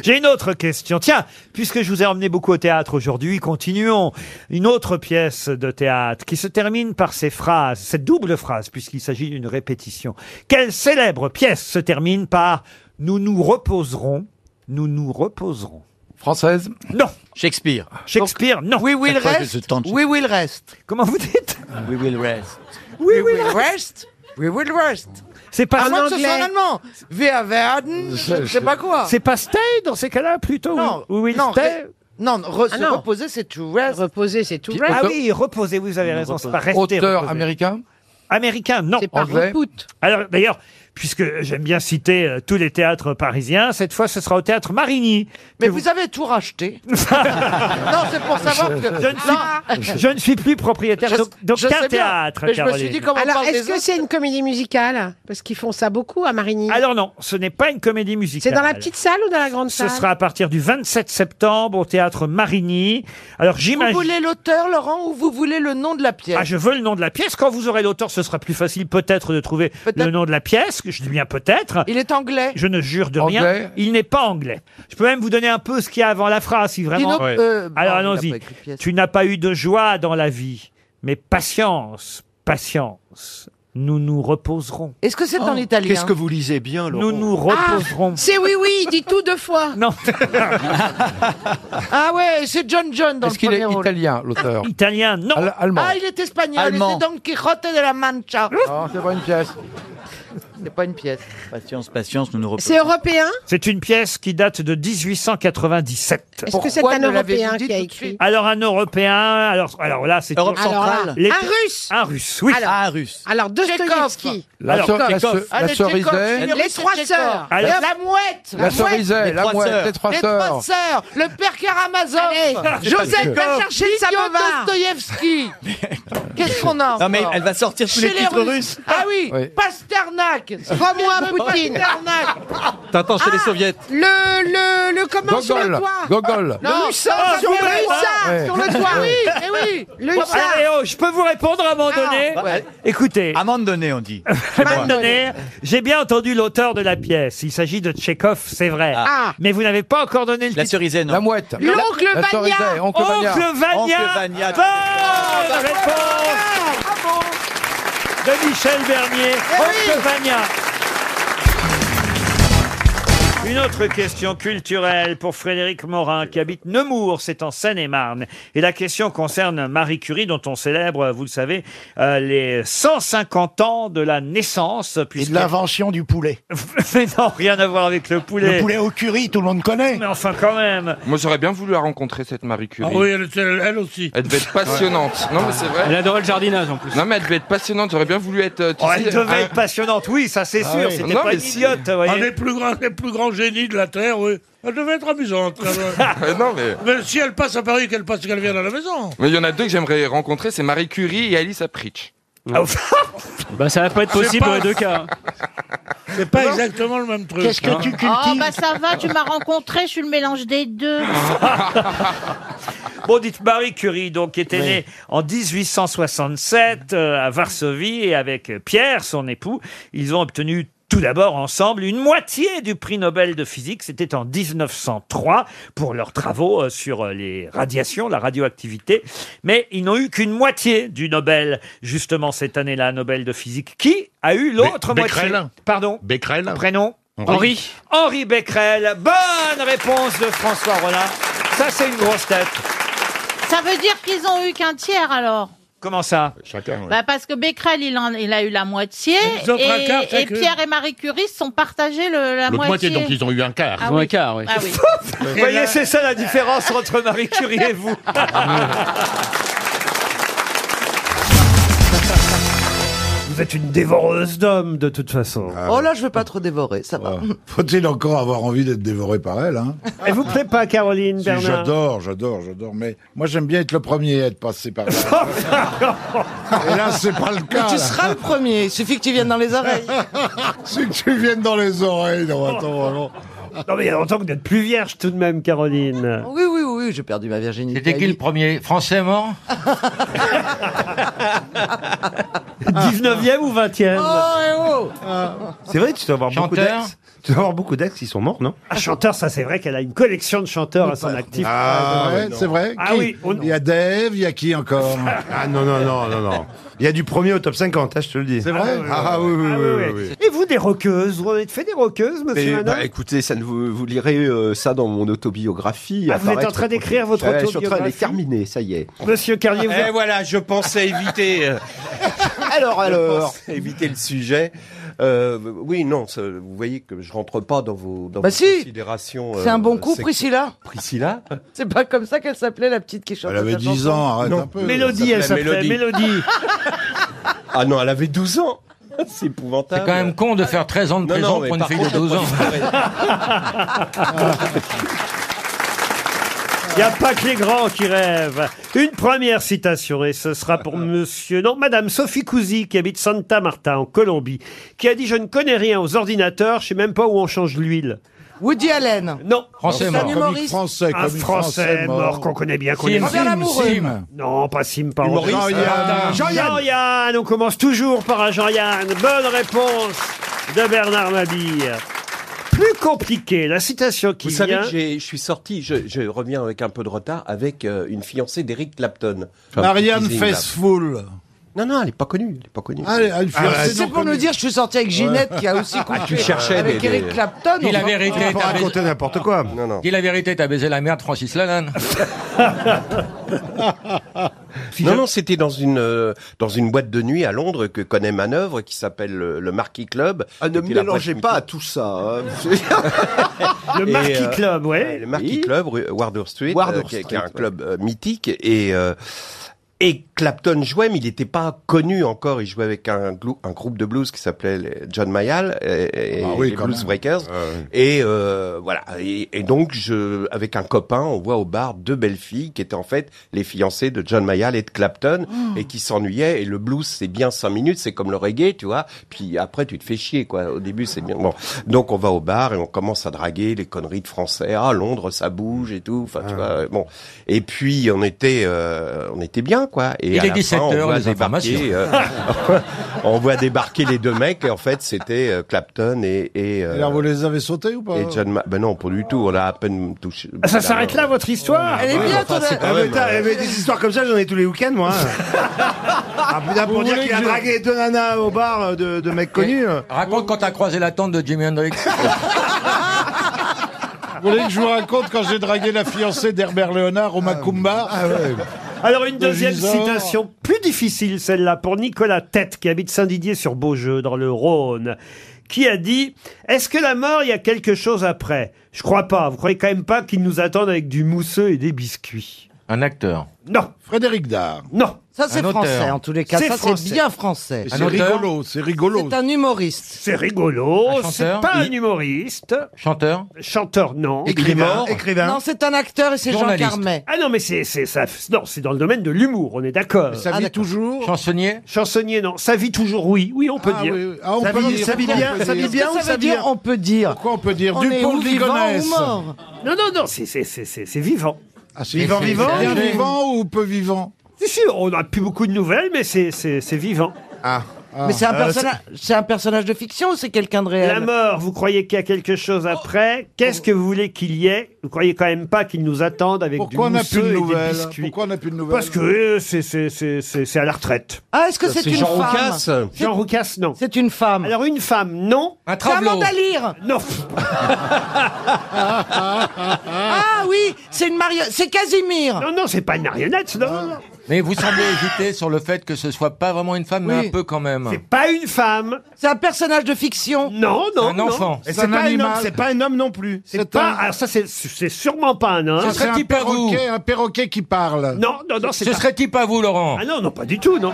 J'ai une autre question. Tiens, puisque je vous ai emmené beaucoup au théâtre aujourd'hui, continuons. Une autre pièce de théâtre qui se termine par ces phrases, cette double phrase, puisqu'il s'agit d'une répétition. Quelle célèbre pièce se termine par Nous nous reposerons, nous nous reposerons Française Non. Shakespeare. Shakespeare, non. Oui, Will Cette fois, rest. je tente. We will rest. Comment vous dites We will rest. We will rest. We will rest. C'est pas en pas- En anglais. anglais. en allemand. Wir werden, je sais pas quoi. C'est pas stay dans ces cas-là plutôt Non, ou- ou il non, stay re- non, re- Ah se non. reposer, c'est to rest. Reposer, c'est to Ah oui, reposez, vous avez raison, c'est pas rester. Auteur américain Américain, non. C'est pas Anglais. reboot. Alors d'ailleurs, puisque j'aime bien citer euh, tous les théâtres parisiens. Cette fois, ce sera au théâtre Marigny. Mais vous... avez tout racheté. (laughs) non, c'est pour savoir que. Je ne suis, Non. je ne suis plus propriétaire Je- je sais d'aucun bien, théâtre, mais je me suis Caroline. dit, comment on Alors, parle des est-ce que c'est une comédie musicale Parce qu'ils font ça beaucoup à Marigny. Alors non, ce n'est pas une comédie musicale. C'est dans la petite salle ou dans la grande Ce salle sera à partir du 27 septembre au théâtre Marigny. Alors Vous j'imagine. voulez l'auteur, Laurent, ou vous voulez le nom de la pièce Ah, je veux le nom de la pièce. Quand vous aurez l'auteur, ce sera plus facile peut-être de trouver le nom de la pièce. que Je dis bien peut-être. Il est anglais. Je ne jure de Anglais. rien. Il n'est pas anglais. Je peux même vous donner un peu ce qu'il y a avant la phrase, si vraiment. Dis-nous, Ouais. euh, Alors bon, il a allons-y. pas écrit de pièce. Tu n'as pas eu de joie dans la vie, mais patience, patience. Nous nous reposerons. Est-ce que c'est en italien Qu'est-ce que vous lisez bien, Laurent Nous nous Ah, reposerons. c'est oui, oui, il dit tout deux fois. Non. Ah ouais, c'est John John dans Est-ce le qu'il premier est rôle. italien, l'auteur (laughs) Italien, non. allemand. Ah, il est espagnol, Allemand. c'est Don Quijote de la Mancha. Non, c'est pas une pièce. Ah, C'est pas une pièce. Patience, patience, nous nous reposons. C'est européen C'est une pièce qui date de 1897. Est-ce que c'est un Européen qui a écrit Alors un Européen, alors, alors là c'est... Europe Alors centrale. là, un Russe Un Russe, oui. Alors- Ah, un Russe. Alors, Dostoevsky. La Alors, sœur- la Tchekhov. sœur- la Allez, sœur Tchekhov, Isée. Les, trois sœurs. Alors- Et hop. La mouette La sœur mouette. Isée, la mouette, les trois sœurs. trois sœurs, le père Karamazov Ah, C'est pas Joseph sûr. va chercher le samovar Dostoïevski Qu'est-ce qu'on a Non, mais encore elle va sortir tous Chez les titres russes. Ah oui, Oui. Pasternak (laughs) Ah, Rends-moi Monsieur Poutine. Pasternak T'attends chez les Ah, soviets. Le, le, le, comment sur le Gogol. toit Gogol. Non, Le Ah, hussard ça sur fait le Ah, le toit. hussard Ouais. sur le toit. Oui, eh oui, le hussard. Allez, oh, je peux vous répondre à un moment donné Ah, Écoutez. À un moment donné, on dit. (laughs) À un moment donné, j'ai bien entendu l'auteur de la pièce. Il s'agit de Tchekhov, c'est vrai. Ah. Mais vous n'avez pas encore donné le La titre. cerisée, non. La mouette. L'oncle La- la Vania. cerisée, oncle Vania. Oncle Vania. Oncle Vania. Ah, Ah, bah, Bonne réponse de Michel Bernier. Eh Oncle Vania. Une autre question culturelle pour Frédéric Morin qui habite Nemours, c'est en Seine-et-Marne. Et la question concerne Marie Curie dont on célèbre, vous le savez, euh, les 150 ans de la naissance. Et de puisqu'elle- l'invention du poulet. (laughs) Mais non, rien à voir avec le poulet. Le poulet au curry, tout le monde connaît. Mais enfin, quand même. Ah Moi, j'aurais bien voulu la rencontrer, cette Marie Curie. oui, elle, elle- elle aussi. Elle devait être passionnante. Non, mais c'est vrai. Elle adorait le jardinage en plus. Non, mais elle devait être passionnante. J'aurais bien voulu être. euh, tu Oh, sais, elle devait un- (laughs) être passionnante, oui, ça c'est Ah sûr. oui. C'était Non, pas mais une si. idiote, vous Un voyez. des plus grands, des plus grands génies de la Terre, oui. Elle devait être amusante. (laughs) quand même. Euh, Non, mais. Mais si elle passe à Paris, qu'elle passe, qu'elle vienne à la maison. Mais il y en a deux que j'aimerais rencontrer c'est Marie Curie et Alice Apritch. Ah, bah, ça va pas être possible dans les deux cas. C'est pas exactement le même truc. Qu'est-ce hein. que tu Oh, bah ça va, tu m'as rencontré, je suis le mélange des deux. (laughs) Bon, dites Marie Curie, donc, qui était née en 1867 euh, à Varsovie et avec euh, Pierre, son époux, ils ont obtenu tout d'abord ensemble une moitié du prix Nobel de physique, c'était en 1903 pour leurs travaux euh, sur euh, les radiations, la radioactivité, mais ils n'ont eu qu'une moitié du Nobel justement cette année-là, Nobel de physique. Qui a eu l'autre Bé- moitié Becquerel. Pardon. Becquerel. Prénom Henri. Henri Becquerel. Bonne réponse de François Rollin. Ça c'est une grosse tête. Ça veut dire qu'ils ont eu qu'un tiers alors Comment ça bah parce que Becquerel, il, en- il a eu la moitié. Les autres un Et, quart, c'est et que- Pierre et Marie Curie se sont partagés le- la L'autre moitié. moitié, donc ils ont eu un quart. Ah Ils ont oui. un quart, Ah oui. (laughs) Vous voyez, c'est ça la différence entre Marie Curie et vous. Ah. Vous êtes une dévoreuse d'hommes, de toute façon. Ah, Oh là, je vais pas trop dévorer, ça va. Ah. Faut-il encore avoir envie d'être dévoré par elle hein (laughs) Elle vous plaît pas, Caroline Si, Bernard (laughs) J'adore, j'adore, j'adore. Mais moi, j'aime bien être le premier à être passé par là. Et là, c'est pas le cas. Mais tu là. seras le premier, il suffit que tu viennes dans les oreilles. C'est que tu viennes dans les oreilles. Non, attends, vraiment. Oh. Non, mais il y a longtemps que vous n'êtes plus vierge, tout de même, Caroline. Oui, oui, oui, j'ai perdu ma virginité. C'était qui le premier Français mort Ah. 19e ou 20e Oh, eh Ah. oh C'est vrai, tu dois avoir beaucoup Chanteur. d'ex. Tu dois avoir beaucoup d'ex qui sont morts, non Ah, chanteur, ça c'est vrai qu'elle a une collection de chanteurs à son actif. Ah, ouais, c'est vrai Ah Qui oui, Il y a Dave, il y a qui (laughs) encore Ah non, non, non, non, non. Il y a du premier au top 50, hein, je te le dis. C'est vrai Ah oui, oui, oui, oui, oui. Et vous, des roqueuses Vous en êtes fait des roqueuses, Mais, monsieur Manon bah, écoutez, ça ne vous, vous lirez euh, ça dans mon autobiographie. Ah, vous êtes apparaître- en train d'écrire votre Ouais, Je suis en train de les autobiographie terminer, ça y est. Monsieur Carlier, vous Eh voilà, je pensais éviter. euh, (laughs) Alors, alors, pensais éviter le sujet. euh, oui, non, ça- vous voyez que je rentre pas dans vos, dans Bah vos si. considérations. C'est un bon coup, sexuelles. Priscilla. Priscilla C'est pas comme ça qu'elle s'appelait, la petite qui chante. Elle avait cette 10 chanson. ans, arrête Non. un peu. Mélodie, elle s'appelait Mélodie. Ah non, elle avait 12 ans. C'est épouvantable. C'est quand même con de faire 13 ans de Non, non, prison mais pour une par fille contre, de 12 ans. Il n'y a pas que les grands qui rêvent. Une première citation, et ce sera pour monsieur, non, madame Sophie Cousy, qui habite Santa Marta, en Colombie, qui a dit Je ne connais rien aux ordinateurs, je sais même pas où on change l'huile. Woody Allen. Non. Français mort. Comique français, Un comique français, français mort, mort. qu'on connaît bien. qu'on Sim, aime. Robert Sim, Lamoureux. Sim. Non, pas Sim, pas Humoriste. Ah, Jean-Yann. Robert. Jean-Yann. Jean-Yann, on commence toujours par un Jean-Yann. Bonne réponse de Bernard Mabille. Plus compliqué, la citation qui Vous savez vient... que j'ai- je suis sorti, je, je reviens avec un peu de retard, avec euh, une fiancée d'Eric Clapton. Marianne Teasing, là. Faithfull. Non, non, elle n'est pas connue. Elle est pas connue. Ah, elle- elle fait- Ah, C'est pour nous dire, je suis sortie avec Ginette qui a aussi couché Ah, tu cherchais avec des- Eric des- Clapton. Dis la enfin. vérité, Ah, t'as baisé- n'importe quoi. Non, non. Dis la vérité, t'as baisé la merde, Francis Lalanne. Non, non, c'était dans une euh, dans une boîte de nuit à Londres que connaît Manœuvre, qui s'appelle euh, le Marquis Club. Ah, ne C'était la mélangez boîte- pas à tout ça. hein. (laughs) Et, euh, (laughs) ouais. Le Marquis Club, rue Wardour Street, Wardour euh, qui, est- Street, qui est un ouais. club euh, mythique. Et, euh, et Clapton jouait, mais il n'était pas connu encore. Il jouait avec un, glou- un groupe de blues qui s'appelait les John Mayall et, et Ah oui, les quand Blues même. Breakers. Et euh, voilà. Et, et donc, je, avec un copain, on voit au bar deux belles filles qui étaient en fait les fiancées de John Mayall et de Clapton Oh. et qui s'ennuyaient. Et le blues, c'est bien cinq minutes, c'est comme le reggae, tu vois. Puis après, tu te fais chier, quoi. Au début, c'est bien. Bon, donc on va au bar et on commence à draguer les conneries de français. Ah, Londres, ça bouge et tout. Enfin, tu vois. euh, Bon. Et puis on était, euh, on était bien, quoi. Et Il à est la 17 fin, on heures, voit les informations. débarquer, euh, (laughs) (laughs) on voit débarquer les deux mecs et en fait, c'était euh, Clapton et. et euh, Alors, vous les avez sautés ou pas et John Ma- Ben non, pas du tout, on l'a à peine touché. Ah, Ça s'arrête là, votre histoire Elle est bien, enfin, ton- c'est quand Ah, même- mais t'as- euh, des- mais des- des- des- des- histoires comme ça, j'en ai tous les week-ends, (laughs) moi. Ah putain, pour Vous dire voulez qu'il que a je- dragué deux nanas au bar euh, de, de mecs connus. (laughs) Raconte quand t'as croisé la tante de Jimi Hendrix. Vous voulez que je vous raconte quand j'ai dragué la fiancée d'Herbert Léonard au Macumba hein. Alors une De deuxième Gisors. citation, plus difficile celle-là, pour Nicolas Tête, qui habite Saint-Didier sur Beaujeu, dans le Rhône, qui a dit « Est-ce que la mort, il y a quelque chose après ?» Je crois pas, vous croyez quand même pas qu'ils nous attendent avec du mousseux et des biscuits. Un acteur. Non. Frédéric Dard. Non. Ça, c'est français, en tous les cas. Ça, c'est bien français. Et C'est rigolo, c'est rigolo. C'est un humoriste. C'est rigolo, Un c'est chanteur. pas un Il- humoriste. Ah. Chanteur Chanteur, non. Non, c'est un acteur et c'est Jean Carmet. Ah non, mais c'est c'est ça. Non, c'est dans le domaine de l'humour. On est d'accord. Ça vit toujours. Chansonnier. Chansonnier, non. Ça vit toujours. Oui, oui, on peut Ah, dire. oui, oui. Ah, on Ça peut vit- dire. ça vit Pourquoi bien- on peut ça vit dire bien Est-ce que ça ou veut ça vit dire bien on peut dire Pourquoi on peut dire On du est Paul ou vivant Digonès ou mort Non, non, non, c'est c'est- c'est- c'est- c'est vivant. Ah, c'est vivant, vivant Bien vivant ou peu vivant Si, si, on n'a plus beaucoup de nouvelles, mais c'est- c'est c'est vivant. Ah. Mais c'est un, personnage- c'est un personnage de fiction ou c'est quelqu'un de réel La mort, vous croyez qu'il y a quelque chose après Qu'est-ce que vous voulez qu'il y ait Vous croyez quand même pas qu'ils nous attendent avec Pourquoi on du n'a plus mousseux de et des nouvelles biscuits Pourquoi on n'a plus de nouvelles Parce que euh, c'est- c'est- c'est c'est- c'est à la retraite. Ah, est-ce que Ça, c'est c'est une Jean femme Roucas C'est- Jean Roucas, non. C'est une femme. Alors une femme, non. Un C'est Amanda Lear (laughs) Non. (laughs) Ah oui, c'est une marionnette. C'est Casimir. Ah. Non, non, c'est pas une marionnette, non. Mais vous semblez hésiter sur le fait que ce soit pas vraiment une femme, mais Oui. un peu quand même. C'est pas une femme. C'est un personnage de fiction. Non, non. Un enfant. Et c'est pas, un homme, c'est pas un homme non plus. C'est pas. Alors ça, c'est c'est sûrement pas un homme. Ce serait un perroquet, un perroquet qui parle. Non, non, non. c'est Ce pas- serait type à vous, Laurent Ah non, non, pas du tout, non.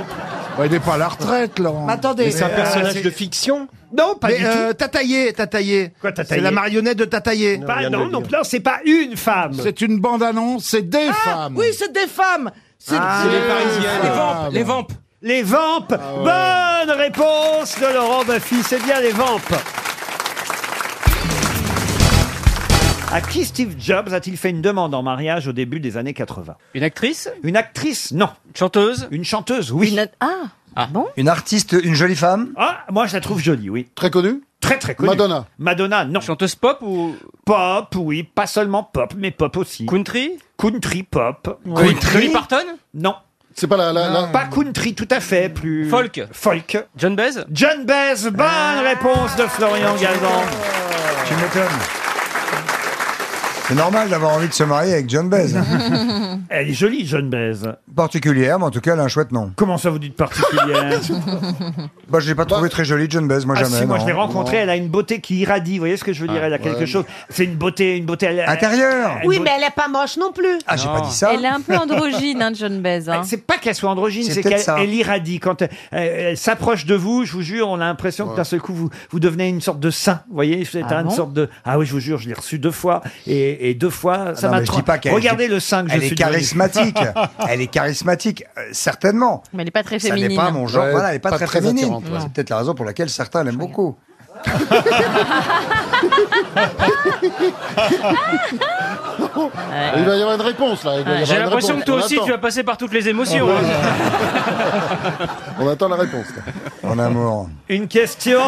Bah, il n'est pas à la retraite, Laurent. Mais attendez. Mais c'est un personnage de fiction Non, pas Mais du euh, tout. Tataillé, Tataillé. Quoi, C'est Tataillé la marionnette de Tataillé. Pas- non, non, non, c'est pas une femme. C'est une bande-annonce, c'est des femmes. Ah, Oui, c'est des femmes. C'est Ah c'est des Parisiennes. Les vampes, les vampes. Les vampes. Bonne réponse de Laurent Baffy. C'est bien les vampes. À qui Steve Jobs a-t-il fait une demande en mariage au début des années 80 Une actrice Une actrice, non. chanteuse Une chanteuse, oui. Ah, bon Une artiste, une jolie femme Ah, moi je la trouve jolie, oui. Très connue Très très connue. Madonna. Madonna, non. Chanteuse pop ou Pop, oui, pas seulement pop, mais pop aussi. Country Country pop. Dolly Parton Non. C'est pas la, la- la- Pas country, tout à fait, plus... Folk. Folk. John Baez John Baez, bonne réponse de Florian Gazan. (laughs) Tu m'étonnes. C'est normal d'avoir envie de se marier avec John Baez. (laughs) Elle est jolie, John Baez. Particulière, mais en tout cas, elle a un chouette nom. Comment ça vous dites particulière (laughs) Bah, je l'ai pas trouvé très jolie, John Baez, moi Ah jamais. si, moi je non. l'ai rencontrée, elle a une beauté qui irradie, vous voyez ce que je veux dire Ah, Elle a quelque ouais. chose, c'est une beauté, une beauté... elle- Intérieure. elle- Oui, une mais elle est pas moche non plus. Ah, j'ai pas dit ça. Elle est un peu androgyne, hein, John Baez. hein. C'est pas qu'elle soit androgyne, C'est c'est peut-être qu'elle ça. elle irradie. Quand elle, elle- elle s'approche de vous, je vous jure, on a l'impression que d'un seul coup, vous, vous devenez une sorte de saint. Vous voyez, vous êtes Ah bon une sorte de. Ah oui, je vous jure, je l'ai reçu deux fois. Et, et deux fois, ça Ah Non, m'a. mais je tra- dis pas qu'elle- Regardez le saint que je Elle suis est devenu. charismatique. elle est charismatique, euh, certainement. Mais elle n'est pas très Ça féminine. n'est pas mon genre. Ouais, voilà, elle n'est pas, pas très, très féminine. attirante, ouais. C'est peut-être la raison pour laquelle certains l'aiment beaucoup. Il va y avoir une réponse là. il va y avoir Ah, J'ai une l'impression réponse. que toi On aussi, attend. tu vas passer par toutes les émotions. Ah hein. On attend la réponse. là. En amour. (laughs) Une question.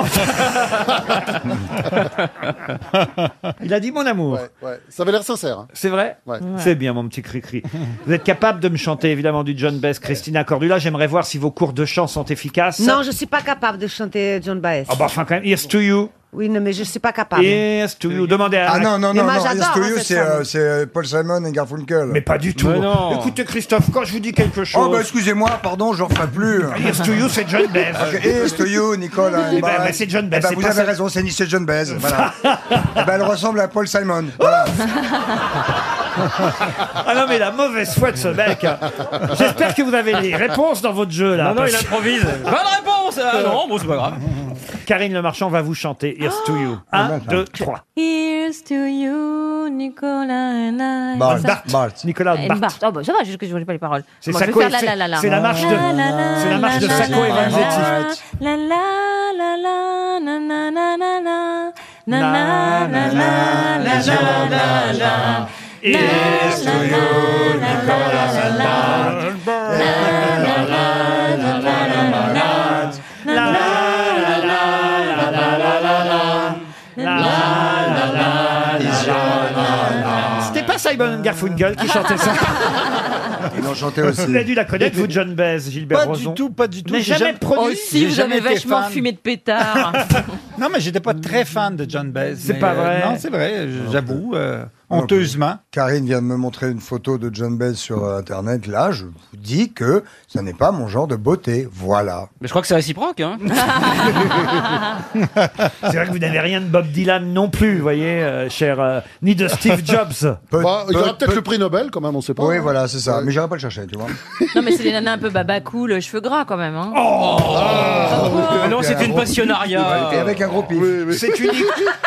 (laughs) Il a dit mon amour. Ouais, ça avait l'air sincère. hein. C'est vrai Ouais. C'est bien, mon petit cri-cri. Vous êtes capable de me chanter, évidemment, du John Bess, Christina Cordula. J'aimerais voir si vos cours de chant sont efficaces. Non, je suis pas capable de chanter John Baez. Ah bah, enfin, quand même, Here's to You. Oui, non, mais je suis pas capable. Yes to you. Demandez à. Ah non, non, Mais non, moi, non, Yes j'adore, to hein, You, cette c'est chanson. euh, c'est, euh, Paul Simon et Garfunkel. Mais pas du tout. Mais non. Écoutez, Christophe, quand je vous dis quelque chose. Oh, bah excusez-moi, pardon, je refais (laughs) plus. Yes to you, c'est John Baez. Ok, yes to you, Nicole. Eh hein, ben, bah, bah, c'est John eh Baez, ben, c'est vous pas avez ça. raison, c'est c'est John Baez. (laughs) Voilà. Eh ben, elle ressemble à Paul Simon. Voilà. Ah non, mais la mauvaise foi de ce mec. J'espère que vous avez les réponses dans votre jeu, là. Non, non, parce il que- improvise. Pas de réponse Ah non, bon, c'est pas grave. Karine Le Marchand va vous chanter Yes to you. 1, 2, 3. Here's to you, Nicolas and I. Ça- Nicolas Et Bart. Bart. Oh, bah, ça va, juste que je ne connais pas les paroles. bah, C'est Bon, Sacco je vais et- faire la, la, la, la. c'est la marche de- La, la, la, c'est la marche de la, Sacco la, et la, Vanzetti. La la la la na na na na na na na na na na na na na Here's to you, Nicolas and I. C'était pas Simon Garfunkel qui (laughs) chantait ça. Ils l'ont chanté Vous aussi. avez dû la connaître, vous, John Baez, Gilbert Pas Rozon du tout, pas du tout. Mais J'ai jamais produit. Oh, si, vous avez vachement fumé de pétard. (laughs) non, mais j'étais pas très fan de John Baez. C'est mais, pas euh, vrai. non, c'est vrai, je- j'avoue. euh, Honteusement. Karine vient de me montrer une photo de John Baez sur euh, Internet. Là, je vous dis que ça n'est pas mon genre de beauté. Voilà. Mais je crois que c'est réciproque. Hein. C'est vrai que vous n'avez rien de Bob Dylan non plus, vous voyez, euh, cher. euh, ni de Steve (laughs) Jobs. Bah, il y aura peut-être le prix Nobel quand même, on sait pas. Oui, voilà, c'est ça. Mais j'irai pas le chercher, (laughs) tu vois. Non, mais c'est des nanas un peu babacool, le cheveux gras quand même. Hein. oh. Ah non, c'est une passionnariat. Et avec un gros pif. C'est une,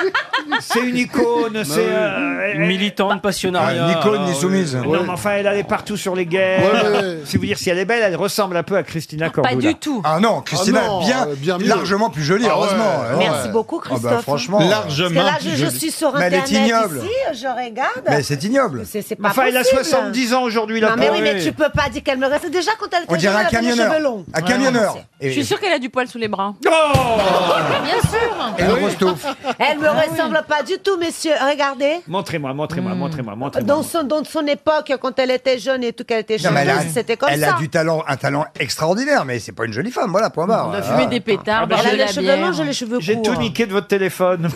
(laughs) c'est une Bah icône, c'est. euh, elle- Militante, Bah, passionnariat. Ah, Nicole, ni soumise. Non, mais enfin, elle allait partout sur les guerres. Ouais, Si vous dire si elle est belle, elle ressemble un peu à Christina Cordula. tout. Ah non, Christina, Ah non, bien, euh, bien mieux. largement plus jolie, Ah ouais, heureusement. ouais. Merci beaucoup, Ah bah, Christophe. franchement, Parce que là, je, je suis sur Mais elle Internet est ignoble. ici, je regarde. Mais c'est ignoble. C'est- c'est pas Enfin, elle a possible. 70 ans aujourd'hui, la Non, mais oui, pauvre. mais tu peux pas dire qu'elle me reste. Déjà, quand elle était On dirait jeune, un elle avait les cheveux camionneur. longs. Un camionneur. Je suis Et- sûre qu'elle a du poil sous les bras. Bien sûr. Ah Et le rostouf. Elle me ressemble pas du tout, messieurs. Regardez. Montrez-moi, montrez-moi, montrez-moi, montrez-moi. Hmm. Dans son, dans son époque, quand elle était jeune et tout, qu'elle était Non, mais elle a, chanteuse, c'était comme elle a ça. du talent, un talent extraordinaire, mais c'est pas une jolie femme, voilà, point barre. Ah. On a fumé des pétards, Elle a buvait de les la cheveux bière. longs, j'ai les cheveux J'ai tout courts. hein. niqué de votre téléphone.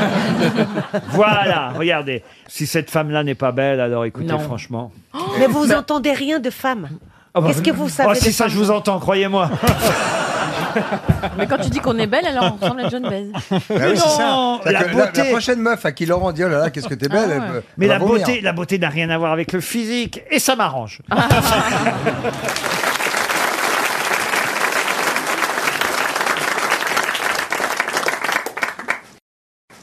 (laughs) voilà, regardez. Si cette femme-là n'est pas belle, alors écoutez, Non. franchement. (gasps) Mais vous entendez rien de femme. Ah bah, Qu'est-ce que vous savez Oh, si des ça, femmes je vous entends, (laughs) croyez-moi. Ah Mais quand tu dis qu'on est belle, alors on ressemble à John Baez. Bah oui, c'est Non, ça. C'est-à-dire la que La, beauté. la prochaine meuf à qui Laurent dit oh là là, qu'est-ce que t'es belle, Ah elle ouais. peut- Mais elle la va vomir. Ah. (laughs) beauté, la beauté n'a rien à voir avec le physique, et ça m'arrange.